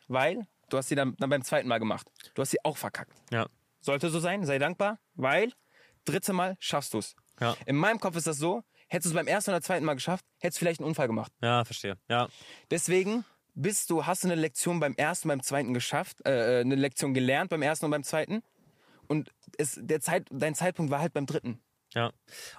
Speaker 5: weil du hast sie dann, dann beim zweiten Mal gemacht. Du hast sie auch verkackt.
Speaker 1: ja.
Speaker 5: Sollte so sein, sei dankbar, weil dritte Mal schaffst du es.
Speaker 1: Ja.
Speaker 5: In meinem Kopf ist das so, hättest du es beim ersten oder zweiten Mal geschafft, hättest du vielleicht einen Unfall gemacht.
Speaker 1: Ja, verstehe. Ja,
Speaker 5: Deswegen bist du, hast du eine Lektion beim ersten, beim zweiten geschafft, äh, äh, eine Lektion gelernt beim ersten und beim zweiten. Und es, der Zeit, dein Zeitpunkt war halt beim dritten.
Speaker 1: Ja,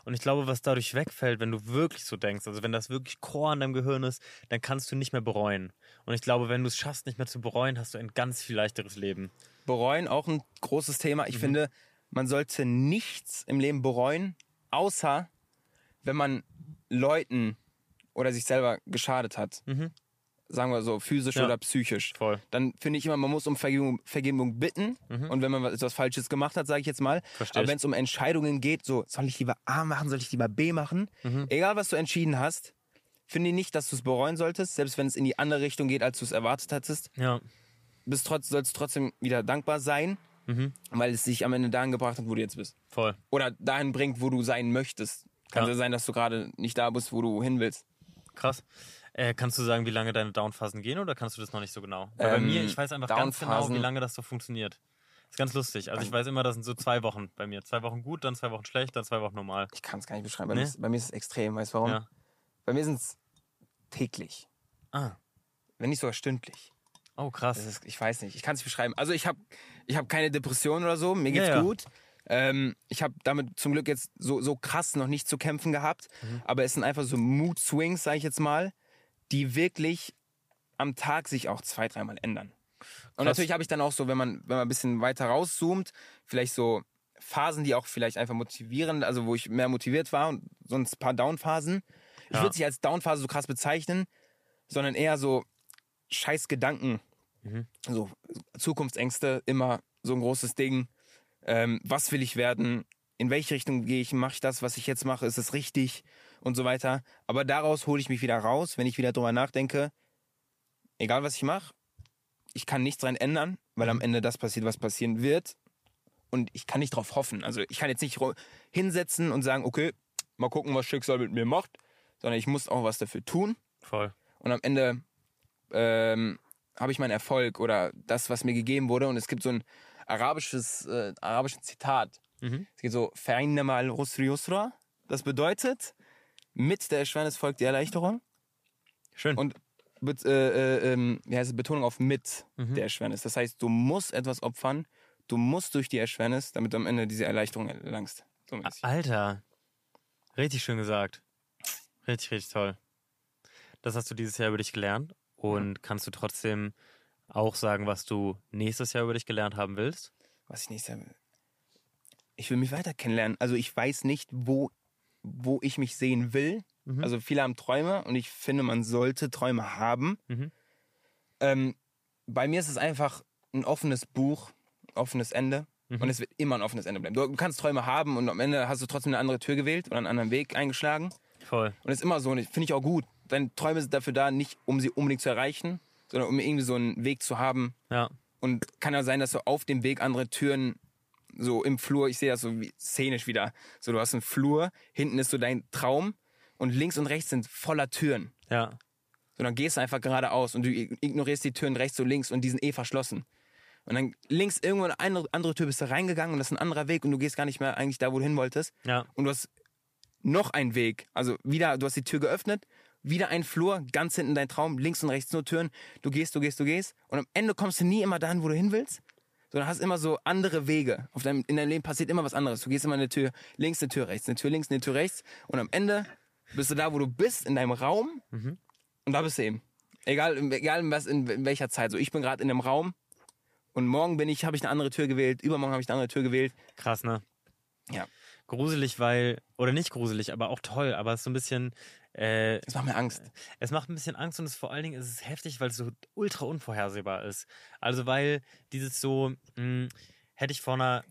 Speaker 1: und ich glaube, was dadurch wegfällt, wenn du wirklich so denkst, also wenn das wirklich Chor an deinem Gehirn ist, dann kannst du nicht mehr bereuen. Und ich glaube, wenn du es schaffst, nicht mehr zu bereuen, hast du ein ganz viel leichteres Leben.
Speaker 5: Bereuen, auch ein großes Thema.
Speaker 1: Mhm.
Speaker 5: Ich finde, man sollte nichts im Leben bereuen, außer wenn man Leuten oder sich selber geschadet hat.
Speaker 1: Mhm.
Speaker 5: Sagen wir so, physisch
Speaker 1: Ja.
Speaker 5: oder psychisch.
Speaker 1: Voll,
Speaker 5: Dann finde ich immer, man muss um Vergebung, Vergebung bitten.
Speaker 1: Mhm.
Speaker 5: Und wenn man was- etwas Falsches gemacht hat, sage ich jetzt mal,
Speaker 1: verstehe
Speaker 5: Aber wenn
Speaker 1: ich.
Speaker 5: es um Entscheidungen geht, so soll ich lieber A machen, soll ich lieber B machen,
Speaker 1: Mhm.
Speaker 5: egal was du entschieden hast, finde ich nicht, dass du es bereuen solltest, selbst wenn es in die andere Richtung geht, als du es erwartet hattest,
Speaker 1: Ja,
Speaker 5: bist trotz, sollst trotzdem wieder dankbar sein,
Speaker 1: Mhm.
Speaker 5: weil es dich am Ende dahin gebracht hat, wo du jetzt bist.
Speaker 1: voll.
Speaker 5: Oder dahin bringt, wo du sein möchtest. Kann
Speaker 1: Ja.
Speaker 5: ja sein, dass du gerade nicht da bist, wo du hin willst.
Speaker 1: Krass. Äh, kannst du sagen, wie lange deine Downphasen gehen oder kannst du das noch nicht so genau? Weil bei
Speaker 5: Ähm,
Speaker 1: mir, ich weiß einfach ganz genau,
Speaker 5: Downphasen-
Speaker 1: wie lange das so funktioniert. Ist ganz lustig. Also ich weiß immer, das sind so zwei Wochen bei mir. Zwei Wochen gut, dann zwei Wochen schlecht, dann zwei Wochen normal.
Speaker 5: Ich kann es gar nicht beschreiben. Bei,
Speaker 1: Nee.
Speaker 5: mir ist, bei mir ist es extrem. Weißt du warum?
Speaker 1: Ja.
Speaker 5: Bei mir sind es täglich,
Speaker 1: Ah,
Speaker 5: wenn nicht sogar stündlich.
Speaker 1: oh
Speaker 5: Das
Speaker 1: krass.
Speaker 5: ist, ich weiß nicht, ich kann es nicht beschreiben. Also ich habe ich hab keine Depression oder so, mir
Speaker 1: Ja,
Speaker 5: geht's
Speaker 1: ja.
Speaker 5: gut. Ähm, ich habe damit zum Glück jetzt so, so krass noch nicht zu kämpfen gehabt,
Speaker 1: Mhm.
Speaker 5: aber es sind einfach so Mood-Swings, sage ich jetzt mal, die wirklich am Tag sich auch zwei, dreimal ändern. Und
Speaker 1: Krass.
Speaker 5: natürlich habe ich dann auch so, wenn man, wenn man ein bisschen weiter rauszoomt, vielleicht so Phasen, die auch vielleicht einfach motivierend, also wo ich mehr motiviert war und sonst ein paar Downphasen. Ich
Speaker 1: Ja.
Speaker 5: würde es nicht als Downphase so krass bezeichnen, sondern eher so scheiß Gedanken.
Speaker 1: Mhm.
Speaker 5: So Zukunftsängste, immer so ein großes Ding. Ähm, was will ich werden? In welche Richtung gehe ich? Mache ich das, was ich jetzt mache? Ist es richtig? Und so weiter. Aber daraus hole ich mich wieder raus, wenn ich wieder drüber nachdenke. Egal, was ich mache, ich kann nichts dran ändern, weil
Speaker 1: Mhm.
Speaker 5: am Ende das passiert, was passieren wird. Und ich kann nicht drauf hoffen. Also ich kann jetzt nicht ro- hinsetzen und sagen, okay, mal gucken, was Schicksal mit mir macht, sondern ich muss auch was dafür tun.
Speaker 1: Voll.
Speaker 5: Und am Ende ähm, habe ich meinen Erfolg oder das, was mir gegeben wurde. Und es gibt so ein arabisches, äh, arabisches Zitat.
Speaker 1: Mhm.
Speaker 5: Es geht so, "Fa'innama al-usri yusra." Das bedeutet, mit der Erschwernis folgt die Erleichterung.
Speaker 1: Schön.
Speaker 5: Und Bet äh, äh, ähm, wie heißt es, Betonung auf mit
Speaker 1: Mhm.
Speaker 5: der Erschwernis. Das heißt, du musst etwas opfern, du musst durch die Erschwernis, damit du am Ende diese Erleichterung erlangst. So
Speaker 1: A-
Speaker 5: mäßig.
Speaker 1: Alter, richtig schön gesagt. Richtig, richtig toll. Das hast du dieses Jahr über dich gelernt und kannst du trotzdem auch sagen, was du nächstes Jahr über dich gelernt haben willst?
Speaker 5: was ich nicht sagen will. Ich will mich weiter kennenlernen. Also ich weiß nicht, wo, wo ich mich sehen will.
Speaker 1: Mhm.
Speaker 5: Also viele haben Träume und ich finde, man sollte Träume haben.
Speaker 1: Mhm.
Speaker 5: Ähm, bei mir ist es einfach ein offenes Buch, ein offenes Ende.
Speaker 1: Mhm.
Speaker 5: Und es wird immer ein offenes Ende bleiben. Du du kannst Träume haben und am Ende hast du trotzdem eine andere Tür gewählt oder einen anderen Weg eingeschlagen.
Speaker 1: Voll.
Speaker 5: Und das ist immer so, und ich- finde ich auch gut. Deine Träume sind dafür da, nicht um sie unbedingt zu erreichen, sondern um irgendwie so einen Weg zu haben,
Speaker 1: Ja,
Speaker 5: und kann ja sein, dass du auf dem Weg andere Türen so im Flur, ich sehe das so wie, szenisch wieder. So, du hast einen Flur, hinten ist so dein Traum und links und rechts sind voller Türen.
Speaker 1: ja,
Speaker 5: So, dann gehst du einfach geradeaus und du ig- ignorierst die Türen rechts und links und die sind eh verschlossen. Und dann links irgendwo eine andere- andere Tür bist du reingegangen und das ist ein anderer Weg und du gehst gar nicht mehr eigentlich da, wo du hin wolltest
Speaker 1: ja,
Speaker 5: und du hast noch einen Weg. Also wieder, du hast die Tür geöffnet, wieder ein Flur, ganz hinten dein Traum, links und rechts nur Türen. Du gehst, du gehst, du gehst. Und am Ende kommst du nie immer dahin, wo du hin willst, sondern hast immer so andere Wege. Auf deinem, in deinem Leben passiert immer was anderes. Du gehst immer eine Tür links, eine Tür rechts, eine Tür links, eine Tür rechts und am Ende bist du da, wo du bist, in deinem Raum und da bist du eben. Egal, egal in, was, in, in welcher Zeit. So, ich bin gerade in einem Raum und morgen bin ich, habe ich eine andere Tür gewählt, übermorgen habe ich eine andere Tür gewählt.
Speaker 1: Krass, ne?
Speaker 5: Ja.
Speaker 1: Gruselig, weil, oder nicht gruselig, aber auch toll, aber es ist so ein bisschen, äh,
Speaker 5: Das macht mir Angst.
Speaker 1: es macht ein bisschen Angst und es vor allen Dingen ist es heftig, weil es so ultra unvorhersehbar ist. Also weil dieses so, mh, hätte ich vor einer,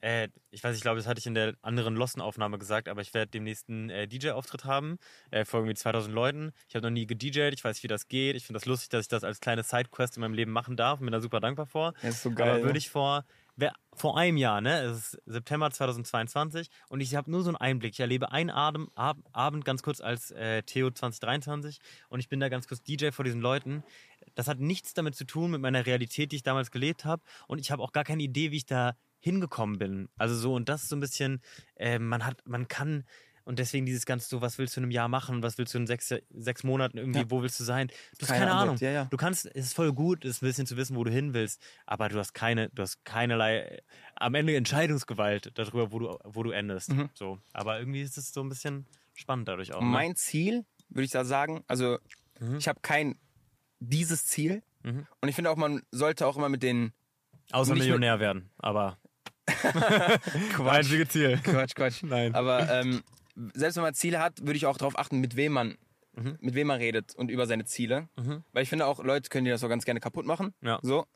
Speaker 1: äh, ich weiß, ich glaube, das hatte ich in der anderen Lossen-Aufnahme gesagt, aber ich werde demnächst einen äh, DJ-Auftritt haben, äh, vor irgendwie 2000 Leuten. Ich habe noch nie gedjed, ich weiß, wie das geht. Ich finde das lustig, dass ich das als kleine Sidequest in meinem Leben machen darf und bin da super dankbar vor.
Speaker 5: Ja, ist so
Speaker 1: Aber
Speaker 5: geil. ne?
Speaker 1: würde ich vor, wer- vor einem Jahr, ne? Es ist September 2022 und ich habe nur so einen Einblick. Ich erlebe einen Atem, Ab, Abend ganz kurz als äh, Theo 2023 und ich bin da ganz kurz DJ vor diesen Leuten. Das hat nichts damit zu tun mit meiner Realität, die ich damals gelebt habe und ich habe auch gar keine Idee, wie ich da hingekommen bin. Also so und das ist so ein bisschen, äh, man hat, man kann und deswegen dieses ganze so, was willst du in einem Jahr machen, was willst du in sechs, sechs Monaten irgendwie, wo willst du sein? Du hast keine,
Speaker 5: Keine Antwort,
Speaker 1: Ahnung.
Speaker 5: ja, ja.
Speaker 1: Du kannst, es ist voll gut, es ist ein bisschen zu wissen, wo du hin willst, aber du hast keine, du hast keinerlei äh, am Ende Entscheidungsgewalt darüber, wo du, wo du endest. So. Aber irgendwie ist es so ein bisschen spannend dadurch auch.
Speaker 5: Und
Speaker 1: ne?
Speaker 5: Mhm. mein Ziel, würde ich da sagen, also ich habe kein dieses Ziel.
Speaker 1: Mhm.
Speaker 5: Und ich finde auch, man sollte auch immer mit den
Speaker 1: Außer
Speaker 5: nicht mit-
Speaker 1: Millionär werden, aber. Einzige Ziel.
Speaker 5: Quatsch, Quatsch.
Speaker 1: Nein.
Speaker 5: Aber ähm, selbst wenn man Ziele hat, würde ich auch darauf achten, mit wem man mit wem man redet und über seine Ziele.
Speaker 1: Mhm.
Speaker 5: Weil ich finde auch, Leute können dir das auch ganz gerne kaputt machen.
Speaker 1: Ja.
Speaker 5: So.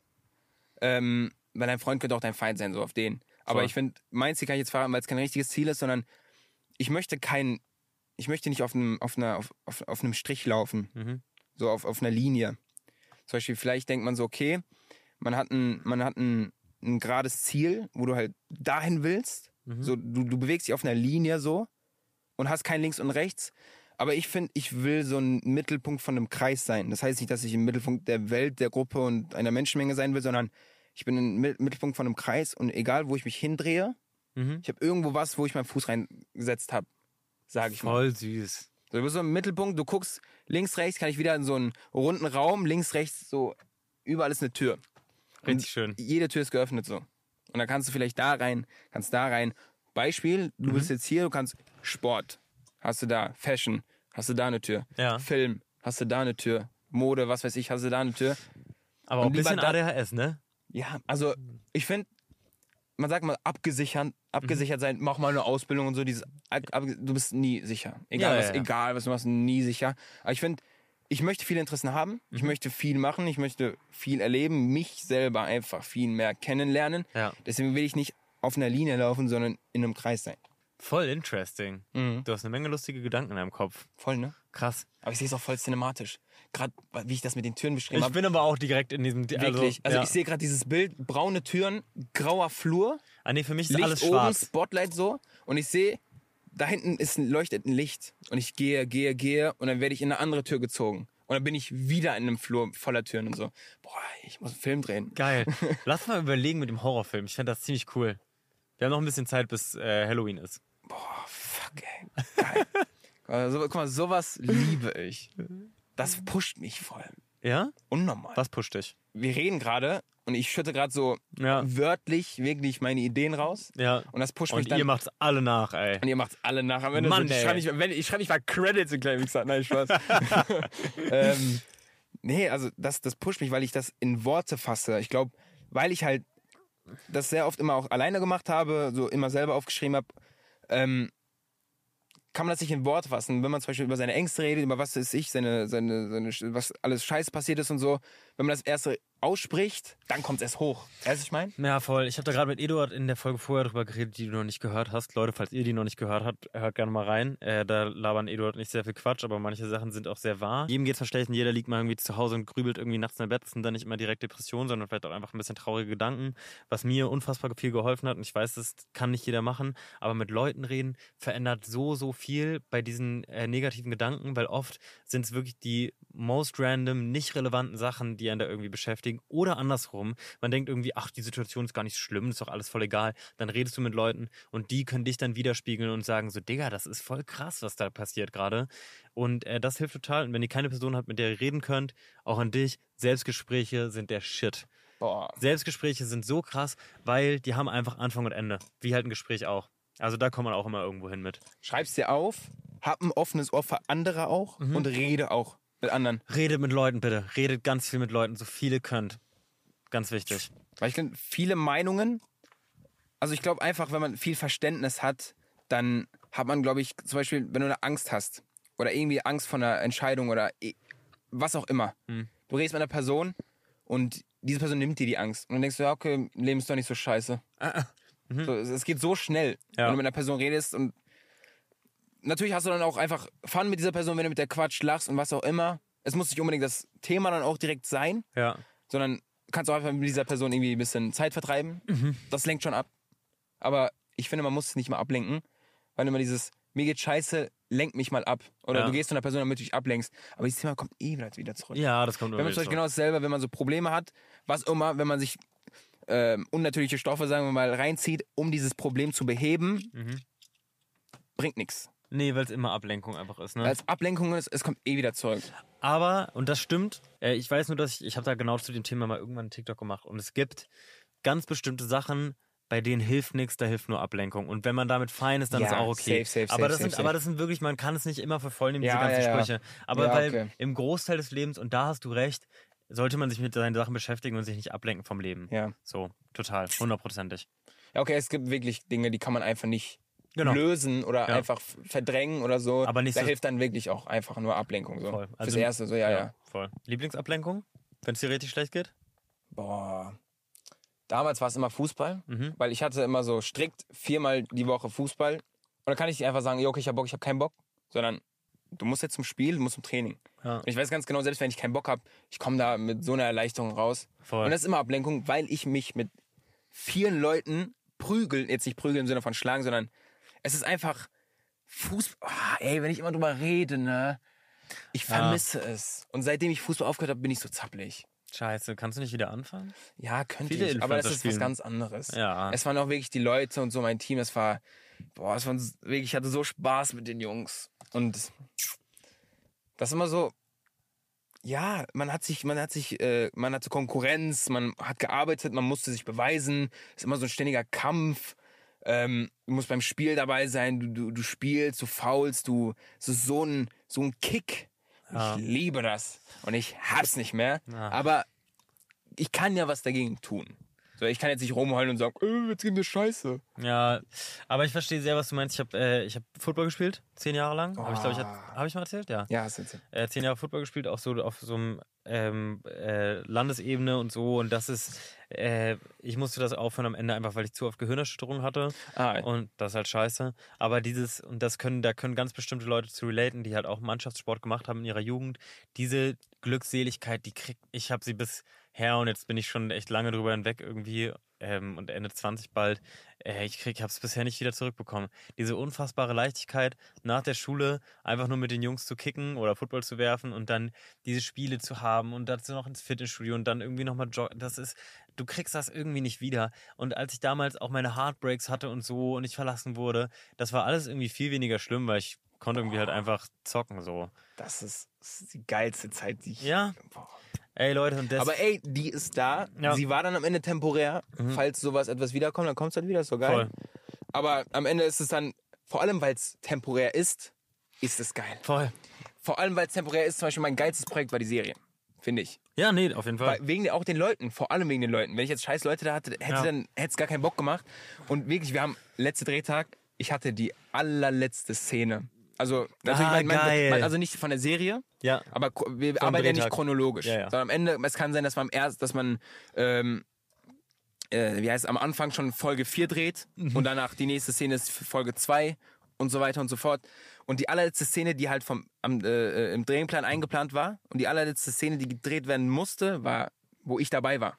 Speaker 5: Ähm, weil dein Freund könnte auch dein Feind sein, so auf den. Aber
Speaker 1: Voll.
Speaker 5: ich finde, mein Ziel kann ich jetzt verraten, weil es kein richtiges Ziel ist, sondern ich möchte kein, ich möchte nicht auf einem, auf einer, auf, auf, auf einem Strich laufen.
Speaker 1: Mhm.
Speaker 5: So auf, auf einer Linie. Zum Beispiel, vielleicht denkt man so, okay, man hat ein, man hat ein, ein gerades Ziel, wo du halt dahin willst.
Speaker 1: Mhm.
Speaker 5: So, du, du bewegst dich auf einer Linie so und hast kein links und rechts. Aber ich finde, ich will so ein Mittelpunkt von einem Kreis sein. Das heißt nicht, dass ich im Mittelpunkt der Welt, der Gruppe und einer Menschenmenge sein will, sondern ich bin im Mi- Mittelpunkt von einem Kreis und egal, wo ich mich hindrehe,
Speaker 1: Mhm.
Speaker 5: ich habe irgendwo was, wo ich meinen Fuß reingesetzt habe. Sage ich mal.
Speaker 1: Voll süß.
Speaker 5: So, du bist so im Mittelpunkt, du guckst links, rechts, kann ich wieder in so einen runden Raum, links, rechts, so überall ist eine Tür. Und-
Speaker 1: Richtig schön.
Speaker 5: Jede Tür ist geöffnet so. Und dann kannst du vielleicht da rein, kannst da rein. Beispiel, du bist
Speaker 1: Mhm.
Speaker 5: jetzt hier, du kannst Sport, hast du da, Fashion, hast du da eine Tür.
Speaker 1: Ja.
Speaker 5: Film, hast du da eine Tür. Mode, was weiß ich, hast du da eine Tür.
Speaker 1: Aber auch ein
Speaker 5: Und lieber
Speaker 1: bisschen
Speaker 5: da-
Speaker 1: ADHS, ne?
Speaker 5: Ja, also
Speaker 1: Mhm.
Speaker 5: ich finde, man sagt mal, abgesichert,
Speaker 1: Mhm.
Speaker 5: abgesichert sein, mach mal eine Ausbildung und so, dieses, ab, ab- du bist nie sicher. Egal,
Speaker 1: Ja,
Speaker 5: was,
Speaker 1: ja, ja.
Speaker 5: egal was du machst, nie sicher. Aber ich finde, ich möchte viele Interessen haben, ich
Speaker 1: Mhm.
Speaker 5: möchte viel machen, ich möchte viel erleben, mich selber einfach viel mehr kennenlernen.
Speaker 1: Ja.
Speaker 5: Deswegen will ich nicht auf einer Linie laufen, sondern in einem Kreis sein.
Speaker 1: Voll interesting.
Speaker 5: Mhm.
Speaker 1: Du hast eine Menge lustige Gedanken in deinem Kopf.
Speaker 5: Voll, ne?
Speaker 1: Krass.
Speaker 5: Aber ich sehe es auch voll cinematisch. Gerade wie ich das mit den Türen beschrieben
Speaker 1: Ich
Speaker 5: habe.
Speaker 1: bin aber auch direkt in diesem.
Speaker 5: Wirklich. Also,
Speaker 1: ja.
Speaker 5: ich sehe gerade dieses Bild, braune Türen, grauer Flur.
Speaker 1: Ah, nee, für mich ist
Speaker 5: Licht
Speaker 1: alles
Speaker 5: oben,
Speaker 1: schwarz.
Speaker 5: Spotlight so und ich sehe, da hinten ist ein, leuchtet ein Licht und ich gehe, gehe, gehe und dann werde ich in eine andere Tür gezogen. Und dann bin ich wieder in einem Flur voller Türen und so. Boah, ich muss einen Film drehen.
Speaker 1: Geil. Lass mal überlegen mit dem Horrorfilm. Ich fände das ziemlich cool. Wir haben noch ein bisschen Zeit, bis äh, Halloween ist.
Speaker 5: Boah, fuck, ey. Geil. also, guck mal, sowas liebe ich. Das pusht mich voll.
Speaker 1: Ja?
Speaker 5: Unnormal.
Speaker 1: Was pusht dich?
Speaker 5: Wir reden gerade und ich schütte gerade so
Speaker 1: Ja.
Speaker 5: wörtlich wirklich meine Ideen raus.
Speaker 1: Ja.
Speaker 5: Und das pusht mich
Speaker 1: Und
Speaker 5: dann.
Speaker 1: ihr macht's alle nach, ey.
Speaker 5: Und ihr macht's alle nach. Am Ende
Speaker 1: Mann,
Speaker 5: so, ich
Speaker 1: ey.
Speaker 5: schreibe nicht, wenn, ich schreibe nicht mal Credits in kleinen Mixer. Nein, Spaß. ähm, nee, also das, das pusht mich, weil ich das in Worte fasse. Ich glaube, weil ich halt das sehr oft immer auch alleine gemacht habe, so immer selber aufgeschrieben habe, ähm, kann man das nicht in Worte fassen. Wenn man zum Beispiel über seine Ängste redet, über was ist ich, seine, seine, seine, was alles scheiß passiert ist und so, wenn man das erste ausspricht, dann kommt es erst hoch. Weißt du, was ich meine?
Speaker 1: Ja, voll. Ich habe da gerade mit Eduard in der Folge vorher drüber geredet, die du noch nicht gehört hast. Leute, falls ihr die noch nicht gehört habt, hört gerne mal rein. Äh, da labern Eduard nicht sehr viel Quatsch, aber manche Sachen sind auch sehr wahr. Jedem geht's verstellten, jeder liegt mal irgendwie zu Hause und grübelt irgendwie nachts in der Bett. Das sind dann nicht immer direkt Depressionen, sondern vielleicht auch einfach ein bisschen traurige Gedanken, was mir unfassbar viel geholfen hat. Und ich weiß, das kann nicht jeder machen, aber mit Leuten reden verändert so, so viel bei diesen äh, negativen Gedanken, weil oft sind es wirklich die most random, nicht relevanten Sachen, die einen da irgendwie beschäftigen. Oder andersrum, man denkt irgendwie, ach, die Situation ist gar nicht schlimm, ist doch alles voll egal. Dann redest du mit Leuten und die können dich dann widerspiegeln und sagen so, Digga, das ist voll krass, was da passiert gerade. Und äh, das hilft total. Und wenn ihr keine Person habt, mit der ihr reden könnt, auch an dich, Selbstgespräche sind der Shit.
Speaker 5: Boah.
Speaker 1: Selbstgespräche sind so krass, weil die haben einfach Anfang und Ende. Wie halt ein Gespräch auch. Also da kommt man auch immer irgendwo hin mit.
Speaker 5: Schreib's dir auf, hab ein offenes Ohr für andere auch und rede auch mit anderen.
Speaker 1: Redet mit Leuten bitte. Redet ganz viel mit Leuten, so viele könnt. Ganz wichtig.
Speaker 5: Weil ich glaube, viele Meinungen, also ich glaube einfach, wenn man viel Verständnis hat, dann hat man, glaube ich, zum Beispiel, wenn du eine Angst hast oder irgendwie Angst vor einer Entscheidung oder eh- was auch immer. Du redest mit einer Person und diese Person nimmt dir die Angst. Und dann denkst du, ja, okay, Leben ist doch nicht so scheiße. So, es, es geht so schnell,
Speaker 1: Ja.
Speaker 5: wenn du mit einer Person redest und natürlich hast du dann auch einfach Fun mit dieser Person, wenn du mit der Quatsch lachst und was auch immer. Es muss nicht unbedingt das Thema dann auch direkt sein,
Speaker 1: Ja.
Speaker 5: sondern kannst auch einfach mit dieser Person irgendwie ein bisschen Zeit vertreiben.
Speaker 1: Mhm.
Speaker 5: Das lenkt schon ab. Aber ich finde, man muss es nicht mal ablenken, weil immer dieses, mir geht scheiße, lenk mich mal ab. Oder
Speaker 1: Ja.
Speaker 5: du gehst zu einer Person, damit du dich ablenkst. Aber dieses Thema kommt eh wieder- wieder zurück.
Speaker 1: Ja, das kommt
Speaker 5: Wenn man
Speaker 1: wieder
Speaker 5: zum Beispiel
Speaker 1: zurück.
Speaker 5: genau dasselbe, wenn man so Probleme hat, was immer, wenn man sich ähm, unnatürliche Stoffe, sagen wir mal, reinzieht, um dieses Problem zu beheben,
Speaker 1: Mhm.
Speaker 5: bringt nichts.
Speaker 1: genau- Nee, weil es immer Ablenkung einfach ist, ne?
Speaker 5: Als Ablenkung ist, es kommt eh wieder zurück.
Speaker 1: Aber, und das stimmt, äh, ich weiß nur, dass ich, ich habe da genau zu dem Thema mal irgendwann einen TikTok gemacht und es gibt ganz bestimmte Sachen, bei denen hilft nichts, da hilft nur Ablenkung. Und wenn man damit fein ist, dann
Speaker 5: Ja,
Speaker 1: ist auch okay.
Speaker 5: safe,
Speaker 1: aber,
Speaker 5: safe, safe,
Speaker 1: das
Speaker 5: safe,
Speaker 1: sind,
Speaker 5: safe.
Speaker 1: aber das sind wirklich, man kann es nicht immer für voll nehmen,
Speaker 5: Ja,
Speaker 1: diese ganzen
Speaker 5: ja, ja.
Speaker 1: Sprüche. Aber
Speaker 5: Ja,
Speaker 1: weil
Speaker 5: okay.
Speaker 1: im Großteil des Lebens, und da hast du recht, sollte man sich mit seinen Sachen beschäftigen und sich nicht ablenken vom Leben.
Speaker 5: Ja.
Speaker 1: So, total, hundertprozentig.
Speaker 5: ja, okay, es gibt wirklich Dinge, die kann man einfach nicht
Speaker 1: Genau.
Speaker 5: lösen oder
Speaker 1: Ja.
Speaker 5: einfach f- verdrängen oder so.
Speaker 1: Aber nicht
Speaker 5: da
Speaker 1: so-
Speaker 5: hilft dann wirklich auch einfach nur Ablenkung. So.
Speaker 1: Voll.
Speaker 5: Fürs
Speaker 1: Also-
Speaker 5: Erste, so, ja, ja.
Speaker 1: Voll. Lieblingsablenkung, wenn es dir richtig schlecht geht?
Speaker 5: Boah. Damals war es immer Fußball,
Speaker 1: Mhm.
Speaker 5: weil ich hatte immer so strikt viermal die Woche Fußball. Und da kann ich nicht einfach sagen, "Jo, okay, ich hab Bock, ich hab keinen Bock, sondern du musst jetzt zum Spiel, du musst zum Training.
Speaker 1: Ja.
Speaker 5: Und ich weiß ganz genau, selbst wenn ich keinen Bock hab, ich komme da mit so einer Erleichterung raus.
Speaker 1: Voll.
Speaker 5: Und das ist immer Ablenkung, weil ich mich mit vielen Leuten prügeln, jetzt nicht prügeln im Sinne von schlagen, sondern es ist einfach Fußball. Ah, ey, wenn ich immer drüber rede, ne? Ich vermisse es. Und seitdem ich Fußball aufgehört habe, bin ich so zappelig.
Speaker 1: Scheiße, kannst du nicht wieder anfangen?
Speaker 5: Ja, könnte
Speaker 1: Viele
Speaker 5: ich, aber das
Speaker 1: Influencer
Speaker 5: ist was
Speaker 1: spielen.
Speaker 5: ganz anderes.
Speaker 1: Ja.
Speaker 5: Es waren auch wirklich die Leute und so mein Team, das war, boah, es waren s- wirklich, ich hatte so Spaß mit den Jungs. Und das ist immer so, ja, man hat sich, man hat sich, äh, man hatte Konkurrenz, man hat gearbeitet, man musste sich beweisen, ist immer so ein ständiger Kampf. Ähm, du musst beim Spiel dabei sein, du, du, du spielst, du faulst, du, es ist so ein, so ein Kick. Ich liebe das und ich hab's nicht mehr,
Speaker 1: Ja.
Speaker 5: aber ich kann ja was dagegen tun. So, ich kann jetzt nicht rumheulen und sagen, äh, jetzt geht mir scheiße.
Speaker 1: Ja, aber ich verstehe sehr, was du meinst. Ich habe äh, ich hab Football gespielt, zehn Jahre lang. Habe ich, glaube ich, habe ich mal erzählt? Ja.
Speaker 5: Ja, hast du jetzt.
Speaker 1: Äh, zehn Jahre Football gespielt, auch so auf so einem ähm, äh, Landesebene und so. Und das ist, äh, ich musste das aufhören am Ende einfach, weil ich zu oft Gehirnerschütterung hatte.
Speaker 5: Ah,
Speaker 1: Und das ist halt scheiße. Aber dieses, und das können, da können ganz bestimmte Leute zu relaten, die halt auch Mannschaftssport gemacht haben in ihrer Jugend. Diese Glückseligkeit, die kriegt, ich habe sie bisher und jetzt bin ich schon echt lange drüber hinweg irgendwie ähm, und Ende 20 bald. Äh, ich krieg, habe es bisher nicht wieder zurückbekommen. Diese unfassbare Leichtigkeit, nach der Schule einfach nur mit den Jungs zu kicken oder Football zu werfen und dann diese Spiele zu haben und dazu noch ins Fitnessstudio und dann irgendwie nochmal joggen. Das ist, du kriegst das irgendwie nicht wieder. Und als ich damals auch meine Heartbreaks hatte und so und ich verlassen wurde, das war alles irgendwie viel weniger schlimm, weil ich konnte irgendwie halt einfach zocken so.
Speaker 5: das ist, das ist die geilste Zeit, die ich.
Speaker 1: Ja.
Speaker 5: Boah.
Speaker 1: Ey Leute, und das
Speaker 5: Aber ey, die ist da.
Speaker 1: Ja. Mhm.
Speaker 5: Sie war dann am Ende temporär. Falls sowas etwas wiederkommt, dann kommt es halt wieder. Ist so geil.
Speaker 1: Voll.
Speaker 5: Aber am Ende ist es dann, vor allem weil es temporär ist, ist es geil.
Speaker 1: voll.
Speaker 5: Vor allem weil es temporär ist, zum Beispiel mein geilstes Projekt war die Serie. Finde ich.
Speaker 1: Ja, nee, auf jeden Fall.
Speaker 5: Weil, wegen der, auch den Leuten, vor allem wegen den Leuten. Wenn ich jetzt scheiß Leute da hatte, hätte
Speaker 1: Ja.
Speaker 5: dann hätte es gar keinen Bock gemacht. Und wirklich, wir haben letzte Drehtag, ich hatte die allerletzte Szene. Also natürlich,
Speaker 1: Ah,
Speaker 5: mein, mein,
Speaker 1: geil.
Speaker 5: mein, also nicht von der Serie,
Speaker 1: Ja.
Speaker 5: aber ko- wir arbeiten ja nicht
Speaker 1: Drehtag.
Speaker 5: chronologisch.
Speaker 1: Ja, ja.
Speaker 5: Sondern am Ende, es kann sein, dass man am erst, dass man ähm, äh, wie heißt es, am Anfang schon Folge 4 dreht
Speaker 1: Mhm.
Speaker 5: und danach die nächste Szene ist Folge 2 und so weiter und so fort. Und die allerletzte Szene, die halt vom, am, äh, äh, im Drehplan eingeplant war und die allerletzte Szene, die gedreht werden musste, war, wo ich dabei war.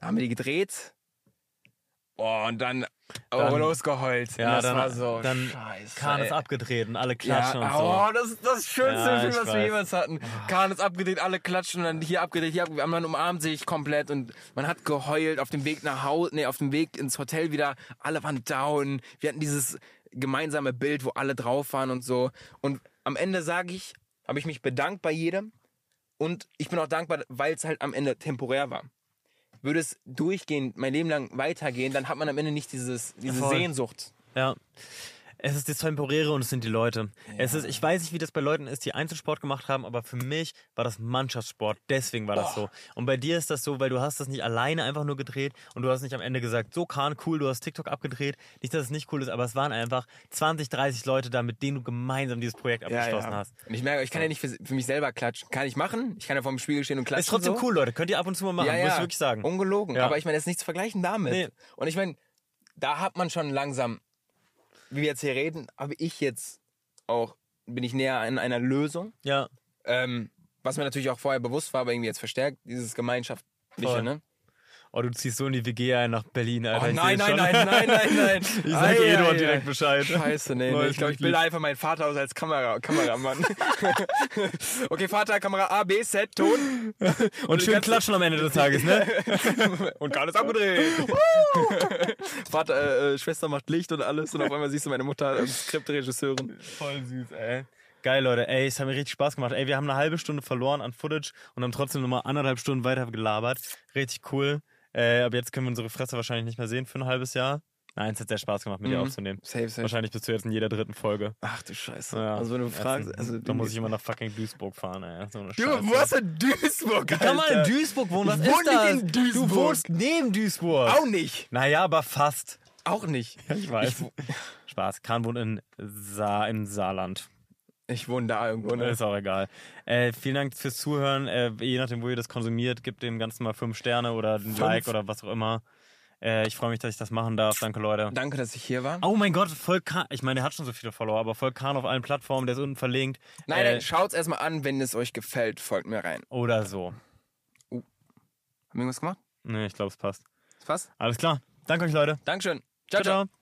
Speaker 5: Da haben wir die gedreht oh, und dann, oh,
Speaker 1: Dann-
Speaker 5: losgeheult.
Speaker 1: Ja,
Speaker 5: und das
Speaker 1: dann,
Speaker 5: war so,
Speaker 1: dann
Speaker 5: scheiße.
Speaker 1: Kahn
Speaker 5: ey.
Speaker 1: ist abgedreht und alle
Speaker 5: Ja,
Speaker 1: klatschen und so.
Speaker 5: oh, das ist das schönste
Speaker 1: Ja,
Speaker 5: Gefühl,
Speaker 1: ich
Speaker 5: was wir
Speaker 1: weiß.
Speaker 5: jemals hatten. Kahn ist abgedreht, alle klatschen und dann hier abgedreht, hier abgedreht, man umarmt sich komplett und man hat geheult auf dem Weg nach Hause, nee, auf dem Weg ins Hotel wieder. Alle waren down. Wir hatten dieses gemeinsame Bild, wo alle drauf waren und so. Und am Ende sage ich, habe ich mich bedankt bei jedem und ich bin auch dankbar, weil es halt am Ende temporär war. würde es durchgehend, mein Leben lang weitergehen, dann hat man am Ende nicht dieses, diese
Speaker 1: Voll.
Speaker 5: Sehnsucht.
Speaker 1: Ja. Es ist das Temporäre und es sind die Leute. Es ist, ich weiß nicht, wie das bei Leuten ist, die Einzelsport gemacht haben, aber für mich war das Mannschaftssport. Deswegen war das so. Und bei dir ist das so, weil du hast das nicht alleine einfach nur gedreht und du hast nicht am Ende gesagt, so Kahn, cool, du hast TikTok abgedreht. Nicht, dass es nicht cool ist, aber es waren einfach 20, 30 Leute da, mit denen du gemeinsam dieses Projekt abgeschlossen hast.
Speaker 5: Und ich merke, ich kann ja nicht für, für mich selber klatschen. Kann ich machen. Ich kann ja vor dem Spiegel stehen und klatschen.
Speaker 1: Ist trotzdem
Speaker 5: so.
Speaker 1: cool, Leute. Könnt ihr ab und zu mal machen,
Speaker 5: Ja, ja.
Speaker 1: muss ich wirklich sagen.
Speaker 5: Ungelogen.
Speaker 1: Ja.
Speaker 5: Aber ich meine, das ist nichts zu vergleichen damit.
Speaker 1: Nee.
Speaker 5: Und ich meine, da hat man schon langsam, wie wir jetzt hier reden, habe ich jetzt auch, bin ich näher an einer Lösung.
Speaker 1: ja.
Speaker 5: Ähm, was mir natürlich auch vorher bewusst war, aber irgendwie jetzt verstärkt, dieses Gemeinschaftliche,
Speaker 1: Voll.
Speaker 5: ne?
Speaker 1: Oh, du ziehst so in die WG ein nach Berlin, Alter.
Speaker 5: Oh,
Speaker 1: Ich
Speaker 5: nein,
Speaker 1: seh's
Speaker 5: nein,
Speaker 1: schon.
Speaker 5: nein, nein, nein, nein.
Speaker 1: Ich sag
Speaker 5: Ei,
Speaker 1: Eduard
Speaker 5: ei,
Speaker 1: direkt
Speaker 5: ei.
Speaker 1: Bescheid.
Speaker 5: Scheiße, nee, nee.
Speaker 1: Neues
Speaker 5: Ich glaube, ich
Speaker 1: Mitglied.
Speaker 5: bilde einfach meinen Vater aus als Kamera, Kameramann. okay, Vater, Kamera A, B, Set, Ton.
Speaker 1: Und schön
Speaker 5: ganze-
Speaker 1: klatschen am Ende des Tages, ne?
Speaker 5: Und gar nichts abgedreht. Vater, äh, äh, Schwester macht Licht und alles. Und auf einmal siehst du meine Mutter als Skriptregisseurin.
Speaker 1: Voll süß, ey. Geil, Leute. Ey, es hat mir richtig Spaß gemacht. Ey, wir haben eine halbe Stunde verloren an Footage und haben trotzdem nochmal anderthalb Stunden weiter gelabert. Richtig cool. Äh, aber jetzt können wir unsere Fresse wahrscheinlich nicht mehr sehen für ein halbes Jahr. Nein, es hat sehr Spaß gemacht, mit dir
Speaker 5: Mhm.
Speaker 1: aufzunehmen.
Speaker 5: Safe, safe.
Speaker 1: Wahrscheinlich bist du jetzt in jeder dritten Folge.
Speaker 5: Ach du Scheiße.
Speaker 1: Ja.
Speaker 5: Also wenn du
Speaker 1: Erstens,
Speaker 5: fragst, also
Speaker 1: da muss ich immer nach fucking Duisburg fahren, ey. So eine
Speaker 5: Junge,
Speaker 1: Scheiße.
Speaker 5: wo hast du Duisburg? Alter?
Speaker 1: Kann man in Duisburg wohnen? Was
Speaker 5: Ich
Speaker 1: ist
Speaker 5: wohne nicht
Speaker 1: das?
Speaker 5: in Duisburg.
Speaker 1: Du wohnst neben Duisburg.
Speaker 5: Auch nicht.
Speaker 1: Naja, aber fast.
Speaker 5: Auch nicht.
Speaker 1: Ich weiß. Spaß. Kahn wohnt in Sa im Saarland.
Speaker 5: Ich wohne da irgendwo. Ne?
Speaker 1: Ist auch egal. Äh, vielen Dank fürs Zuhören. Äh, je nachdem, wo ihr das konsumiert, gebt dem Ganzen mal fünf Sterne oder ein Like oder was auch immer. Äh, ich freue mich, dass ich das machen darf. Danke, Leute.
Speaker 5: Danke, dass ich hier war.
Speaker 1: Oh mein Gott, Volk Kahn. Ich meine, der hat schon so viele Follower, aber Volk Kahn auf allen Plattformen, der ist unten verlinkt.
Speaker 5: Nein,
Speaker 1: äh,
Speaker 5: nein, schaut's erstmal an, wenn es euch gefällt, folgt mir rein.
Speaker 1: Oder so.
Speaker 5: Haben wir irgendwas gemacht?
Speaker 1: Nee, ich glaube, es passt.
Speaker 5: Das passt?
Speaker 1: Alles klar. Danke euch, Leute.
Speaker 5: Dankeschön. Ciao, ciao. ciao.